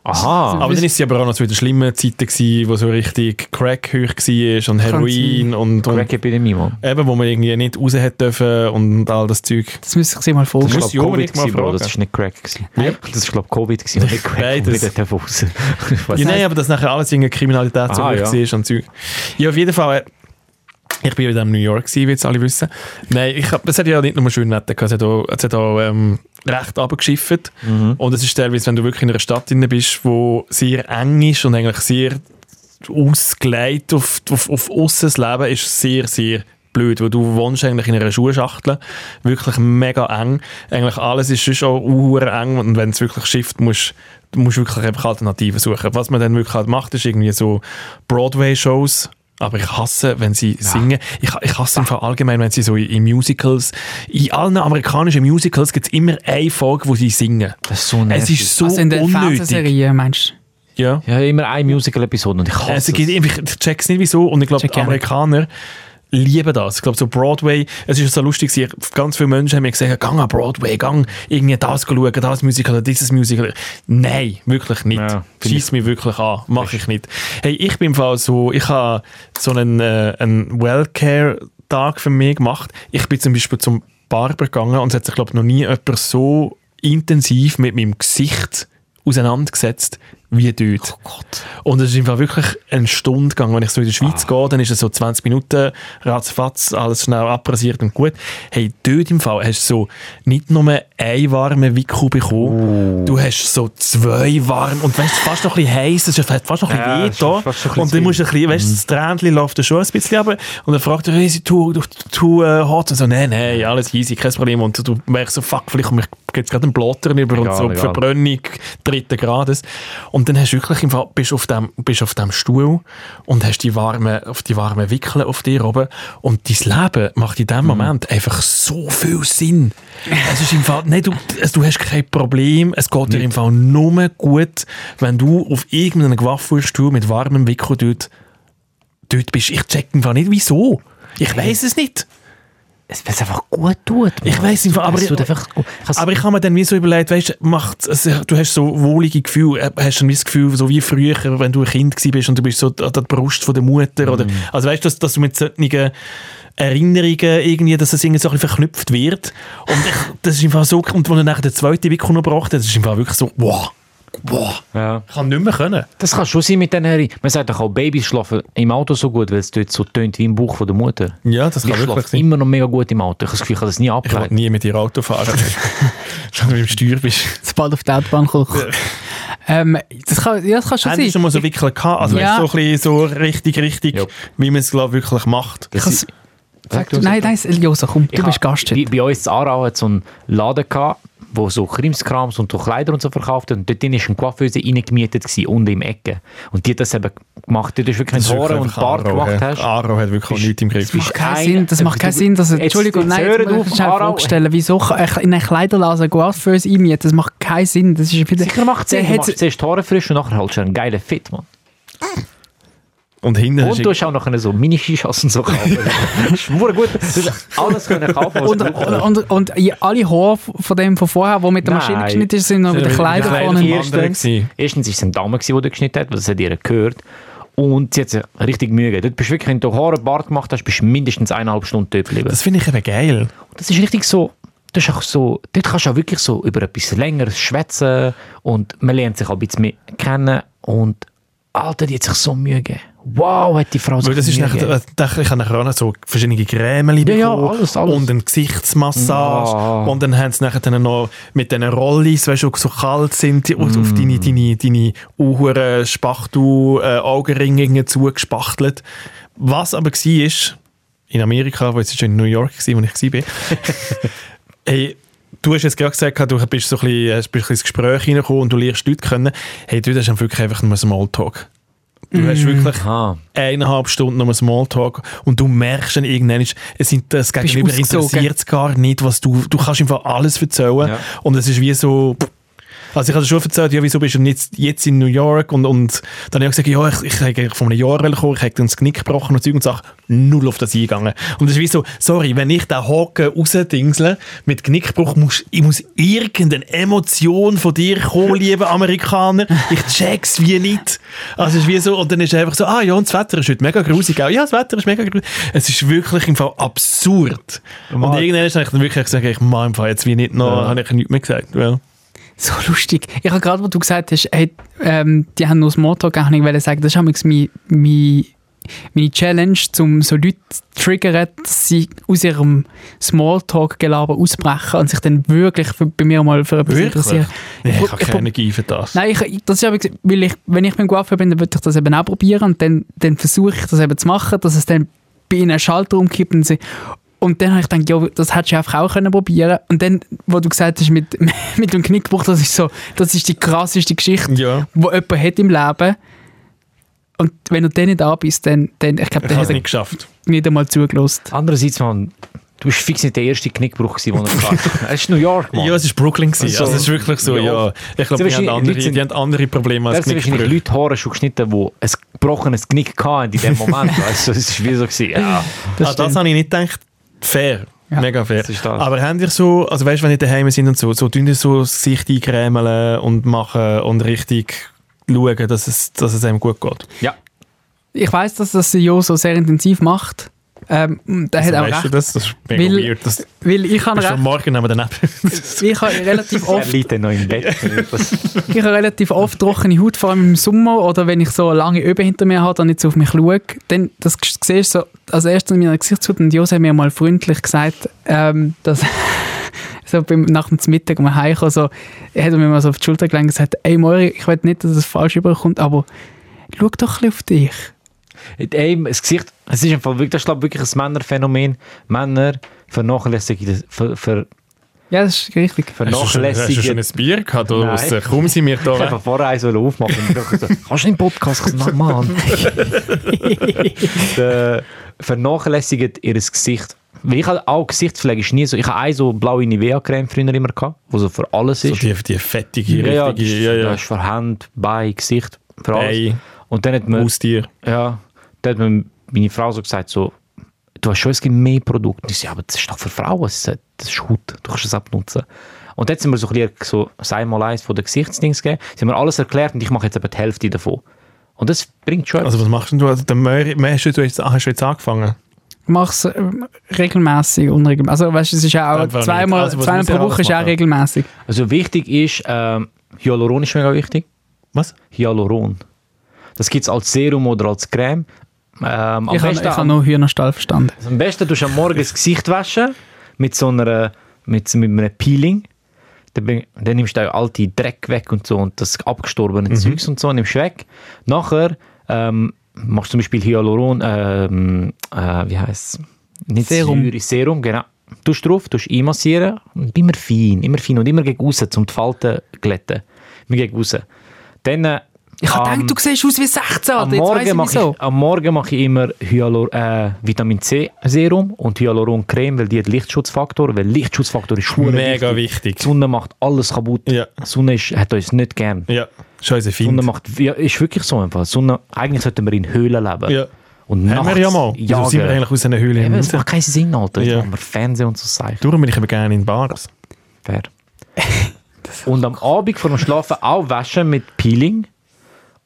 Speaker 5: Aha.
Speaker 1: Aber dann ist sie aber auch noch zu wieder schlimmen Zeiten gewesen, wo so richtig Crack hoch war und Heroin und, und
Speaker 5: Crack-Epidemie, Mann.
Speaker 1: eben, wo man irgendwie nicht raus hat dürfen und all das Zeug.
Speaker 3: Das müsste ich sie mal
Speaker 5: Das
Speaker 1: Muss
Speaker 3: vorstellen.
Speaker 5: ist
Speaker 1: ich
Speaker 5: glaube
Speaker 1: unbedingt
Speaker 5: Covid gewesen,
Speaker 1: mal
Speaker 5: Bro. Das
Speaker 1: fragen.
Speaker 5: ist nicht Crack gewesen.
Speaker 1: Yep.
Speaker 5: Das ist glaube Covid gewesen, und nicht Crack.
Speaker 1: Beides.
Speaker 5: Beides. Wieder raus. Ich weiss
Speaker 1: Ja,
Speaker 5: nicht.
Speaker 1: nein, aber dass nachher alles in Kriminalität so
Speaker 5: Aha,
Speaker 1: hoch
Speaker 5: ja.
Speaker 1: war und Zeug. Ja, auf jeden Fall. äh, Ich war ja wieder in New York, gewesen, wie jetzt alle wissen. Nein, ich hab, es hat ja nicht nur schön Wetter gehabt, es hat auch, es hat auch ähm, recht runtergeschifft.
Speaker 5: Mhm.
Speaker 1: Und es ist teilweise, wenn du wirklich in einer Stadt drin bist, wo sehr eng ist und eigentlich sehr ausgelegt auf, auf, auf aussen das Leben, ist sehr, sehr blöd, weil du wohnst eigentlich in einer Schuhschachtel, wirklich mega eng. Eigentlich alles ist schon auch uhr eng und wenn es wirklich schifft, musst du musst wirklich einfach Alternativen suchen. Was man dann wirklich halt macht, ist irgendwie so Broadway-Shows, aber ich hasse, wenn sie singen. Ich, ich hasse im Fall allgemein, wenn sie so in, in Musicals, in allen amerikanischen Musicals gibt es immer eine Folge, wo sie singen.
Speaker 5: Das ist so
Speaker 1: Es
Speaker 5: nervig.
Speaker 1: ist so
Speaker 3: also in der
Speaker 1: unnötig.
Speaker 3: Fernsehserie, meinst du?
Speaker 1: Ja.
Speaker 5: Ja, immer eine Musical-Episode und ich hasse
Speaker 1: Also,
Speaker 5: es.
Speaker 1: ich, ich check's nicht wieso und ich glaube,
Speaker 3: Check
Speaker 1: die
Speaker 3: ich auch nicht.
Speaker 1: Amerikaner lieben das. Ich glaube, so Broadway, es ist so lustig, gewesen, ich- ganz viele Menschen haben mir gesagt, gang an Broadway, gang irgendwie das schauen, das Musical, dieses Musical. Nein, wirklich nicht.
Speaker 5: Ja,
Speaker 1: Ja,
Speaker 5: find
Speaker 1: Schieß mich wirklich an, mache ich nicht. Hey, ich bin im Fall so, ich habe so einen, äh, einen Wellcare-Tag für mich gemacht. Ich bin zum Beispiel zum Barber gegangen und es hat sich, glaube ich, noch nie jemand so intensiv mit meinem Gesicht auseinandergesetzt wie dort. Und es ist im Fall wirklich eine Stunde gegangen. Wenn ich so in die
Speaker 5: Ah.
Speaker 1: Schweiz gehe, dann ist es so 20 Minuten, ratzfatz, alles schnell abrasiert und gut. Hey, dort im Fall hast du so nicht nur einen warmen Wickel bekommen,
Speaker 5: Oh.
Speaker 1: du hast so zwei warm und weißt, fast noch ein bisschen heiß, es hat fast noch ein
Speaker 5: Ja,
Speaker 1: bisschen
Speaker 5: es
Speaker 1: weh
Speaker 5: ist fast so ein
Speaker 1: da.
Speaker 5: bisschen
Speaker 1: Und dann musst du ein bisschen, weißt, das Tränchen läuft dann schon ein bisschen runter. Und dann fragt er, ist too, too uh, hot? Und so, nein, nein, alles easy, kein Problem. Und du merkst so, fuck, vielleicht komme ich jetzt gerade einen Blottern über
Speaker 5: Egal,
Speaker 1: und so
Speaker 5: egal.
Speaker 1: Verbrennung dritten Grades. Und Und dann hast du wirklich im Fall, bist auf dem, bist auf dem Stuhl und hast die warmen, auf die warmen Wickel auf dir oben. Und dein Leben macht in
Speaker 5: Mhm.
Speaker 1: dem Moment einfach so viel Sinn. Es ist im Fall, nein, du, es- du hast kein Problem. Es geht dir im Fall nur gut, wenn du auf irgendeinem Gewaffelstuhl mit warmem Wickel dort, dort bist. Ich check im Fall nicht, wieso. Ich weiß es nicht.
Speaker 5: Es wird einfach gut tut.
Speaker 1: Ich weiss nicht, aber-
Speaker 5: es tut einfach gut. Ich has-
Speaker 1: Aber ich habe mir dann wie so überlegt, weißt, macht, also, du hast so wohlige Gefühle, äh, hast dann wie das Gefühl, so wie früher, wenn du ein Kind gewesen bist und du bist so an der Brust von der Mutter oder, also weißt du, dass, dass du mit solchen Erinnerungen irgendwie, dass das irgendwie so ein bisschen verknüpft wird und ich, das ist einfach so, und wo dann nachher der zweite Wickel noch gebracht hat, das ist einfach wirklich so, wow, wow,
Speaker 5: ja.
Speaker 1: ich kann nicht mehr können.
Speaker 5: Das kann schon sein mit den Erinnerungen. Man sagt doch auch, Babys schlafen im Auto so gut, weil es dort so tönt wie im Bauch von der Mutter.
Speaker 1: Ja, das
Speaker 5: Ich schlafe immer noch mega gut im Auto. Ich habe das Gefühl, ich habe das nie
Speaker 1: Ich will
Speaker 5: abgelegt.
Speaker 1: nie mit dir Auto <laughs> fahren, schon wenn du im Steuer bist.
Speaker 3: Sobald du auf die Autobahn kommst. ähm, das, kann, ja, das kann schon
Speaker 1: Hast du schon
Speaker 3: sein.
Speaker 1: mal so Wickel gehabt? Also
Speaker 3: Ja.
Speaker 1: weißt du, so, ein bisschen so richtig, richtig,
Speaker 5: Ja.
Speaker 1: wie man es glaub, wirklich macht.
Speaker 5: Das
Speaker 3: kann's-
Speaker 5: ist-
Speaker 3: Sag du, nein, nein, Josa, komm,
Speaker 5: Ich
Speaker 3: du bist
Speaker 5: hab-
Speaker 3: Gast
Speaker 5: Bei,
Speaker 3: heute.
Speaker 5: bei uns in Aarau hat so einen Laden gehabt, wo so Krimskrams und so Kleider und so verkauft hat. Und dort drin war ein Coiffeuse reingemietet, gewesen, unten im Ecken. Und die hat das eben gemacht. Dort ist wirklich, wenn
Speaker 1: Das
Speaker 5: du
Speaker 1: ist
Speaker 5: Haare und
Speaker 1: wirklich
Speaker 5: Bart
Speaker 1: Aro,
Speaker 5: gemacht
Speaker 1: ja. Ah.
Speaker 5: hast.
Speaker 1: Aro hat wirklich
Speaker 5: bist-
Speaker 1: nichts im Griff.
Speaker 5: bist-
Speaker 3: Das macht keinen
Speaker 5: Ein-
Speaker 3: Sinn, das macht keinen
Speaker 5: Du-
Speaker 3: Sinn, dass...
Speaker 5: Jetzt-
Speaker 3: Entschuldigung,
Speaker 5: jetzt
Speaker 3: nein,
Speaker 5: hör
Speaker 3: muss
Speaker 5: auf,
Speaker 3: ich schnell
Speaker 5: Aarau.
Speaker 3: vorstellen, wieso kann ich in einen Kleiderlasen Coiffeuse einmieten? Das macht keinen Sinn, das ist wieder...
Speaker 5: Sicher macht es
Speaker 3: Der
Speaker 5: Sinn. Du
Speaker 3: hat-
Speaker 5: machst zuerst die Haare frisch und nachher halt schon einen geilen Fit, Mann.
Speaker 1: Und hinten hast
Speaker 5: Und du hast auch nachher so Mini-Skischossen
Speaker 1: <laughs>
Speaker 5: so kaufen. das ist verdammt gut. Du hast alles können kaufen, was
Speaker 3: Und,
Speaker 5: du brauchst.
Speaker 3: und, und, und ja, alle Haare von dem von vorher, die mit der Maschine
Speaker 5: Nein.
Speaker 3: geschnitten sind, sind noch mit den
Speaker 1: Sind mit den
Speaker 3: Kleidern
Speaker 1: Kleidern
Speaker 3: vorne.
Speaker 1: von anderen
Speaker 5: Erstens,
Speaker 1: gewesen.
Speaker 5: erstens ist es ein Dame, gewesen, die dort geschnitten hat, weil das hat ihr gehört. Und sie hat sich richtig Mühe gegeben. Dort bist du wirklich, wenn du Haare und Bart gemacht hast, bist du mindestens eineinhalb Stunden dort geblieben.
Speaker 1: das finde ich eben geil.
Speaker 5: Und das ist richtig so, das ist auch so, dort kannst du auch wirklich so über etwas Längeres schwätzen und man lernt sich auch ein bisschen mehr kennen und Alter, die hat sich so Mühe gegeben. Wow, hat die Frau so
Speaker 1: Weil das ist
Speaker 5: Mühe
Speaker 1: nachher,
Speaker 5: gegeben.
Speaker 1: äh, nachher- ich habe nachher auch noch so verschiedene Cremeli
Speaker 5: Ja, ja, alles, alles.
Speaker 1: und eine Gesichtsmassage
Speaker 5: Ah.
Speaker 1: und dann haben sie nachher dann noch mit diesen Rollis, weißt du, die so kalt sind, die auf
Speaker 5: Mm.
Speaker 1: auf deine, deine, deine uhren Spachtel, äh, Augenringe irgendwie zugespachtelt. Was aber war, ist, in Amerika, wo jetzt schon in New York war, wo ich
Speaker 5: <laughs>
Speaker 1: war, Hey, du hast jetzt gerade gesagt, du bist so ein bisschen, hast- bist ein bisschen ins Gespräch reingekommen und du lernst Leute kennen. Hey, du hast du wirklich einfach nur Smalltalk. Du
Speaker 5: Mm.
Speaker 1: hast wirklich
Speaker 5: Aha.
Speaker 1: eineinhalb Stunden nur Smalltalk und du merkst dann irgendwann, ist- es sind das Gegenüber
Speaker 3: ausgesogen.
Speaker 1: interessiert es gar nicht, was du, du kannst im Fall alles erzählen
Speaker 5: Ja.
Speaker 1: und es ist wie so... Also ich habe schon erzählt, ja, wieso bist du jetzt, jetzt in New York und, und dann habe ich gesagt, ja, ich, ich habe von einem Jahr gekommen, ich habe dann das Knick gebrochen und Zeug und Sachen, null auf das eingegangen. Und es ist wie so, sorry, wenn ich den Haken rausdingsle mit Knickbruch, muss, ich muss irgendeine Emotion von dir kommen, lieber Amerikaner, ich check's wie nicht. Also es ist wie so, und dann ist einfach so, ah ja, und das Wetter ist heute mega grusig, auch. ja, das Wetter ist mega grusig. Es ist wirklich im Fall absurd. Und
Speaker 5: Mann.
Speaker 1: irgendwann habe ich dann wirklich gesagt, ich mache im Fall jetzt wie nicht noch, habe ich nichts mehr gesagt. Ja.
Speaker 3: So <laughs> lustig. Ich habe gerade, wo du gesagt hast, hey, ähm, die haben nur das Motto gegeben, ich wollte sagen, das ist manchmal mein, mein, meine Challenge, um so Leute zu triggern, dass sie aus ihrem Smalltalk-Gelaber ausbrechen und sich dann wirklich für, bei mir mal für etwas
Speaker 1: Wirklich?
Speaker 3: interessieren.
Speaker 1: Nein,
Speaker 3: prob-
Speaker 1: ich habe keine
Speaker 3: prob-
Speaker 1: Energie für das.
Speaker 3: Nein, ich, das ist eben, weil ich, wenn ich beim Coiffeur bin, dann würde ich das eben auch probieren und dann, dann versuche ich das eben zu machen, dass es dann bei ihnen einen Schalter umkippt und sie und dann habe ich gedacht, ja, das hättest du einfach auch können probieren Und dann, wo du gesagt hast, mit, <laughs> mit dem Knickbruch, das ist so, das ist die krasseste Geschichte,
Speaker 1: Ja.
Speaker 3: die jemand hat im Leben. Und wenn du den nicht anbist, dann, dann ich glaube,
Speaker 1: Ich
Speaker 3: der
Speaker 1: habe es
Speaker 3: hat
Speaker 1: nicht Ah, geschafft.
Speaker 3: nicht einmal zugelost.
Speaker 5: Andererseits, Mann, du bist fix nicht der erste Knickbruch,
Speaker 1: <laughs>
Speaker 5: gewesen, den er hatte. Es ist New York, Mann.
Speaker 1: Ja, es war Brooklyn. gewesen.
Speaker 5: Also-
Speaker 1: also, es ist wirklich so,
Speaker 5: Ja.
Speaker 1: ja. Ich glaube, die,
Speaker 5: wahrscheinlich-
Speaker 1: haben andere-
Speaker 5: Leute sind-
Speaker 1: die haben andere Probleme
Speaker 5: Da
Speaker 1: als
Speaker 5: sind wahrscheinlich
Speaker 1: Knickbrüche.
Speaker 5: Leute Haare schon geschnitten, die ein gebrochenes Knick hatten in dem Moment. weißt du, es war wie so. Gewesen. Ja.
Speaker 1: Das, ah, das habe ich nicht gedacht. Fair.
Speaker 3: Ja.
Speaker 1: Mega fair.
Speaker 5: Das ist das.
Speaker 1: Aber haben ihr so, also weißt du, wenn ihr daheim sind und so, so tun ihr so das Gesicht eincremeln und machen und richtig schauen, dass es, dass es einem gut geht.
Speaker 5: ja.
Speaker 3: Ich weiß, dass das der Jo so sehr intensiv macht. Ähm, und der
Speaker 1: Also,
Speaker 3: hat auch
Speaker 1: weißt du
Speaker 3: recht.
Speaker 1: das? Das ist mega
Speaker 3: Weil-
Speaker 1: weird. Das
Speaker 3: Weil ich habe
Speaker 1: bist am
Speaker 3: recht.
Speaker 1: Morgen neben der <laughs> Nappe.
Speaker 3: Ich habe
Speaker 1: <laughs>
Speaker 3: relativ
Speaker 5: Er
Speaker 3: oft
Speaker 5: liegt dann noch im Bett. Das-
Speaker 3: Ich habe relativ oft trockene Haut, vor allem im Sommer oder wenn ich so lange Öben hinter mir habe und nicht so auf mich schaue. Dann, das g- siehst du so, als erstes in meiner Gesichtshaut und Jos hat mir mal freundlich gesagt, ähm, dass <laughs> so beim, nach dem Mittag, wenn wir heimkommen, so, hat er mir mal so auf die Schulter gelegt und gesagt, ey Mori, ich will nicht, dass es falsch überkommt, aber schau doch ein bisschen auf dich.
Speaker 5: Ey, das Gesicht, es ist einfach wirklich, das ist, glaub ich, wirklich ein Männerphänomen. Männer vernachlässigen, das- ver, ver,
Speaker 3: Ja, das ist richtig.
Speaker 1: Hast du, schon, hast du schon ein Bier gehabt? Oder
Speaker 5: Nein.
Speaker 1: was? Komm sie mir
Speaker 5: Ich
Speaker 1: da
Speaker 5: habe vorher eins wollen aufmachen und ich dachte, kannst du nicht im Podcast sagen, Mann? Der vernachlässigt ihr Gesicht. Weil ich habe auch Gesichtspflege ist nie so. Ich habe eine so blaue Nivea-Creme früher immer gehabt, die so für alles
Speaker 1: So
Speaker 5: ist.
Speaker 1: die, die fettige,
Speaker 5: ja, ja, das
Speaker 1: richtige
Speaker 5: ist-
Speaker 1: ja, ja.
Speaker 5: das ist für Hand, Bein, Gesicht, für alles.
Speaker 1: Bein.
Speaker 5: Und dann hat man,
Speaker 1: Haustier.
Speaker 5: ja, dann hat man meine Frau so gesagt, so, du hast schon ein bisschen mehr Produkte. Und Ich so, ja, aber das ist doch für Frauen, das ist- das ist Haut, du kannst das abnutzen. Und jetzt sind wir so ein bisschen so, sei mal eins von den Gesichtsdings gegeben, sind wir alles erklärt und ich mache jetzt eben die Hälfte davon. Und das bringt schon
Speaker 1: Also was machst denn du? Also, den Möhre, Möhre hast, du jetzt, hast du jetzt angefangen?
Speaker 3: Mach's äh, regelmäßig, unregelmäßig. Also, weißt du, es ist ja auch
Speaker 1: Einfach nicht.
Speaker 3: zweimal,
Speaker 1: Also, was
Speaker 3: zweimal
Speaker 1: muss ich
Speaker 3: pro
Speaker 1: alles
Speaker 3: Woche ist auch
Speaker 1: machen?
Speaker 3: regelmäßig.
Speaker 5: Also wichtig ist, ähm, Hyaluron ist mega wichtig.
Speaker 1: Was?
Speaker 5: Hyaluron. Das gibt es als Serum oder als Creme. Ähm, am,
Speaker 3: Ich habe
Speaker 5: besten,
Speaker 3: hab nur Hühnerstall verstanden.
Speaker 5: also am besten tust du am Morgen das Gesicht waschen mit so einer, mit, mit einem Peeling. Dann, bring- dann nimmst du den alten Dreck weg und so und das abgestorbene
Speaker 3: Mhm.
Speaker 5: Zeugs und so nimmst du weg. Nachher ähm, machst du zum Beispiel Hyaluron, ähm, äh, wie heißt es? Nicht
Speaker 3: Serum.
Speaker 5: Säure, Serum, genau. Tust drauf, tust einmassieren und immer fein, immer fein und immer gegen außen, um die Falten zu glätten. Immer gegen außen. Dann äh,
Speaker 3: Ich habe
Speaker 5: am-
Speaker 3: gedacht, du siehst aus wie 16, Alter.
Speaker 5: am
Speaker 3: Ah, Jetzt weiss
Speaker 5: Morgen,
Speaker 3: ich
Speaker 5: mache
Speaker 3: wieso.
Speaker 5: ich, am Morgen mache ich immer Hyalur, äh, Vitamin C Serum und Hyaluroncreme, weil die hat Lichtschutzfaktor, weil Lichtschutzfaktor ist verdammt
Speaker 1: Mega
Speaker 5: wichtig.
Speaker 1: wichtig.
Speaker 5: Die Sonne macht alles kaputt.
Speaker 1: Ja.
Speaker 5: Die Sonne ist, hat uns nicht gern.
Speaker 1: Ja, scheiße
Speaker 5: Die Sonne
Speaker 1: Find.
Speaker 5: macht, ja, ist wirklich so einfach. Die Sonne, eigentlich sollten wir in Höhlen leben.
Speaker 1: Ja.
Speaker 5: Und
Speaker 1: Haben wir ja mal. Wieso sind wir
Speaker 5: jagen.
Speaker 1: eigentlich aus einer Höhle
Speaker 5: Eben, es
Speaker 1: hinaus?
Speaker 5: macht keinen Sinn, Alter.
Speaker 1: Ja.
Speaker 5: Jetzt machen wir Fernsehen und so Sachen.
Speaker 1: Darum bin ich eben gerne in Bars.
Speaker 5: Fair. und am Abend vor dem Schlafen auch waschen mit Peeling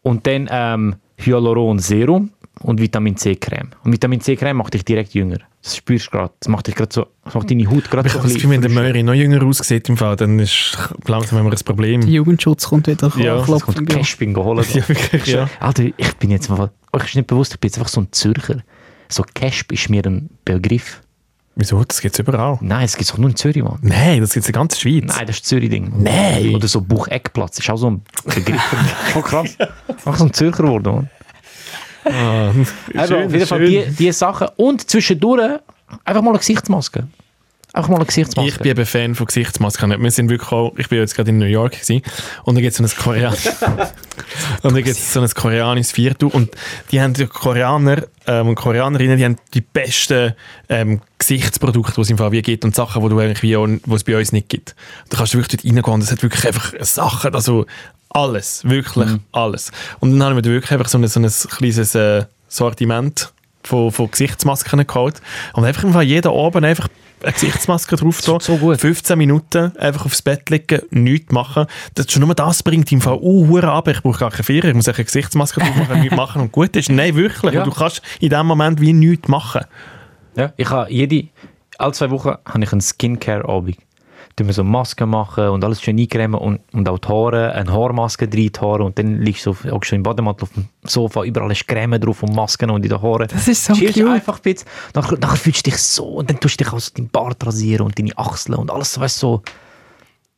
Speaker 5: und dann ähm, Hyaluron Serum und Vitamin C Creme. Und Vitamin C Creme macht dich direkt jünger. Das spürst du gerade. Das macht dich gerade so, das macht deine Haut gerade
Speaker 1: Ich
Speaker 5: so
Speaker 1: habe das Gefühl, wenn der Möhre noch jünger aussieht im Fall, dann ist langsam haben wir ein
Speaker 3: Der
Speaker 1: Problem.
Speaker 3: Jugendschutz kommt wieder
Speaker 1: Ja, das
Speaker 5: Das kommt
Speaker 1: <laughs>
Speaker 5: Cashping geholt.
Speaker 1: Ja, wirklich, ja.
Speaker 5: Alter, ich bin jetzt mal, euch ist nicht bewusst, ich bin jetzt einfach so ein Zürcher. So Casp ist mir ein Begriff.
Speaker 1: Wieso? Das gibt es überall.
Speaker 5: Nein, es gibt es doch nur in Zürich, Mann.
Speaker 1: Nein, das gibt es in der ganzen Schweiz.
Speaker 5: Nein, das ist Zürich-Ding.
Speaker 1: Nein.
Speaker 5: Oder so Bucheckplatz. Ist auch so ein
Speaker 1: <laughs>
Speaker 5: Begriff. Voll krass. Einfach so ein Zürcher geworden, Mann.
Speaker 1: Ah,
Speaker 5: Aber Also, auf jeden Fall die, die Sachen. Und zwischendurch einfach mal eine Gesichtsmaske. Einfach mal eine Gesichtsmaske.
Speaker 1: Ich bin eben Fan von Gesichtsmasken. Wir sind wirklich auch, ich bin jetzt gerade in New York gewesen, und da gibt es so ein Korean und da gibt's so ein koreanisches Viertel und die haben die Koreaner ähm, und Koreanerinnen, die haben die besten ähm, Gesichtsprodukte, die es im Fall wie gibt und Sachen, die du eigentlich wie auch, wo es bei uns nicht gibt. Da kannst du wirklich dort reingehen und es hat wirklich einfach Sachen, also alles, wirklich alles. Und dann haben wir da wirklich einfach so ein, so ein kleines äh, Sortiment von, von Gesichtsmasken geholt und einfach im Fall jeden Abend einfach eine Gesichtsmaske drauf tun.
Speaker 5: so gut.
Speaker 1: 15 Minuten einfach aufs Bett liegen, nichts machen. Das, schon nur das bringt im Fall uh, hure ab. Ich brauche gar keine Ferien, ich muss einfach eine Gesichtsmaske drauf machen, nichts machen und gut ist. Nein, wirklich.
Speaker 5: Ja.
Speaker 1: Und du kannst in dem Moment wie nichts machen.
Speaker 5: Ja. Ich habe jede, alle zwei Wochen habe ich einen Skincare-Abend. Da müssen wir so Masken machen und alles schön eincremen und, und auch die Haare, eine Haarmaske drin, die Haare und dann liegst du auf, auch schon im Bademantel auf dem Sofa, überall ist Creme drauf und Masken und in den Haaren.
Speaker 3: Das ist so
Speaker 5: Chillst
Speaker 3: cute.
Speaker 5: einfach ein bisschen, nachher, nachher fühlst du dich so und dann tust du dich auch so deinen Bart rasieren und deine Achseln und alles so, weißt du, so,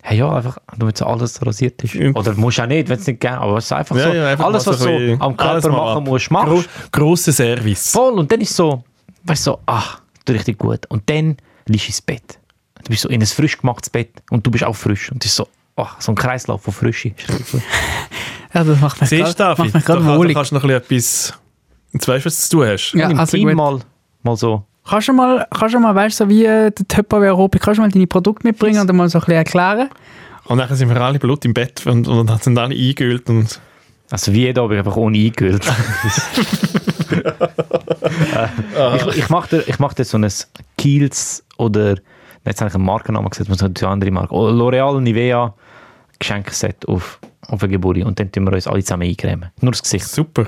Speaker 5: hey, ja, einfach, damit so alles rasiert ist.
Speaker 1: Ja.
Speaker 5: Oder musst du auch nicht, wenn es nicht geht, aber es ist einfach so,
Speaker 1: einfach
Speaker 5: alles,
Speaker 1: mal
Speaker 5: was du
Speaker 1: ein bisschen-
Speaker 5: so am
Speaker 1: alles
Speaker 5: Körper
Speaker 1: mal
Speaker 5: machen
Speaker 1: ab.
Speaker 5: musst, machst
Speaker 1: Gro grosser Service.
Speaker 5: voll und dann ist so, weißt du, so, ach, tut richtig gut. Und dann liegst du ins Bett. Du bist so in ein frisch gemachtes Bett und du bist auch frisch. Und es ist so, ach, so ein Kreislauf von Frische. Ist richtig gut.
Speaker 3: Ja, das macht mich
Speaker 1: Siehst du, David,
Speaker 3: grad- macht mich
Speaker 1: da,
Speaker 3: gerade
Speaker 1: kann- da
Speaker 3: wohlig.
Speaker 1: kannst du noch ein bisschen etwas... Jetzt weißt du, was du hast.
Speaker 3: Ja,
Speaker 5: Im
Speaker 3: also
Speaker 5: Team
Speaker 3: gut.
Speaker 5: mal, mal so.
Speaker 3: Kannst du mal, kannst du mal weißt du, so wie äh, der Tupperware Europa, kannst du mal deine Produkte mitbringen und dann mal so ein bisschen erklären?
Speaker 1: Und dann sind wir alle blut im Bett und, und sind alle eingeölt und...
Speaker 5: Also wie jeder, aber einfach ohne eingehüllt. Äh, ich ich mache dir, ich mach dir so ein Kiels oder, jetzt habe ich einen Markennamen gesagt, muss noch die andere Marke, Oh, L'Oreal Nivea Geschenkset auf, auf der Geburt. Und dann tun wir uns alle zusammen eincremen. Nur das Gesicht.
Speaker 1: Super.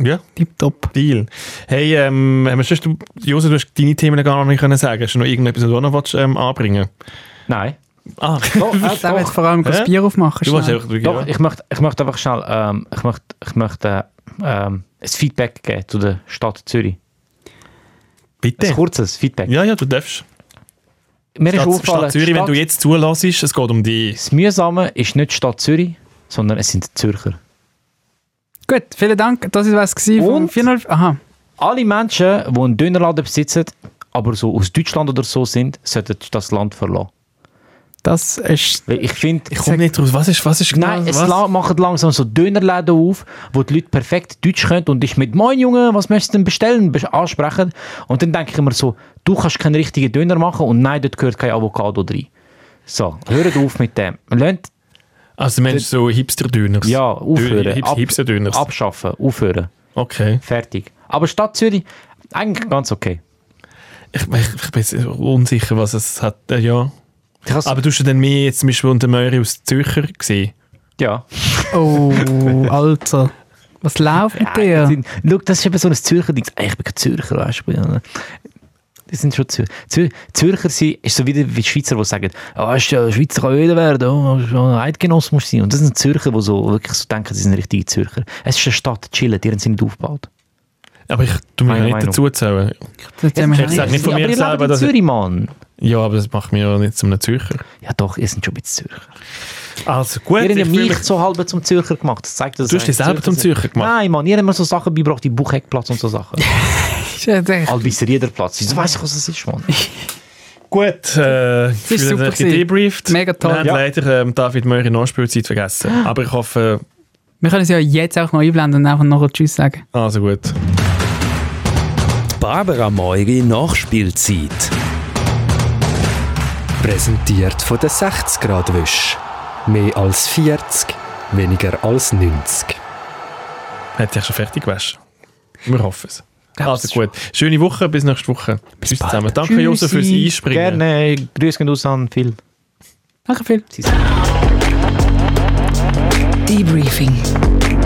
Speaker 1: Ja.
Speaker 3: Tipptopp.
Speaker 1: Deal. Hey, ähm, haben wir sonst, du, Jose, du hast deine Themen gar noch nicht können sagen. Hast du noch irgendetwas, was du auch noch willst, ähm, anbringen
Speaker 5: Nein. <laughs>
Speaker 1: Ah,
Speaker 5: Oh, äh,
Speaker 3: Der
Speaker 5: doch.
Speaker 3: wird vor allem das
Speaker 1: Hä?
Speaker 3: Bier aufmachen.
Speaker 1: du willst
Speaker 3: schnell.
Speaker 1: einfach wirklich...
Speaker 5: Doch,
Speaker 1: ja.
Speaker 5: ich möchte, ich möchte einfach schnell ähm, ich möchte, ich möchte, äh, ähm, ein Feedback geben zu der Stadt Zürich. Ein
Speaker 1: Bitte.
Speaker 5: kurzes Feedback.
Speaker 1: Ja, ja, du darfst.
Speaker 5: Mir ist
Speaker 1: Stadt,
Speaker 5: aufgefallen,
Speaker 1: Stadt Zürich, wenn
Speaker 5: Stadt-
Speaker 1: du jetzt zulässt, es geht um dich.
Speaker 5: das Mühsame ist nicht die Stadt Zürich, sondern es sind die Zürcher.
Speaker 3: Gut, vielen Dank. Das war es gewesen vom
Speaker 5: Und?
Speaker 3: 405. Aha.
Speaker 5: Alle Menschen, die einen Dönerladen besitzen, aber so aus Deutschland oder so sind, sollten das Land verlassen.
Speaker 3: Das ist
Speaker 5: Weil ich finde,
Speaker 1: Ich komme nicht raus. Was ist, was ist genau?
Speaker 5: Nein, es
Speaker 1: was?
Speaker 5: la machen langsam so Dönerläden auf, wo die Leute perfekt Deutsch können und ich mit «Moin Junge, was möchtest du denn bestellen?» bes- ansprechen. Und dann denke ich immer so, du kannst keinen richtigen Döner machen und nein, dort gehört kein Avocado rein. So, hört auf mit dem. Lernt,
Speaker 1: Also, Mensch, so Hipster-Döners.
Speaker 5: ja, aufhören.
Speaker 1: Hip
Speaker 5: Ab-
Speaker 1: Hipster-Döners.
Speaker 5: Abschaffen, aufhören.
Speaker 1: Okay.
Speaker 5: Fertig. Aber Stadt Zürich, eigentlich ganz okay.
Speaker 1: Ich, ich, ich bin jetzt unsicher, was es hat. Äh, ja.
Speaker 5: Ich has-
Speaker 1: Aber du hast ja dann mehr jetzt zum Beispiel unter Möri aus Zürcher gesehen.
Speaker 5: ja.
Speaker 1: <laughs>
Speaker 3: Oh, Alter. Was läuft mit
Speaker 5: Das
Speaker 3: dir?
Speaker 5: sind- Schau, das ist eben so ein Zürcher Ding. Ah, Ich bin kein Zürcher, weißt du. ich bin- Die sind schon Zürcher. Zür Zürcher sind, ist so wieder wie die Schweizer, die sagen, ah, ist ja, Schweizer kann jeder werden, oh, ist ja ein Eidgenoss muss sein. Und das sind Zürcher, die so, wirklich so denken, sie sind richtige Zürcher. Es ist eine Stadt, chillen, die haben sie nicht aufgebaut.
Speaker 1: Aber ich tu mich
Speaker 5: Meine
Speaker 1: nicht
Speaker 5: Meinung.
Speaker 1: dazu zählen.
Speaker 3: Das haben wir
Speaker 1: Ich sag
Speaker 3: nicht.
Speaker 1: nicht von
Speaker 5: aber
Speaker 1: mir
Speaker 5: ihr lebt
Speaker 1: selber,
Speaker 5: in
Speaker 1: dass ich-
Speaker 5: Zürich, Mann.
Speaker 1: Ja, aber das macht mich ja nicht zu einem Zürcher.
Speaker 5: Ja doch, ihr sind schon ein bisschen Zürcher.
Speaker 1: Also gut,
Speaker 5: Ihr habt ja
Speaker 1: ich fühl
Speaker 5: mich
Speaker 1: mich-
Speaker 5: so halb zum Zürcher gemacht. Das zeigt, dass
Speaker 1: Du hast dich
Speaker 5: eigentlich
Speaker 1: selber zum
Speaker 5: sind.
Speaker 1: Zürcher gemacht.
Speaker 5: Nein, Mann, ihr habt mir so Sachen beigebracht, die Buchheckplatz und
Speaker 1: <laughs>
Speaker 5: so Sachen. Albisser Riederplatz. Wieso weiss ich, was das ist, Mann?
Speaker 1: Gut, äh, ich
Speaker 3: ist
Speaker 1: fühle
Speaker 3: super
Speaker 1: mich
Speaker 3: gewesen.
Speaker 1: gedebrieft.
Speaker 3: Mega toll.
Speaker 1: Wir haben
Speaker 3: Ja.
Speaker 1: leider ähm, David Möri Nachspielzeit vergessen. Aber ich hoffe,
Speaker 3: Wir können es ja jetzt auch noch einblenden und einfach noch Tschüss sagen.
Speaker 1: also gut.
Speaker 6: Barbara Meuri Nachspielzeit. Präsentiert von der 60 Grad Wisch. Mehr als 40, weniger als 90.
Speaker 1: Hat sich schon fertig gewaschen. Wir hoffen es. Also gut, schöne Woche, bis nächste Woche. Bis Tschüss zusammen. Danke Josef fürs
Speaker 5: Tschüssi.
Speaker 1: Einspringen.
Speaker 5: Gerne. Grüße gehen raus an Phil.
Speaker 3: Danke viel.
Speaker 4: Debriefing.